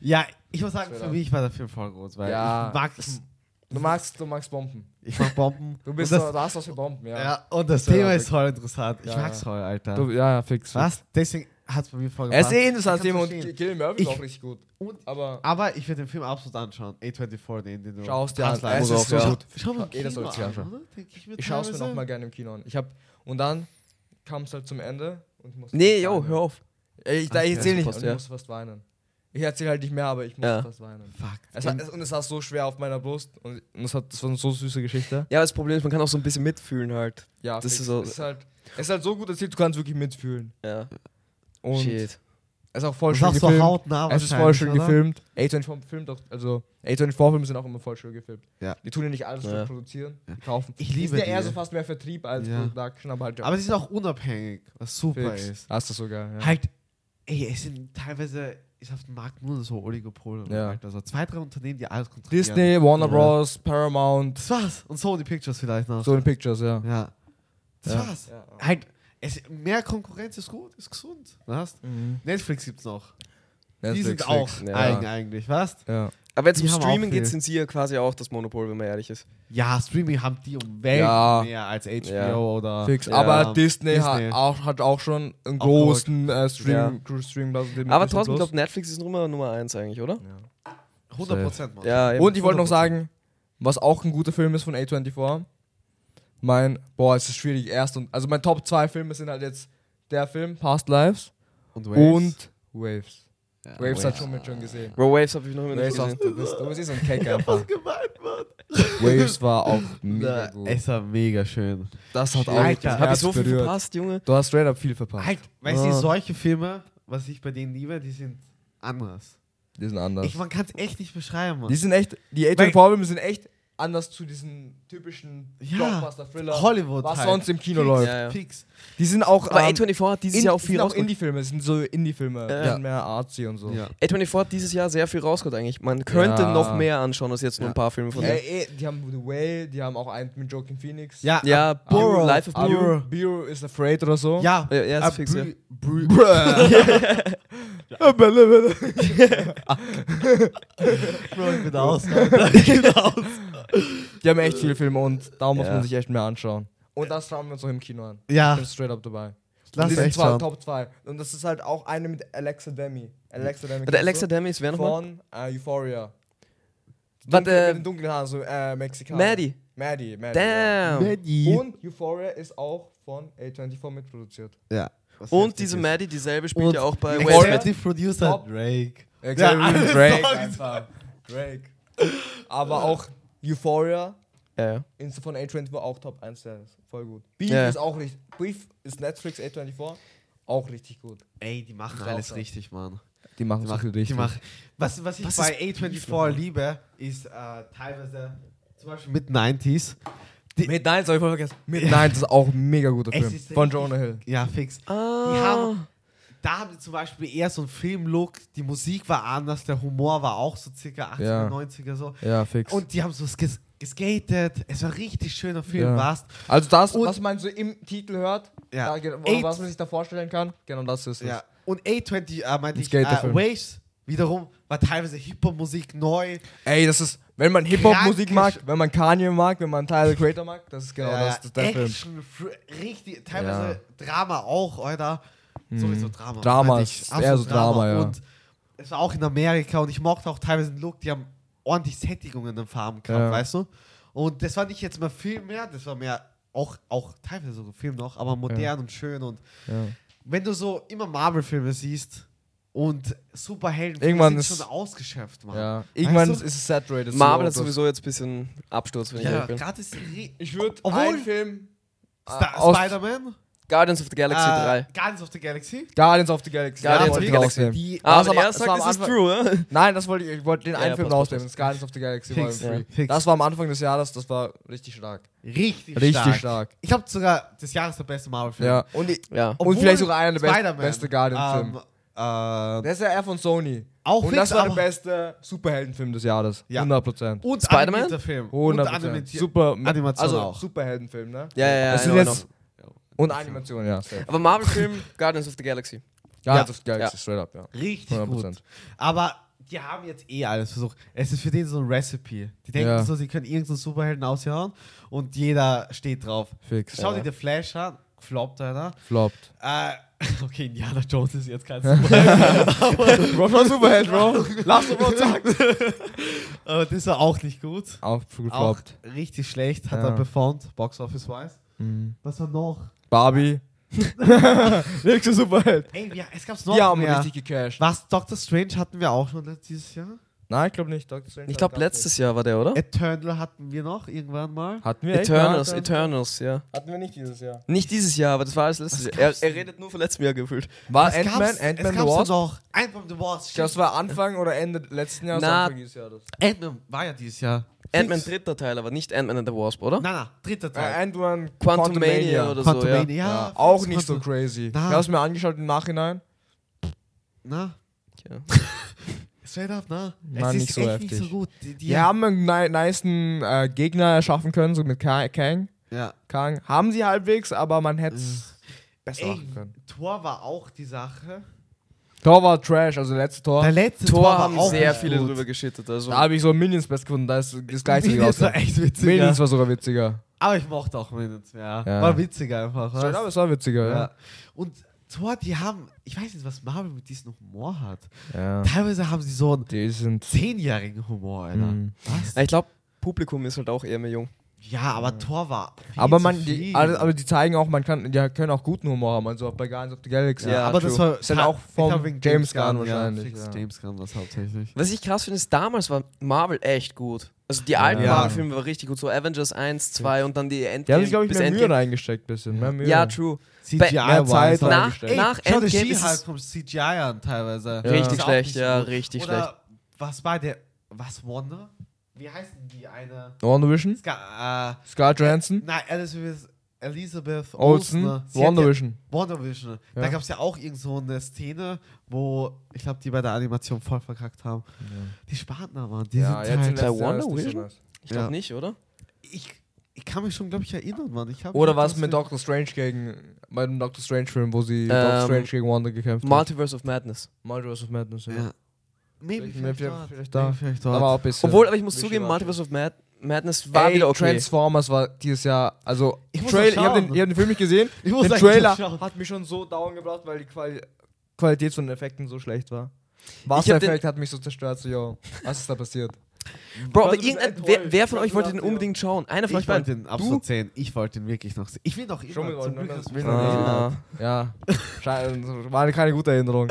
[SPEAKER 2] ja, ich muss sagen, für
[SPEAKER 1] Schwer.
[SPEAKER 2] mich war der Film voll groß, weil
[SPEAKER 1] Ja,
[SPEAKER 2] ich mag,
[SPEAKER 1] es- Du magst, du magst Bomben.
[SPEAKER 2] ich mag Bomben.
[SPEAKER 1] Du bist
[SPEAKER 2] und
[SPEAKER 1] so,
[SPEAKER 2] das,
[SPEAKER 1] du hast was für Bomben, ja.
[SPEAKER 2] ja, und das
[SPEAKER 1] Ja,
[SPEAKER 2] Thema
[SPEAKER 1] fix.
[SPEAKER 2] ist voll interessant. Ich
[SPEAKER 1] Ja,
[SPEAKER 2] mag's
[SPEAKER 1] ja.
[SPEAKER 2] voll, Alter.
[SPEAKER 1] Du, ja, ja, fix.
[SPEAKER 2] Was? Deswegen hat's bei mir voll
[SPEAKER 1] Er ist
[SPEAKER 2] gepasst.
[SPEAKER 1] eh interessant,
[SPEAKER 2] Ich
[SPEAKER 1] Thema und
[SPEAKER 2] kann's verstehen.
[SPEAKER 1] Killian Murphy ist
[SPEAKER 2] Ich-
[SPEAKER 1] auch richtig gut.
[SPEAKER 2] Und,
[SPEAKER 1] Aber
[SPEAKER 2] aber ich werde den Film absolut anschauen. A24, den, den du
[SPEAKER 1] Schau's dir an.
[SPEAKER 2] hast, leider.
[SPEAKER 1] Es
[SPEAKER 3] ist so
[SPEAKER 2] Schau-
[SPEAKER 1] gut.
[SPEAKER 2] Schau mal,
[SPEAKER 1] Eh, das sollst du dir anschauen.
[SPEAKER 2] Ich, mir
[SPEAKER 1] ich schaue es mir
[SPEAKER 2] teilweise-
[SPEAKER 1] nochmal gerne im Kino an. Ich hab, und dann kam es halt zum Ende und ich musste.
[SPEAKER 3] Nee,
[SPEAKER 1] fast
[SPEAKER 3] yo,
[SPEAKER 1] weinen.
[SPEAKER 3] hör auf.
[SPEAKER 1] Ey, Ich, da- ich
[SPEAKER 2] Okay.
[SPEAKER 1] erzähl nicht,
[SPEAKER 3] Passt,
[SPEAKER 1] und ich
[SPEAKER 3] ja.
[SPEAKER 1] musste fast weinen. Ich erzähle halt nicht mehr, aber ich musste
[SPEAKER 3] Ja.
[SPEAKER 1] fast weinen.
[SPEAKER 2] Fuck.
[SPEAKER 1] Es war, es, und es saß so schwer auf meiner Brust und, und es hat, das war eine so süße Geschichte.
[SPEAKER 3] Ja, das Problem ist, man kann auch so ein bisschen mitfühlen halt.
[SPEAKER 1] Ja,
[SPEAKER 3] Das
[SPEAKER 1] fix.
[SPEAKER 3] ist so-
[SPEAKER 1] es, ist halt, es ist halt so gut erzählt, du kannst wirklich mitfühlen.
[SPEAKER 3] Ja.
[SPEAKER 1] Und
[SPEAKER 3] Shit.
[SPEAKER 1] es ist auch voll
[SPEAKER 2] Und
[SPEAKER 1] schön
[SPEAKER 2] auch so
[SPEAKER 1] gefilmt.
[SPEAKER 2] hautnah
[SPEAKER 1] es ist voll
[SPEAKER 2] wahrscheinlich,
[SPEAKER 1] schön
[SPEAKER 2] oder?
[SPEAKER 1] gefilmt. A24 filmt auch, also A24-Filme sind auch immer voll schön gefilmt.
[SPEAKER 2] Ja.
[SPEAKER 1] Die tun ja nicht alles
[SPEAKER 3] Ja.
[SPEAKER 1] nur produzieren, die kaufen.
[SPEAKER 2] Ich
[SPEAKER 1] Die
[SPEAKER 2] liebe
[SPEAKER 1] sind ja eher
[SPEAKER 2] die.
[SPEAKER 1] so fast mehr Vertrieb als
[SPEAKER 2] Ja.
[SPEAKER 1] Production, aber halt
[SPEAKER 2] Aber sie sind auch unabhängig, was super
[SPEAKER 1] Fix.
[SPEAKER 2] ist.
[SPEAKER 1] Hast du sogar, ja.
[SPEAKER 2] Halt, ey, es sind teilweise, ist auf dem Markt nur so Oligopole. und
[SPEAKER 1] Ja.
[SPEAKER 2] Halt, also zwei, drei Unternehmen, die alles kontrollieren.
[SPEAKER 1] Disney, Warner
[SPEAKER 3] Ja.
[SPEAKER 1] Bros., Paramount,
[SPEAKER 2] Das war's. Und Sony Pictures vielleicht noch.
[SPEAKER 1] Sony Pictures, ja.
[SPEAKER 2] Ja. Das
[SPEAKER 1] Ja.
[SPEAKER 2] war's. Halt, es, mehr Konkurrenz ist gut, ist gesund. Was?
[SPEAKER 1] Mhm.
[SPEAKER 2] Netflix gibt's noch. die
[SPEAKER 1] Netflix,
[SPEAKER 2] sind
[SPEAKER 1] fix.
[SPEAKER 2] auch
[SPEAKER 3] ja.
[SPEAKER 2] eigen eigentlich, was?
[SPEAKER 1] Ja.
[SPEAKER 3] Aber jetzt
[SPEAKER 2] Die
[SPEAKER 3] im
[SPEAKER 2] haben auch
[SPEAKER 3] Streaming
[SPEAKER 2] viel.
[SPEAKER 3] geht, sind sie ja quasi auch das Monopol, wenn man ehrlich ist.
[SPEAKER 2] Ja, Streaming haben die um Welt
[SPEAKER 1] Ja.
[SPEAKER 2] mehr als HBO
[SPEAKER 3] Ja.
[SPEAKER 2] oder.
[SPEAKER 1] Fix.
[SPEAKER 3] Ja.
[SPEAKER 1] Aber Disney,
[SPEAKER 2] Disney.
[SPEAKER 1] Hat, auch, hat auch schon einen
[SPEAKER 2] Aufgeholt.
[SPEAKER 1] großen äh, Stream, ja. Stream
[SPEAKER 3] Aber trotzdem, ich glaube, Netflix ist Nummer, Nummer eins eigentlich, oder?
[SPEAKER 2] 100 Prozent, Mann.
[SPEAKER 3] Ja, eben.
[SPEAKER 1] Und ich wollte noch sagen, was auch ein guter Film ist von A24, mein, boah, es ist schwierig, erst und, also mein Top 2 Filme sind halt jetzt der Film, Past Lives
[SPEAKER 2] Und Waves.
[SPEAKER 1] und Waves.
[SPEAKER 2] Ja,
[SPEAKER 1] Waves hat schon mit schon gesehen.
[SPEAKER 3] Bro, Waves habe ich noch immer nicht
[SPEAKER 1] Waves, auch,
[SPEAKER 3] gesehen.
[SPEAKER 1] du bist, du bist eh so ein Keck
[SPEAKER 2] Ich hab
[SPEAKER 1] einfach.
[SPEAKER 2] was gemeint, Mann.
[SPEAKER 1] Waves war auch mega
[SPEAKER 2] Na,
[SPEAKER 1] gut.
[SPEAKER 2] es war mega schön.
[SPEAKER 1] Das hat auch
[SPEAKER 2] Alter,
[SPEAKER 1] das
[SPEAKER 3] Habe ich
[SPEAKER 1] Herz
[SPEAKER 3] so viel
[SPEAKER 1] berührt.
[SPEAKER 3] verpasst, Junge?
[SPEAKER 1] Du hast straight up viel verpasst.
[SPEAKER 2] Halt, weißt du,
[SPEAKER 3] Ah.
[SPEAKER 2] solche Filme, was ich bei denen liebe, die sind anders.
[SPEAKER 1] Die sind anders.
[SPEAKER 2] Ich, man kann es echt nicht beschreiben,
[SPEAKER 1] die
[SPEAKER 2] Mann.
[SPEAKER 1] sind echt, die Agent Filme sind echt anders zu diesen typischen
[SPEAKER 2] Ja.
[SPEAKER 1] Blockbuster-Thriller,
[SPEAKER 2] Hollywood
[SPEAKER 1] was
[SPEAKER 2] halt.
[SPEAKER 1] sonst im Kino
[SPEAKER 2] Fix,
[SPEAKER 1] läuft.
[SPEAKER 3] Ja, ja.
[SPEAKER 2] Fix.
[SPEAKER 1] Die sind auch,
[SPEAKER 3] Aber
[SPEAKER 1] ähm,
[SPEAKER 3] A24 hat dieses
[SPEAKER 1] in-
[SPEAKER 3] Jahr auch
[SPEAKER 1] die
[SPEAKER 3] viel
[SPEAKER 1] sind auch
[SPEAKER 3] rausgeholt.
[SPEAKER 1] Indie-Filme, es sind so Indie-Filme,
[SPEAKER 3] Ja.
[SPEAKER 1] die sind mehr artsy und so.
[SPEAKER 2] Ja.
[SPEAKER 3] A24 hat dieses Jahr sehr viel rausgeholt eigentlich. Man könnte
[SPEAKER 1] Ja.
[SPEAKER 3] noch mehr anschauen, als jetzt nur
[SPEAKER 2] Ja.
[SPEAKER 3] ein paar Filme von denen.
[SPEAKER 1] Ey, ey, eh, die haben The Whale, die haben auch einen mit Joaquin Phoenix.
[SPEAKER 2] Ja,
[SPEAKER 3] Ja, Bureau,
[SPEAKER 2] Burrow.
[SPEAKER 3] Life of
[SPEAKER 2] Ah,
[SPEAKER 3] Bureau.
[SPEAKER 1] Bureau, Bureau is Afraid oder so.
[SPEAKER 2] Ja,
[SPEAKER 3] Ja, ja, ist
[SPEAKER 2] Ah,
[SPEAKER 3] fix, ja.
[SPEAKER 2] Brü- Brü-
[SPEAKER 1] Ja, belle, belle.
[SPEAKER 2] Bro, ich bin aus. Alter. Ich bin aus.
[SPEAKER 1] Die haben echt viele Filme und da muss
[SPEAKER 3] Äh. Ja.
[SPEAKER 1] man sich echt mehr anschauen. Und das schauen wir uns auch im Kino an. Ich
[SPEAKER 2] Ja,
[SPEAKER 1] bin straight up dabei.
[SPEAKER 2] lass
[SPEAKER 1] die
[SPEAKER 2] echt
[SPEAKER 1] sind zwar
[SPEAKER 2] schauen.
[SPEAKER 1] Top 2. Und das ist halt auch eine mit Alexa Demi. Alexa Demi.
[SPEAKER 3] Der
[SPEAKER 1] kennst
[SPEAKER 3] Alexa
[SPEAKER 1] du?
[SPEAKER 3] Demis, wer nochmal?
[SPEAKER 1] Von äh, Euphoria.
[SPEAKER 3] Warte,
[SPEAKER 1] Dunkel-
[SPEAKER 3] äh,
[SPEAKER 1] mit den dunklen Haaren, so äh, Mexikaner.
[SPEAKER 3] Maddie.
[SPEAKER 1] Maddie, Maddie. ja.
[SPEAKER 3] Damn.
[SPEAKER 1] Und Euphoria ist auch von A24 mitproduziert.
[SPEAKER 2] Ja.
[SPEAKER 3] Und diese Maddie, dieselbe spielt
[SPEAKER 2] Und
[SPEAKER 3] ja auch bei
[SPEAKER 1] Euphoria.
[SPEAKER 3] Waves.
[SPEAKER 2] Executive Producer
[SPEAKER 1] Top.
[SPEAKER 2] Drake.
[SPEAKER 1] Xavier
[SPEAKER 2] alle
[SPEAKER 1] Drake.
[SPEAKER 2] Songs.
[SPEAKER 1] Einfach. Drake. Aber auch Euphoria
[SPEAKER 3] Ja, ja.
[SPEAKER 1] Insta von A24 war auch Top 1 der ist. Voll gut. Beef
[SPEAKER 3] Ja.
[SPEAKER 1] ist auch richtig. Beef ist Netflix A24 auch richtig gut.
[SPEAKER 2] Ey, die machen
[SPEAKER 1] Raus
[SPEAKER 2] alles
[SPEAKER 1] da.
[SPEAKER 2] richtig, Mann.
[SPEAKER 1] Die machen so viel
[SPEAKER 2] Die machen. Was, was ich
[SPEAKER 3] Was
[SPEAKER 2] bei A24 liebe, ist äh, teilweise, zum Beispiel mit 90s. Die-
[SPEAKER 1] Midnight, soll ich voll vergessen. Midnight ist auch ein mega guter
[SPEAKER 2] Es
[SPEAKER 1] Film.
[SPEAKER 2] ist
[SPEAKER 1] Von
[SPEAKER 2] richtig-
[SPEAKER 1] Jonah Hill.
[SPEAKER 2] Ja, fix. Die
[SPEAKER 3] Ah.
[SPEAKER 2] haben, da haben sie zum Beispiel eher so einen Filmlook, die Musik war anders, der Humor war auch so circa 80er,
[SPEAKER 1] Ja.
[SPEAKER 2] 90er so.
[SPEAKER 1] Ja, fix.
[SPEAKER 2] Und die haben so ges geskatet, es war ein richtig schöner Film,
[SPEAKER 1] Ja.
[SPEAKER 2] warst.
[SPEAKER 1] also das,
[SPEAKER 2] und-
[SPEAKER 1] was man so im Titel hört,
[SPEAKER 2] Ja.
[SPEAKER 1] da geht,
[SPEAKER 2] Eight-
[SPEAKER 1] was man sich da vorstellen kann, genau das ist es.
[SPEAKER 2] Ja. Und A20, äh, meinte
[SPEAKER 1] Ein
[SPEAKER 2] ich, äh,
[SPEAKER 1] Skaterfilm.
[SPEAKER 2] Waves Wiederum war teilweise Hip-Hop-Musik neu.
[SPEAKER 1] Ey, das ist, wenn man Hip-Hop-Musik
[SPEAKER 2] Krank-
[SPEAKER 1] mag, wenn man Kanye mag, wenn man Tyler the Creator mag, das ist genau
[SPEAKER 2] Ja,
[SPEAKER 1] das. das ist der Film.
[SPEAKER 2] Action, fr- richtig, teilweise Drama auch, Alter. Sowieso Drama.
[SPEAKER 1] Mhm. Drama
[SPEAKER 2] Alter,
[SPEAKER 1] ist
[SPEAKER 2] absolut
[SPEAKER 1] eher so Drama, ja.
[SPEAKER 2] Und es war auch in Amerika und ich mochte auch teilweise den Look, die haben ordentlich Sättigungen im Farben gehabt,
[SPEAKER 1] Ja.
[SPEAKER 2] weißt du? Und das war nicht jetzt mehr viel mehr, das war mehr auch, auch teilweise so Film noch, aber modern
[SPEAKER 1] Ja.
[SPEAKER 2] und schön. Und
[SPEAKER 1] Ja.
[SPEAKER 2] wenn du so immer Marvel-Filme siehst und Superhelden,
[SPEAKER 1] Irgendwann
[SPEAKER 2] sind
[SPEAKER 1] ist-
[SPEAKER 2] schon ausgeschöpft, Mann.
[SPEAKER 1] Ja. Irgendwann
[SPEAKER 2] Weißt du?
[SPEAKER 1] ist es saturated. so,
[SPEAKER 3] Marvel hat
[SPEAKER 1] das-
[SPEAKER 3] sowieso jetzt ein bisschen Absturz, wenn ich
[SPEAKER 2] Ja,
[SPEAKER 3] ehrlich bin.
[SPEAKER 2] gerade ist re-
[SPEAKER 1] Ich würde
[SPEAKER 2] Obwohl-
[SPEAKER 1] einen Film.
[SPEAKER 2] Sta-
[SPEAKER 1] aus-
[SPEAKER 2] Spider-Man,
[SPEAKER 3] Guardians of the Galaxy
[SPEAKER 2] äh,
[SPEAKER 3] 3.
[SPEAKER 2] Guardians of the Galaxy.
[SPEAKER 1] Guardians of the Galaxy.
[SPEAKER 3] Guardians
[SPEAKER 1] wollte
[SPEAKER 3] of the
[SPEAKER 1] ich
[SPEAKER 3] Galaxy.
[SPEAKER 1] rausnehmen.
[SPEAKER 2] Die
[SPEAKER 1] Ah,
[SPEAKER 3] Aber
[SPEAKER 1] das war- das
[SPEAKER 3] er
[SPEAKER 1] war
[SPEAKER 3] sagt,
[SPEAKER 1] am
[SPEAKER 3] das ist
[SPEAKER 1] Anfang-
[SPEAKER 3] true, ja?
[SPEAKER 1] Nein, das wollte ich, ich wollte den
[SPEAKER 3] Ja,
[SPEAKER 1] einen
[SPEAKER 3] ja,
[SPEAKER 1] Film
[SPEAKER 3] passt, passt,
[SPEAKER 1] rausnehmen. Das ist Guardians of the Galaxy
[SPEAKER 2] Fix,
[SPEAKER 1] war im
[SPEAKER 2] ja,
[SPEAKER 1] Free.
[SPEAKER 2] fix.
[SPEAKER 1] Das war am Anfang des Jahres, das war richtig stark.
[SPEAKER 2] Richtig,
[SPEAKER 1] Richtig
[SPEAKER 2] stark.
[SPEAKER 1] stark.
[SPEAKER 2] Ich glaube sogar des Jahres der beste Marvel-Film.
[SPEAKER 1] Ja.
[SPEAKER 3] Und, ich- ja.
[SPEAKER 1] Und vielleicht sogar einer der best-
[SPEAKER 2] Spider-Man,
[SPEAKER 1] beste Guardians-Filme.
[SPEAKER 2] Ähm, äh,
[SPEAKER 1] Das ist ja eher von Sony.
[SPEAKER 2] auch
[SPEAKER 1] Und
[SPEAKER 2] fix,
[SPEAKER 1] das war der
[SPEAKER 2] aber-
[SPEAKER 1] beste Superheldenfilm des Jahres.
[SPEAKER 2] Ja.
[SPEAKER 1] 100%.
[SPEAKER 2] Und
[SPEAKER 3] Spider-Man?
[SPEAKER 2] animierter Film. Und
[SPEAKER 1] 100%.
[SPEAKER 2] animierter
[SPEAKER 1] Super
[SPEAKER 2] Animation
[SPEAKER 1] also
[SPEAKER 2] auch.
[SPEAKER 1] Superheldenfilm, ne?
[SPEAKER 3] Ja, ja, genau. ja.
[SPEAKER 1] Das
[SPEAKER 3] I
[SPEAKER 1] sind
[SPEAKER 3] know, I
[SPEAKER 1] jetzt-
[SPEAKER 3] know.
[SPEAKER 1] Und Animation, ja. safe.
[SPEAKER 3] Aber Marvel-Film, Guardians of the Galaxy.
[SPEAKER 1] Guardians
[SPEAKER 2] Ja.
[SPEAKER 1] of the Galaxy, straight up, ja.
[SPEAKER 2] Richtig
[SPEAKER 1] 100%.
[SPEAKER 2] gut. Aber die haben jetzt eh alles versucht. Es ist für den so ein Recipe. Die denken
[SPEAKER 1] Ja.
[SPEAKER 2] so, sie können irgendeinen Superhelden aushauen und jeder steht drauf.
[SPEAKER 1] Fix.
[SPEAKER 2] Schau
[SPEAKER 1] Ja.
[SPEAKER 2] dir The Flash an. Floppt, Alter.
[SPEAKER 1] Floppt.
[SPEAKER 2] Äh, okay, Indiana Jones ist jetzt kein Superheld. aber,
[SPEAKER 1] Bro, schon Superheld, Bro. Lass uns mal sagen.
[SPEAKER 2] aber das war auch nicht gut.
[SPEAKER 1] Auch
[SPEAKER 2] Auch
[SPEAKER 1] gefloppt.
[SPEAKER 2] richtig schlecht
[SPEAKER 1] Ja.
[SPEAKER 2] hat
[SPEAKER 1] Mhm.
[SPEAKER 2] er performt, Box Office wise. Was war noch?
[SPEAKER 1] Barbie. Nächster Superheld.
[SPEAKER 2] Ey, ja, es gab's noch
[SPEAKER 1] Die haben
[SPEAKER 2] mehr.
[SPEAKER 1] richtig gecashed.
[SPEAKER 2] Was? Doctor Strange hatten wir auch schon letztes Jahr.
[SPEAKER 1] Nein, ich glaube nicht. Doctor Strange
[SPEAKER 3] Ich glaube,
[SPEAKER 1] hat-
[SPEAKER 3] letztes Jahr war der, oder?
[SPEAKER 2] Eternal hatten wir noch irgendwann mal.
[SPEAKER 1] Hatten wir echt
[SPEAKER 3] Eternals,
[SPEAKER 1] mal?
[SPEAKER 3] Eternals, ja.
[SPEAKER 1] Hatten wir nicht dieses Jahr.
[SPEAKER 3] Nicht dieses Jahr, aber das war alles letztes
[SPEAKER 2] Was
[SPEAKER 3] Jahr. Er,
[SPEAKER 2] gab's
[SPEAKER 3] er
[SPEAKER 2] denn?
[SPEAKER 3] redet nur von letztem Jahr gefühlt.
[SPEAKER 1] War
[SPEAKER 2] Es
[SPEAKER 1] Ant-Man,
[SPEAKER 2] gab's-
[SPEAKER 1] Ant-Man
[SPEAKER 2] es
[SPEAKER 1] the
[SPEAKER 2] gab's ja
[SPEAKER 1] Wasp?
[SPEAKER 2] noch. Ant-Man the Wasp.
[SPEAKER 1] Das
[SPEAKER 2] stimmt.
[SPEAKER 1] war Anfang oder Ende letzten Jahres,
[SPEAKER 3] Na.
[SPEAKER 1] Anfang dieses Jahres.
[SPEAKER 2] Ant-Man war ja dieses Jahr.
[SPEAKER 3] Ant-Man
[SPEAKER 2] Fix.
[SPEAKER 3] dritter Teil, aber nicht Ant-Man and the Wasp, oder?
[SPEAKER 2] Nein, nein, dritter
[SPEAKER 1] Äh,
[SPEAKER 2] Teil.
[SPEAKER 1] Ant-Man
[SPEAKER 3] Quantumania oder so, ja.
[SPEAKER 2] Quantumania,
[SPEAKER 1] Ja,
[SPEAKER 2] fix,
[SPEAKER 1] auch nicht so
[SPEAKER 2] Quantum-
[SPEAKER 1] crazy.
[SPEAKER 2] Na.
[SPEAKER 1] Ich hab's mir angeschaut im Nachhinein.
[SPEAKER 2] Na,
[SPEAKER 3] Ja.
[SPEAKER 2] straight up, na.
[SPEAKER 1] War
[SPEAKER 2] es ist
[SPEAKER 1] nicht so
[SPEAKER 2] echt nicht so
[SPEAKER 1] heftig.
[SPEAKER 2] gut. Die, die
[SPEAKER 1] Die haben einen ni- nicen äh, Gegner erschaffen können, so mit Ka- Kang.
[SPEAKER 2] ja.
[SPEAKER 1] Kang. Haben sie halbwegs, aber man hätte es besser
[SPEAKER 2] Ey,
[SPEAKER 1] machen können.
[SPEAKER 2] Tor war auch die Sache.
[SPEAKER 1] Tor war Trash, also der letzte Tor.
[SPEAKER 2] Der letzte Tor,
[SPEAKER 3] Tor
[SPEAKER 2] war
[SPEAKER 3] haben
[SPEAKER 2] auch
[SPEAKER 3] sehr
[SPEAKER 2] nicht
[SPEAKER 3] viele
[SPEAKER 2] gut.
[SPEAKER 3] drüber geschittet. Also.
[SPEAKER 1] Da habe ich so Minions best gefunden, da ist das gleiche
[SPEAKER 2] Minions
[SPEAKER 1] raus.
[SPEAKER 2] war echt witziger.
[SPEAKER 1] Minions war sogar witziger.
[SPEAKER 2] Aber ich mochte auch Minions, ja.
[SPEAKER 1] Ja.
[SPEAKER 2] War witziger einfach.
[SPEAKER 1] Straight
[SPEAKER 2] weißt?
[SPEAKER 1] up, es war witziger,
[SPEAKER 2] Ja.
[SPEAKER 1] ja.
[SPEAKER 2] Und Tor, die haben, ich weiß nicht, was Marvel mit diesem Humor hat.
[SPEAKER 1] ja.
[SPEAKER 2] Teilweise haben sie so einen
[SPEAKER 1] Die sind.
[SPEAKER 2] zehnjährigen Humor, Alter.
[SPEAKER 1] Mhm.
[SPEAKER 2] Was?
[SPEAKER 3] Ja, Ich glaube, Publikum ist halt auch eher mehr jung.
[SPEAKER 2] Ja, aber Tor war. Viel
[SPEAKER 1] Aber,
[SPEAKER 2] zu
[SPEAKER 1] man, die,
[SPEAKER 2] viel.
[SPEAKER 1] also- aber die zeigen auch, man kann, die können auch guten Humor haben, also auch bei Guardians of the Galaxy.
[SPEAKER 3] Ja.
[SPEAKER 2] aber
[SPEAKER 3] true.
[SPEAKER 2] das war
[SPEAKER 1] Ist halt
[SPEAKER 2] ta-
[SPEAKER 1] auch
[SPEAKER 2] ich
[SPEAKER 1] vom
[SPEAKER 2] glaub, wegen
[SPEAKER 1] James Gunn
[SPEAKER 2] ja,
[SPEAKER 1] wahrscheinlich,
[SPEAKER 2] fix
[SPEAKER 1] ja.
[SPEAKER 2] James Gunn das hauptsächlich.
[SPEAKER 3] Was ich krass finde, ist, damals war Marvel echt gut. Also die alten
[SPEAKER 1] Ja.
[SPEAKER 3] Marvel-Filme waren richtig gut. So Avengers 1, 2 und dann die
[SPEAKER 1] Die
[SPEAKER 3] Endgame.
[SPEAKER 1] haben sich, glaube ich,
[SPEAKER 3] bis
[SPEAKER 1] mehr Mühe
[SPEAKER 3] Endgame.
[SPEAKER 1] reingesteckt, bisschen. Mehr Mühe.
[SPEAKER 3] Ja, true.
[SPEAKER 2] CGI
[SPEAKER 1] mehr Zeit
[SPEAKER 2] war halt
[SPEAKER 1] nach-
[SPEAKER 2] Ey,
[SPEAKER 3] nach
[SPEAKER 2] schau dir
[SPEAKER 3] Endgame ist
[SPEAKER 2] She-Hulk
[SPEAKER 3] es-
[SPEAKER 2] vom CGI an teilweise.
[SPEAKER 1] Ja.
[SPEAKER 2] Ist
[SPEAKER 3] Richtig
[SPEAKER 2] auch
[SPEAKER 3] schlecht,
[SPEAKER 2] nicht
[SPEAKER 3] ja,
[SPEAKER 2] gut.
[SPEAKER 3] richtig
[SPEAKER 2] Oder
[SPEAKER 3] schlecht.
[SPEAKER 2] Was war der. Was Wonder? Wie heißen die eine?
[SPEAKER 1] WandaVision?
[SPEAKER 2] Ska, äh,
[SPEAKER 1] Scarlett Johansson?
[SPEAKER 2] nein, Elizabeth, Elizabeth
[SPEAKER 1] Olsen?
[SPEAKER 2] Olsen. Sie hat ja-
[SPEAKER 1] WandaVision.
[SPEAKER 2] WandaVision. Da
[SPEAKER 1] Ja.
[SPEAKER 2] gab es ja auch irgend so eine Szene, wo ich glaube, die bei der Animation voll verkackt haben. Die Spartner waren. Die
[SPEAKER 1] Ja,
[SPEAKER 2] sind
[SPEAKER 1] jetzt in
[SPEAKER 2] halt,
[SPEAKER 1] letzter
[SPEAKER 3] Bei
[SPEAKER 1] Jahr ist das
[SPEAKER 3] WandaVision?
[SPEAKER 1] schon was.
[SPEAKER 3] Ich glaube
[SPEAKER 2] Ja.
[SPEAKER 3] nicht, oder?
[SPEAKER 2] ich, ich kann mich schon, glaube ich, erinnern, Mann. Ich hab
[SPEAKER 1] Oder
[SPEAKER 2] gedacht,
[SPEAKER 1] was
[SPEAKER 2] dass
[SPEAKER 1] mit
[SPEAKER 2] wir-
[SPEAKER 1] Doctor Strange gegen. Bei dem Doctor Strange-Film, wo sie
[SPEAKER 3] Ähm,
[SPEAKER 1] Doctor Strange gegen Wanda gekämpft hat.
[SPEAKER 3] Multiverse of Madness.
[SPEAKER 1] Multiverse of Madness, ja.
[SPEAKER 2] Ja. Maybe
[SPEAKER 1] Vielleicht-
[SPEAKER 2] vielleicht,
[SPEAKER 1] vielleicht- vielleicht
[SPEAKER 2] dort.
[SPEAKER 1] da.
[SPEAKER 2] Maybe vielleicht
[SPEAKER 1] Da
[SPEAKER 2] dort.
[SPEAKER 1] war auch ein bisschen.
[SPEAKER 3] Obwohl, aber ich muss
[SPEAKER 1] Wie
[SPEAKER 3] zugeben,
[SPEAKER 1] viel war
[SPEAKER 3] Multiverse of Mad Madness war
[SPEAKER 1] Ey,
[SPEAKER 3] wieder okay.
[SPEAKER 1] Transformers war dieses Jahr. Also,
[SPEAKER 2] Ich muss
[SPEAKER 1] Trail, ich
[SPEAKER 2] noch
[SPEAKER 1] habe den,
[SPEAKER 2] schauen.
[SPEAKER 1] ich hab den Film nicht gesehen.
[SPEAKER 2] Ich muss
[SPEAKER 1] der
[SPEAKER 2] eigentlich noch
[SPEAKER 1] Trailer
[SPEAKER 2] schauen.
[SPEAKER 1] hat mich schon so down gebracht, weil die Quali Qualität von den Effekten so schlecht war. Was
[SPEAKER 3] Ich hab den-
[SPEAKER 1] Effekt hat mich so zerstört, so, yo, was ist da passiert?
[SPEAKER 3] Bro, aber
[SPEAKER 1] Also,
[SPEAKER 3] irgendein,
[SPEAKER 1] enttäuscht.
[SPEAKER 3] wer, wer von
[SPEAKER 1] Also,
[SPEAKER 3] euch wollte den
[SPEAKER 1] ja.
[SPEAKER 3] unbedingt schauen? Einer
[SPEAKER 2] Ich
[SPEAKER 3] von euch
[SPEAKER 2] wollte
[SPEAKER 3] beiden.
[SPEAKER 2] den absolut sehen. Ich wollte den wirklich noch sehen. Ich will noch immer.
[SPEAKER 1] Schon mit
[SPEAKER 2] zum
[SPEAKER 1] wollen,
[SPEAKER 2] Glück
[SPEAKER 1] ne?
[SPEAKER 2] hast du
[SPEAKER 1] Will
[SPEAKER 2] mich
[SPEAKER 1] noch
[SPEAKER 2] noch
[SPEAKER 1] sehen.
[SPEAKER 3] Ah.
[SPEAKER 2] erinnert.
[SPEAKER 1] Ja, schein- war keine gute Erinnerung.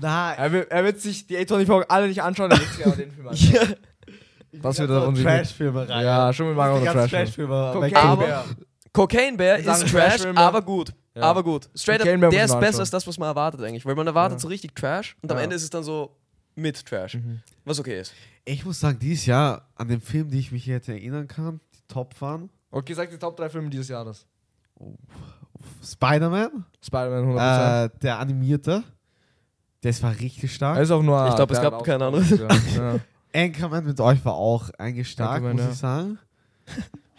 [SPEAKER 2] Nein.
[SPEAKER 1] Er, will, er wird sich die A24 alle nicht anschauen, er wird sich aber den Film anschauen.
[SPEAKER 2] ich
[SPEAKER 1] was
[SPEAKER 2] will
[SPEAKER 1] wird da
[SPEAKER 2] so
[SPEAKER 1] unsinnig?
[SPEAKER 2] Trash-Filme rein.
[SPEAKER 1] Ja, schon mit
[SPEAKER 2] Die
[SPEAKER 1] Mario und
[SPEAKER 2] ganzen
[SPEAKER 1] Trash. Trash
[SPEAKER 2] Trash-Filme.
[SPEAKER 1] Cocaine
[SPEAKER 2] Aber-
[SPEAKER 1] Bear.
[SPEAKER 3] Cocaine Bear
[SPEAKER 1] Ich sag,
[SPEAKER 3] ist
[SPEAKER 1] ein
[SPEAKER 3] Trash,
[SPEAKER 1] Trash-Film,
[SPEAKER 3] aber gut.
[SPEAKER 1] Ja.
[SPEAKER 3] Aber gut. Straight
[SPEAKER 1] Cocaine Bear
[SPEAKER 3] up, der
[SPEAKER 1] muss
[SPEAKER 3] ist
[SPEAKER 1] man
[SPEAKER 3] besser
[SPEAKER 1] anschauen.
[SPEAKER 3] als das, was man erwartet eigentlich. Weil man erwartet
[SPEAKER 1] Ja.
[SPEAKER 3] so richtig Trash und am
[SPEAKER 1] Ja. Mhm.
[SPEAKER 3] Ende ist es dann so mit Trash. Was okay ist.
[SPEAKER 2] Ich muss sagen, dieses Jahr an den Film, die ich mich hier hätte erinnern kann, die top waren.
[SPEAKER 1] Okay, sag die Top 3 Filme dieses Jahres.
[SPEAKER 2] Spider-Man,
[SPEAKER 1] Spider-Man 100%.
[SPEAKER 2] äh, der animierte. Das war richtig
[SPEAKER 1] Er
[SPEAKER 2] stark.
[SPEAKER 1] ist auch nur.
[SPEAKER 3] Ich glaub, es
[SPEAKER 1] der
[SPEAKER 3] gab
[SPEAKER 1] hat
[SPEAKER 3] keine
[SPEAKER 1] auch-
[SPEAKER 3] andere.
[SPEAKER 1] Ja.
[SPEAKER 2] Anchorman mit euch war auch eigentlich stark,
[SPEAKER 1] Anchorman,
[SPEAKER 2] muss
[SPEAKER 1] ja.
[SPEAKER 2] ich sagen.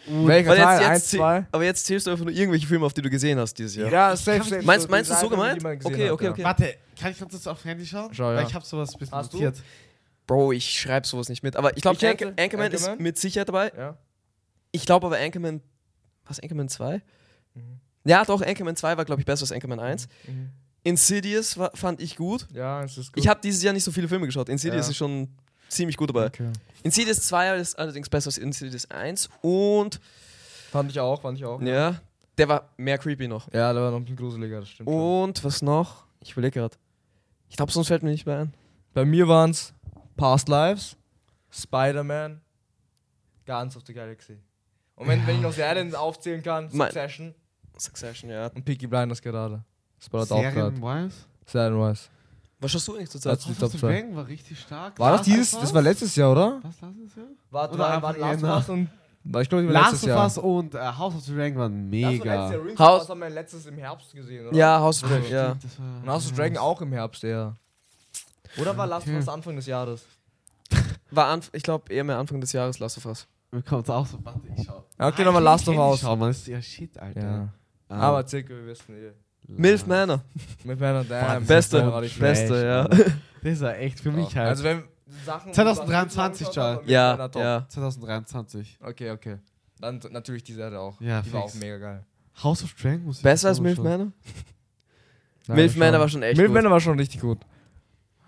[SPEAKER 1] Welcher
[SPEAKER 3] Weil jetzt,
[SPEAKER 1] Teil?
[SPEAKER 3] jetzt,
[SPEAKER 1] Eins,
[SPEAKER 3] zäh-
[SPEAKER 1] zwei?
[SPEAKER 3] aber jetzt zählst du einfach nur irgendwelche Filme auf, die du gesehen hast dieses Jahr.
[SPEAKER 1] Ja, safe, safe.
[SPEAKER 3] Meinst-
[SPEAKER 1] so
[SPEAKER 3] meinst du
[SPEAKER 1] die
[SPEAKER 3] so
[SPEAKER 1] Sachen, die
[SPEAKER 3] gemeint?
[SPEAKER 1] man gesehen
[SPEAKER 3] Okay,
[SPEAKER 1] hat,
[SPEAKER 3] okay,
[SPEAKER 1] ja.
[SPEAKER 3] okay.
[SPEAKER 2] Warte, kann ich ganz kurz auf Handy schauen?
[SPEAKER 1] Schau,
[SPEAKER 2] Weil
[SPEAKER 1] ja.
[SPEAKER 2] ich habe sowas ein bisschen
[SPEAKER 1] Hast du?
[SPEAKER 2] notiert.
[SPEAKER 3] Bro, ich schreibe sowas nicht mit. Aber ich glaube,
[SPEAKER 1] Ich hätte-
[SPEAKER 3] Anchorman, Anchorman ist
[SPEAKER 1] Anchorman?
[SPEAKER 3] mit Sicherheit dabei.
[SPEAKER 1] Ja.
[SPEAKER 3] Ich glaube aber Anchorman. Was, Anchorman 2? Ja, doch, Anchorman 2 war, glaube ich, besser als Anchorman 1.
[SPEAKER 1] Mhm.
[SPEAKER 3] Insidious war, fand ich gut.
[SPEAKER 1] ja, es ist gut.
[SPEAKER 3] Ich habe dieses Jahr nicht so viele Filme geschaut. Insidious
[SPEAKER 1] Ja.
[SPEAKER 3] ist schon ziemlich gut dabei.
[SPEAKER 1] okay.
[SPEAKER 3] Insidious 2 ist allerdings besser als Insidious 1. Und
[SPEAKER 1] Fand ich auch, fand ich auch.
[SPEAKER 3] ja, der war mehr creepy noch.
[SPEAKER 1] Ja, da war noch ein bisschen gruseliger, das stimmt. schon.
[SPEAKER 3] Und was noch? Ich überlege gerade. Ich glaube, sonst fällt mir nicht mehr ein.
[SPEAKER 1] Bei mir waren es Past Lives, Spider-Man, Guardians of the Galaxy. Und wenn, wenn ich noch Serien aufzählen kann,
[SPEAKER 3] Mein-
[SPEAKER 1] Succession
[SPEAKER 3] Succession, ja.
[SPEAKER 1] und Peaky Blinders gerade. Das war das auch gerade.
[SPEAKER 2] Serienwise?
[SPEAKER 1] Serien-wise.
[SPEAKER 3] Was schaust du eigentlich zur
[SPEAKER 1] Das
[SPEAKER 3] Zeit?
[SPEAKER 1] ist die
[SPEAKER 2] House of
[SPEAKER 1] Top
[SPEAKER 2] the
[SPEAKER 1] 2.
[SPEAKER 2] Dragon war richtig stark.
[SPEAKER 1] War das
[SPEAKER 2] Last
[SPEAKER 1] dieses?
[SPEAKER 2] of
[SPEAKER 1] Das
[SPEAKER 2] Us?
[SPEAKER 1] war letztes Jahr, oder?
[SPEAKER 2] Was, Last of Us?
[SPEAKER 1] War,
[SPEAKER 2] Oder
[SPEAKER 1] war, war
[SPEAKER 2] einfach
[SPEAKER 1] Last
[SPEAKER 2] jener.
[SPEAKER 1] of Us und... War, ich glaube, war
[SPEAKER 2] Last
[SPEAKER 1] letztes
[SPEAKER 2] of
[SPEAKER 1] Jahr.
[SPEAKER 2] Us und äh, House of the Dragon
[SPEAKER 1] Last
[SPEAKER 2] waren mega.
[SPEAKER 1] of Us
[SPEAKER 3] House-
[SPEAKER 1] House haben wir letztes im Herbst gesehen, oder?
[SPEAKER 3] Ja, House of Dragon, ja.
[SPEAKER 2] Stimmt, das war-
[SPEAKER 1] Und House of Dragon auch im Herbst, ja. Oder war Last of Us Anfang des Jahres?
[SPEAKER 3] War, anf- ich glaube, eher mehr Anfang des Jahres Last of Us.
[SPEAKER 2] Mir kommt auch so. Warte, ich schau.
[SPEAKER 1] Ja, okay,
[SPEAKER 2] Ah,
[SPEAKER 1] nochmal
[SPEAKER 2] ich
[SPEAKER 1] Last
[SPEAKER 2] kann
[SPEAKER 1] of
[SPEAKER 2] nicht
[SPEAKER 1] Us.
[SPEAKER 2] Schauen, man ist ja shit, Alter.
[SPEAKER 1] Ja.
[SPEAKER 2] Ah,
[SPEAKER 1] Aber circa, wir wissen eh.
[SPEAKER 3] Milf Manor.
[SPEAKER 1] Mit meiner Damn.
[SPEAKER 3] Beste,
[SPEAKER 1] das war richtig
[SPEAKER 3] beste.
[SPEAKER 2] Trash,
[SPEAKER 3] ja.
[SPEAKER 2] Alter. Das war echt für mich halt.
[SPEAKER 1] Also wenn Sachen
[SPEAKER 2] 2023, Joel.
[SPEAKER 3] Ja, ja.
[SPEAKER 2] 2023.
[SPEAKER 1] Okay, okay. Dann t- natürlich die Serie auch.
[SPEAKER 2] Ja,
[SPEAKER 1] die war
[SPEAKER 2] fix.
[SPEAKER 1] auch mega geil.
[SPEAKER 2] House of Dragon muss ich
[SPEAKER 3] Besser als
[SPEAKER 2] sagen,
[SPEAKER 3] Milf
[SPEAKER 2] schon.
[SPEAKER 3] Manor? Milf Manor war schon echt
[SPEAKER 1] Milf
[SPEAKER 3] gut.
[SPEAKER 1] Manor war schon richtig gut.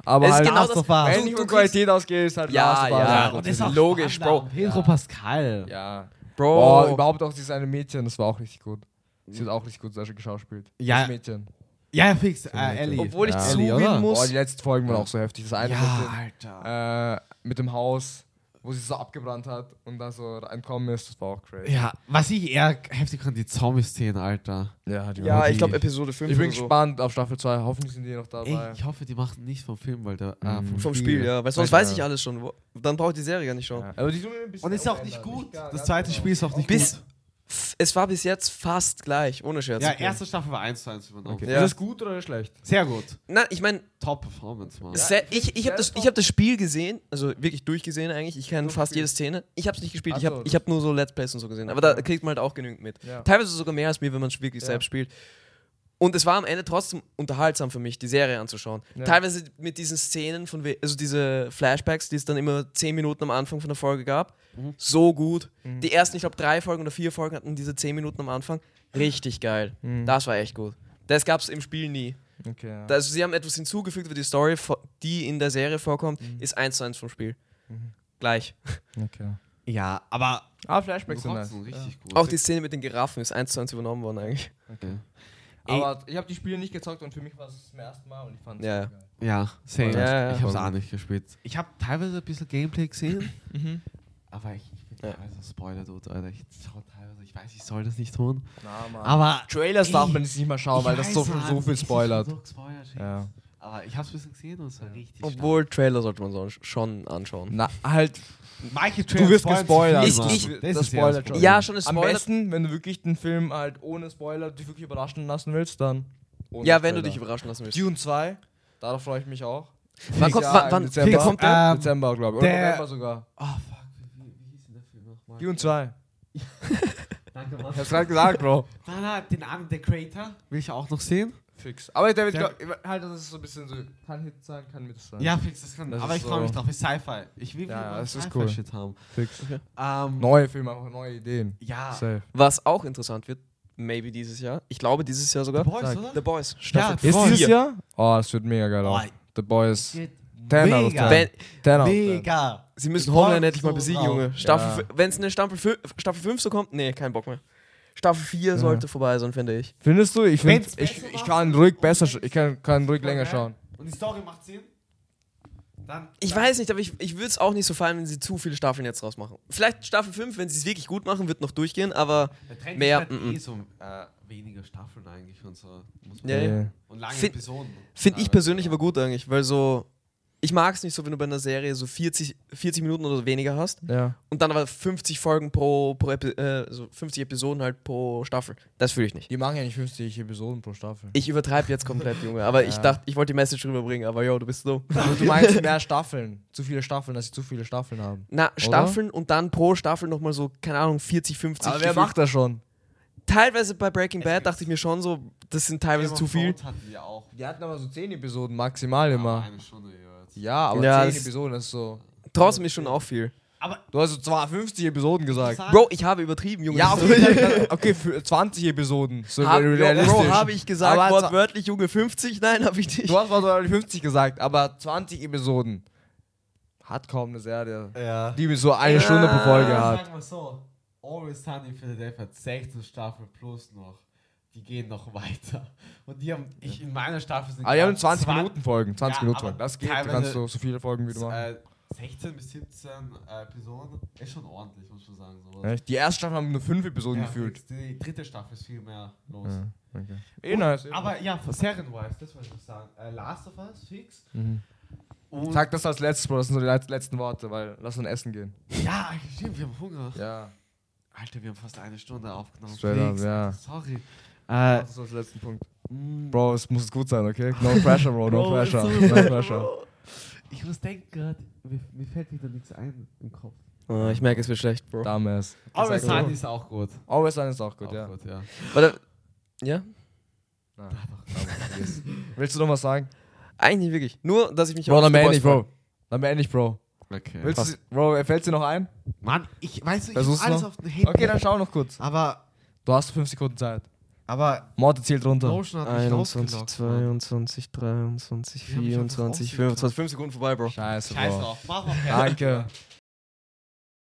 [SPEAKER 1] Aber
[SPEAKER 3] Es ist
[SPEAKER 1] halt
[SPEAKER 3] genau
[SPEAKER 2] Last
[SPEAKER 3] das-
[SPEAKER 2] of Us.
[SPEAKER 1] wenn ich
[SPEAKER 3] du
[SPEAKER 1] von
[SPEAKER 3] kriegst-
[SPEAKER 1] Qualität ausgehe, ist halt
[SPEAKER 3] Ja,
[SPEAKER 1] Last of Us.
[SPEAKER 3] ja.
[SPEAKER 2] Und das ist auch
[SPEAKER 3] Logisch,
[SPEAKER 2] spannend.
[SPEAKER 3] Bro.
[SPEAKER 2] Pedro Pascal.
[SPEAKER 1] Ja.
[SPEAKER 3] Bro.
[SPEAKER 1] Boah, überhaupt auch dieses eine Mädchen, das war auch richtig gut. Sie hat auch richtig gut geschauspielt.
[SPEAKER 2] Ja.
[SPEAKER 1] Das Mädchen.
[SPEAKER 2] Ja, ja, fix. Äh,
[SPEAKER 1] Finde ich.
[SPEAKER 2] Ellie.
[SPEAKER 3] Obwohl ich
[SPEAKER 2] ja.
[SPEAKER 3] zugeben
[SPEAKER 2] oder?
[SPEAKER 3] muss-
[SPEAKER 1] Boah, die letzten Folgen waren auch so heftig. Das eine mit
[SPEAKER 2] Ja,
[SPEAKER 1] dem-
[SPEAKER 2] Alter.
[SPEAKER 1] äh, mit dem Haus, wo sie so abgebrannt hat und da so entkommen ist, das war auch crazy.
[SPEAKER 2] Ja, was ich eher heftig fand, die Zombie-Szenen, Alter.
[SPEAKER 1] Ja, die
[SPEAKER 3] Ja,
[SPEAKER 2] die-
[SPEAKER 3] ich glaube Episode 5
[SPEAKER 1] ich bin
[SPEAKER 3] oder so.
[SPEAKER 1] gespannt auf Staffel 2. Hoffentlich sind die noch
[SPEAKER 2] Ey,
[SPEAKER 1] dabei.
[SPEAKER 2] ich hoffe, die machen nicht vom Film, weil der.
[SPEAKER 1] Mhm.
[SPEAKER 2] Äh,
[SPEAKER 3] Vom Spiel, ja. Weil sonst
[SPEAKER 1] Ja.
[SPEAKER 3] weiß ich alles schon. Wo- Dann brauche ich die Serie gar nicht schauen.
[SPEAKER 1] Ja. Aber die sind mir ein bisschen
[SPEAKER 2] Und ist ja auch nicht
[SPEAKER 1] verändert.
[SPEAKER 2] gut.
[SPEAKER 1] Ja,
[SPEAKER 2] Das
[SPEAKER 1] ganz
[SPEAKER 2] zweite
[SPEAKER 1] genau.
[SPEAKER 2] Spiel ist auch nicht
[SPEAKER 3] Bis-
[SPEAKER 2] gut.
[SPEAKER 3] Es war bis jetzt fast gleich, ohne Scherz.
[SPEAKER 2] Ja,
[SPEAKER 3] Okay.
[SPEAKER 2] erste Staffel war 1 zu 1 übernommen.
[SPEAKER 1] Okay.
[SPEAKER 3] Ja.
[SPEAKER 1] Ist das gut oder schlecht?
[SPEAKER 2] Sehr gut.
[SPEAKER 3] Na, ich meine,
[SPEAKER 2] Top Performance, Mann.
[SPEAKER 1] Ja,
[SPEAKER 3] Se-
[SPEAKER 1] ich
[SPEAKER 3] ich, ich
[SPEAKER 1] find's
[SPEAKER 3] habe das,
[SPEAKER 1] sehr
[SPEAKER 3] ich hab das Spiel gesehen, also wirklich durchgesehen eigentlich. Ich kenne fast jede Szene. Ich habe es nicht gespielt, ich
[SPEAKER 1] Ach so,
[SPEAKER 3] habe ich
[SPEAKER 1] das-
[SPEAKER 3] hab nur so Let's Plays und so gesehen. Aber da
[SPEAKER 1] Ja.
[SPEAKER 3] kriegt man halt auch genügend mit.
[SPEAKER 1] Ja.
[SPEAKER 3] Teilweise sogar mehr als mir, wenn man es wirklich
[SPEAKER 1] Ja.
[SPEAKER 3] selbst spielt. Und es war am Ende trotzdem unterhaltsam für mich, die Serie anzuschauen.
[SPEAKER 1] Ja.
[SPEAKER 3] Teilweise mit diesen Szenen, von we- also diese Flashbacks, die es dann immer 10 Minuten am Anfang von der Folge gab.
[SPEAKER 1] Mhm.
[SPEAKER 3] So gut. Die ersten, ich glaube, drei Folgen oder vier Folgen hatten diese 10 Minuten am Anfang. Richtig geil. Das war echt gut. Das gab es im Spiel nie.
[SPEAKER 1] Okay, Mhm. ja.
[SPEAKER 3] Da- Also sie haben etwas hinzugefügt, weil die Story, vo- die in der Serie vorkommt,
[SPEAKER 1] Mhm.
[SPEAKER 3] ist eins zu eins vom Spiel. Gleich.
[SPEAKER 1] okay.
[SPEAKER 2] Ja, aber.
[SPEAKER 1] Ah, Flashbacks sind nice.
[SPEAKER 2] Trotzdem richtig gut.
[SPEAKER 3] Auch die Szene mit den Giraffen ist eins zu eins übernommen worden eigentlich.
[SPEAKER 2] Okay.
[SPEAKER 1] Aber ich habe die Spiele nicht gezockt und für mich war es zum ersten Mal und ich fand es
[SPEAKER 3] Ja, ja.
[SPEAKER 1] geil.
[SPEAKER 2] Ja, same.
[SPEAKER 3] Ja, ja.
[SPEAKER 2] Ich hab's auch nicht gespielt. Ich hab teilweise ein bisschen Gameplay gesehen,
[SPEAKER 1] Mhm.
[SPEAKER 2] aber ich, ich bin
[SPEAKER 3] Ja.
[SPEAKER 2] teilweise Spoiler, dude, Alter. Ich schau teilweise, ich weiß, ich soll das nicht tun.
[SPEAKER 1] Na, Mann.
[SPEAKER 2] Aber.
[SPEAKER 1] Trailers darf
[SPEAKER 2] Ey,
[SPEAKER 1] man jetzt nicht mal schauen,
[SPEAKER 2] ich
[SPEAKER 1] Ah. Genau, weil das so,
[SPEAKER 2] weiß, Mann,
[SPEAKER 1] so viel
[SPEAKER 2] es ist
[SPEAKER 1] spoilert.
[SPEAKER 2] So gespoilert, Shit.
[SPEAKER 1] Ja.
[SPEAKER 2] Aber ich hab's ein bisschen gesehen und es war richtig.
[SPEAKER 3] Obwohl, Trailer sollte man so- schon anschauen.
[SPEAKER 1] Na, halt.
[SPEAKER 2] stark. manche
[SPEAKER 1] Du wirst gespoilert.
[SPEAKER 3] Ich- ich-
[SPEAKER 1] das
[SPEAKER 2] ist ja Ähm,
[SPEAKER 1] spoilert schon.
[SPEAKER 2] Problem.
[SPEAKER 3] Ja, schon, es
[SPEAKER 1] Am
[SPEAKER 3] spoilert.
[SPEAKER 1] besten, wenn du wirklich den Film halt ohne Spoiler dich wirklich überraschen lassen willst, dann. ohne
[SPEAKER 3] Ja, wenn du
[SPEAKER 1] Spoiler.
[SPEAKER 3] dich überraschen lassen willst.
[SPEAKER 1] Dune 2, darauf freue ich mich auch.
[SPEAKER 3] Wann kommt- wann-
[SPEAKER 1] im
[SPEAKER 3] wann-
[SPEAKER 1] Dezember,
[SPEAKER 3] wann kommt
[SPEAKER 2] der?
[SPEAKER 1] Ähm, Dezember, glaube ich. Oder
[SPEAKER 2] der-
[SPEAKER 1] November sogar.
[SPEAKER 2] Ah, fuck. Wie, wie, wie hieß denn der Film nochmal?
[SPEAKER 1] Dune 2.
[SPEAKER 2] Danke,
[SPEAKER 1] Ich hab's gerade gesagt, Bro.
[SPEAKER 2] Na, na, den anderen, der Creator. Will ich auch noch sehen?
[SPEAKER 1] Fix. Aber der wird,
[SPEAKER 2] Der-
[SPEAKER 1] glaub, halt, das ist so ein bisschen so. Kann Hit sein, kann Mitte sein.
[SPEAKER 2] Ja, fix, das kann.
[SPEAKER 1] Das
[SPEAKER 2] aber
[SPEAKER 1] ist
[SPEAKER 2] ich freue mich
[SPEAKER 1] so-
[SPEAKER 2] drauf. Ist Sci-Fi. Ich will
[SPEAKER 1] Ja,
[SPEAKER 2] wieder mal
[SPEAKER 1] das ist cool.
[SPEAKER 2] Sci-Fi-Shit haben.
[SPEAKER 1] Fix.
[SPEAKER 2] Ähm,
[SPEAKER 1] Neue Filme, einfach neue Ideen.
[SPEAKER 2] Ja.
[SPEAKER 1] Safe.
[SPEAKER 3] Was auch interessant wird, maybe dieses Jahr. Ich glaube dieses Jahr sogar.
[SPEAKER 2] Boys,
[SPEAKER 1] Sag.
[SPEAKER 2] oder?
[SPEAKER 3] The Boys. Staffel
[SPEAKER 1] Ist
[SPEAKER 2] Voll.
[SPEAKER 1] dieses
[SPEAKER 3] vier.
[SPEAKER 1] Jahr? Oh, das wird mega geil auch.
[SPEAKER 2] Boah,
[SPEAKER 1] The Boys.
[SPEAKER 2] geht
[SPEAKER 1] 10 out of
[SPEAKER 2] mega.
[SPEAKER 1] 10.
[SPEAKER 3] Wenn,
[SPEAKER 1] 10 out of 10.
[SPEAKER 2] Mega.
[SPEAKER 3] sie müssen
[SPEAKER 2] Ich freu
[SPEAKER 3] Homeland
[SPEAKER 2] mich
[SPEAKER 3] endlich mal
[SPEAKER 2] so
[SPEAKER 3] besiegen,
[SPEAKER 2] drauf.
[SPEAKER 3] Junge. Staffel, Wenn es eine Staffel, fü- Staffel 5 so kommt, nee, kein Bock mehr. Staffel 4 sollte vorbei sein, finde ich.
[SPEAKER 1] Findest du? Ich, find,
[SPEAKER 2] Wenn's
[SPEAKER 1] ich,
[SPEAKER 2] besser
[SPEAKER 1] ich
[SPEAKER 2] war-
[SPEAKER 1] kann ruhig besser, sch- ich kann, kann ruhig
[SPEAKER 2] Voll
[SPEAKER 1] länger
[SPEAKER 2] geil.
[SPEAKER 1] schauen.
[SPEAKER 2] Und die Story macht Sinn? Dann.
[SPEAKER 3] Ich weiß nicht, aber ich, ich würde es auch nicht so fallen, wenn sie zu viele Staffeln jetzt rausmachen. Vielleicht Staffel 5, wenn sie es wirklich gut machen, wird noch durchgehen, aber
[SPEAKER 2] Der Trend
[SPEAKER 3] Mehr,
[SPEAKER 2] ist halt
[SPEAKER 3] mm, mm.
[SPEAKER 2] eh so äh, weniger Staffeln eigentlich und so. Muss man
[SPEAKER 3] Ja, ja.
[SPEAKER 2] Und lange
[SPEAKER 3] Find-
[SPEAKER 2] Episoden.
[SPEAKER 1] Ah,
[SPEAKER 3] finde ich persönlich aber gut eigentlich, weil so ich mag es nicht so, wenn du bei einer Serie so 40, 40 Minuten oder so weniger hast
[SPEAKER 1] Ja.
[SPEAKER 3] und dann aber 50 Folgen pro, pro Epi äh, so 50 Episoden halt pro Staffel. Das fühle ich nicht.
[SPEAKER 1] Die machen ja nicht 50 Episoden pro Staffel.
[SPEAKER 3] Ich übertreibe jetzt komplett, Junge, aber ich
[SPEAKER 1] Ja.
[SPEAKER 3] dachte, ich wollte die Message rüberbringen, aber yo, du bist so.
[SPEAKER 1] du meinst mehr Staffeln. Zu viele Staffeln, dass sie zu viele Staffeln haben.
[SPEAKER 3] Na, Staffeln und dann pro Staffel nochmal so, keine Ahnung, 40, 50.
[SPEAKER 1] Aber wer
[SPEAKER 3] gefühlt.
[SPEAKER 1] macht das schon?
[SPEAKER 3] Teilweise bei Breaking Bad
[SPEAKER 2] gibt's.
[SPEAKER 3] dachte ich mir schon so, das sind teilweise zu viel.
[SPEAKER 2] hatten wir auch.
[SPEAKER 1] Die hatten aber so 10 Episoden maximal
[SPEAKER 2] Aber
[SPEAKER 1] immer.
[SPEAKER 2] eine Stunde jeweils.
[SPEAKER 1] Ja, aber
[SPEAKER 3] Ja,
[SPEAKER 1] 10
[SPEAKER 3] das-
[SPEAKER 1] Episoden ist so.
[SPEAKER 3] Trotzdem ist schon auch viel.
[SPEAKER 2] Aber
[SPEAKER 1] Du hast so zwar 50 Episoden gesagt.
[SPEAKER 2] Sag-
[SPEAKER 3] Bro, ich habe übertrieben, Junge.
[SPEAKER 1] Ah. Ja,
[SPEAKER 3] Das
[SPEAKER 1] okay,
[SPEAKER 3] ist-
[SPEAKER 1] dann- okay für 20 Episoden. So
[SPEAKER 3] hab,
[SPEAKER 1] realistisch.
[SPEAKER 3] Bro, habe ich gesagt,
[SPEAKER 1] Aber zwar-
[SPEAKER 3] wortwörtlich, Junge, 50? Nein, habe ich nicht.
[SPEAKER 1] Du hast mal 50 gesagt, aber 20 Episoden hat kaum eine Serie,
[SPEAKER 2] Ja.
[SPEAKER 1] die so eine Stunde pro Folge hat.
[SPEAKER 2] Ähm, Sagen wir so: Always Sunny in Philadelphia hat 16 Staffeln plus noch. Die gehen noch weiter. Und die haben, ich in meiner Staffel sind.
[SPEAKER 1] Aber Ah, die haben
[SPEAKER 2] grad
[SPEAKER 1] 20
[SPEAKER 2] zwan-
[SPEAKER 1] Minuten Folgen, 20
[SPEAKER 2] Ja,
[SPEAKER 1] Minuten
[SPEAKER 2] aber
[SPEAKER 1] Folgen. Das geht, da
[SPEAKER 2] teilweise-
[SPEAKER 1] kannst du so viele Folgen wie du machen.
[SPEAKER 2] Äh, 16 bis 17 äh, Episoden ist schon ordentlich, muss man sagen. Sowas.
[SPEAKER 1] Echt? Die erste Staffel haben nur 5 Episoden
[SPEAKER 2] Ja,
[SPEAKER 1] gefühlt.
[SPEAKER 2] fix. Die dritte Staffel ist viel mehr los.
[SPEAKER 1] Ja, okay. Eh,
[SPEAKER 2] Und-
[SPEAKER 1] nice.
[SPEAKER 2] Aber ja, für serienwise, das wollte ich noch sagen. Äh, Last of Us, fix.
[SPEAKER 1] Mhm.
[SPEAKER 2] Und
[SPEAKER 1] Sag das als letztes, Bro, das sind so die le- letzten Worte, weil lass uns essen gehen.
[SPEAKER 2] ja, stimmt, wir haben Hunger.
[SPEAKER 1] Ja.
[SPEAKER 2] Alter, wir haben fast eine Stunde aufgenommen.
[SPEAKER 1] Straight up,
[SPEAKER 2] Fix,
[SPEAKER 1] ja.
[SPEAKER 2] Sorry. Äh,
[SPEAKER 1] Das ist als letzten Punkt.
[SPEAKER 2] mh,
[SPEAKER 1] Bro, es muss gut sein, okay? No pressure, Bro, Oh, no
[SPEAKER 2] Bro,
[SPEAKER 1] pressure.
[SPEAKER 2] es
[SPEAKER 1] No
[SPEAKER 2] tut mir leid,
[SPEAKER 1] pressure.
[SPEAKER 2] Bro. Ich muss denken gerade, mir, mir fällt wieder nichts ein im Kopf.
[SPEAKER 3] Oh, ich merke, es wird schlecht, Bro.
[SPEAKER 1] Dumbass.
[SPEAKER 2] Aber
[SPEAKER 1] Sag so.
[SPEAKER 2] Sunny ist auch gut.
[SPEAKER 1] Always Sun ist auch gut,
[SPEAKER 2] auch
[SPEAKER 1] ja.
[SPEAKER 2] gut, ja.
[SPEAKER 3] Warte, ja?
[SPEAKER 1] Nein, vergiss. Willst du noch was sagen?
[SPEAKER 3] Eigentlich nicht wirklich. Nur, dass ich mich
[SPEAKER 1] Bro,
[SPEAKER 3] auf
[SPEAKER 1] dann
[SPEAKER 3] The Boys
[SPEAKER 1] beende ich,
[SPEAKER 3] freue.
[SPEAKER 1] Bro. Dann beende ich, Bro.
[SPEAKER 2] Okay.
[SPEAKER 1] Willst du, Bro, fällt dir noch ein?
[SPEAKER 2] Mann, ich weiß nicht, ich
[SPEAKER 1] Versuch's
[SPEAKER 2] hab alles
[SPEAKER 1] noch?
[SPEAKER 2] auf dem Handy.
[SPEAKER 1] Okay, dann schau noch kurz.
[SPEAKER 2] Aber,
[SPEAKER 1] Du hast fünf Sekunden Zeit.
[SPEAKER 2] aber
[SPEAKER 1] Morte zählt runter.
[SPEAKER 2] Notion hat mich
[SPEAKER 3] 21,
[SPEAKER 2] rausgelockt. Mann.
[SPEAKER 3] 22, 23,
[SPEAKER 2] Die haben mich einfach
[SPEAKER 3] 24,
[SPEAKER 2] rausgeklappt.
[SPEAKER 3] 25, 5 Sekunden vorbei, Bro.
[SPEAKER 1] Scheiße,
[SPEAKER 2] Scheiß
[SPEAKER 1] Bro.
[SPEAKER 2] drauf, mach mal fertig.
[SPEAKER 1] Danke.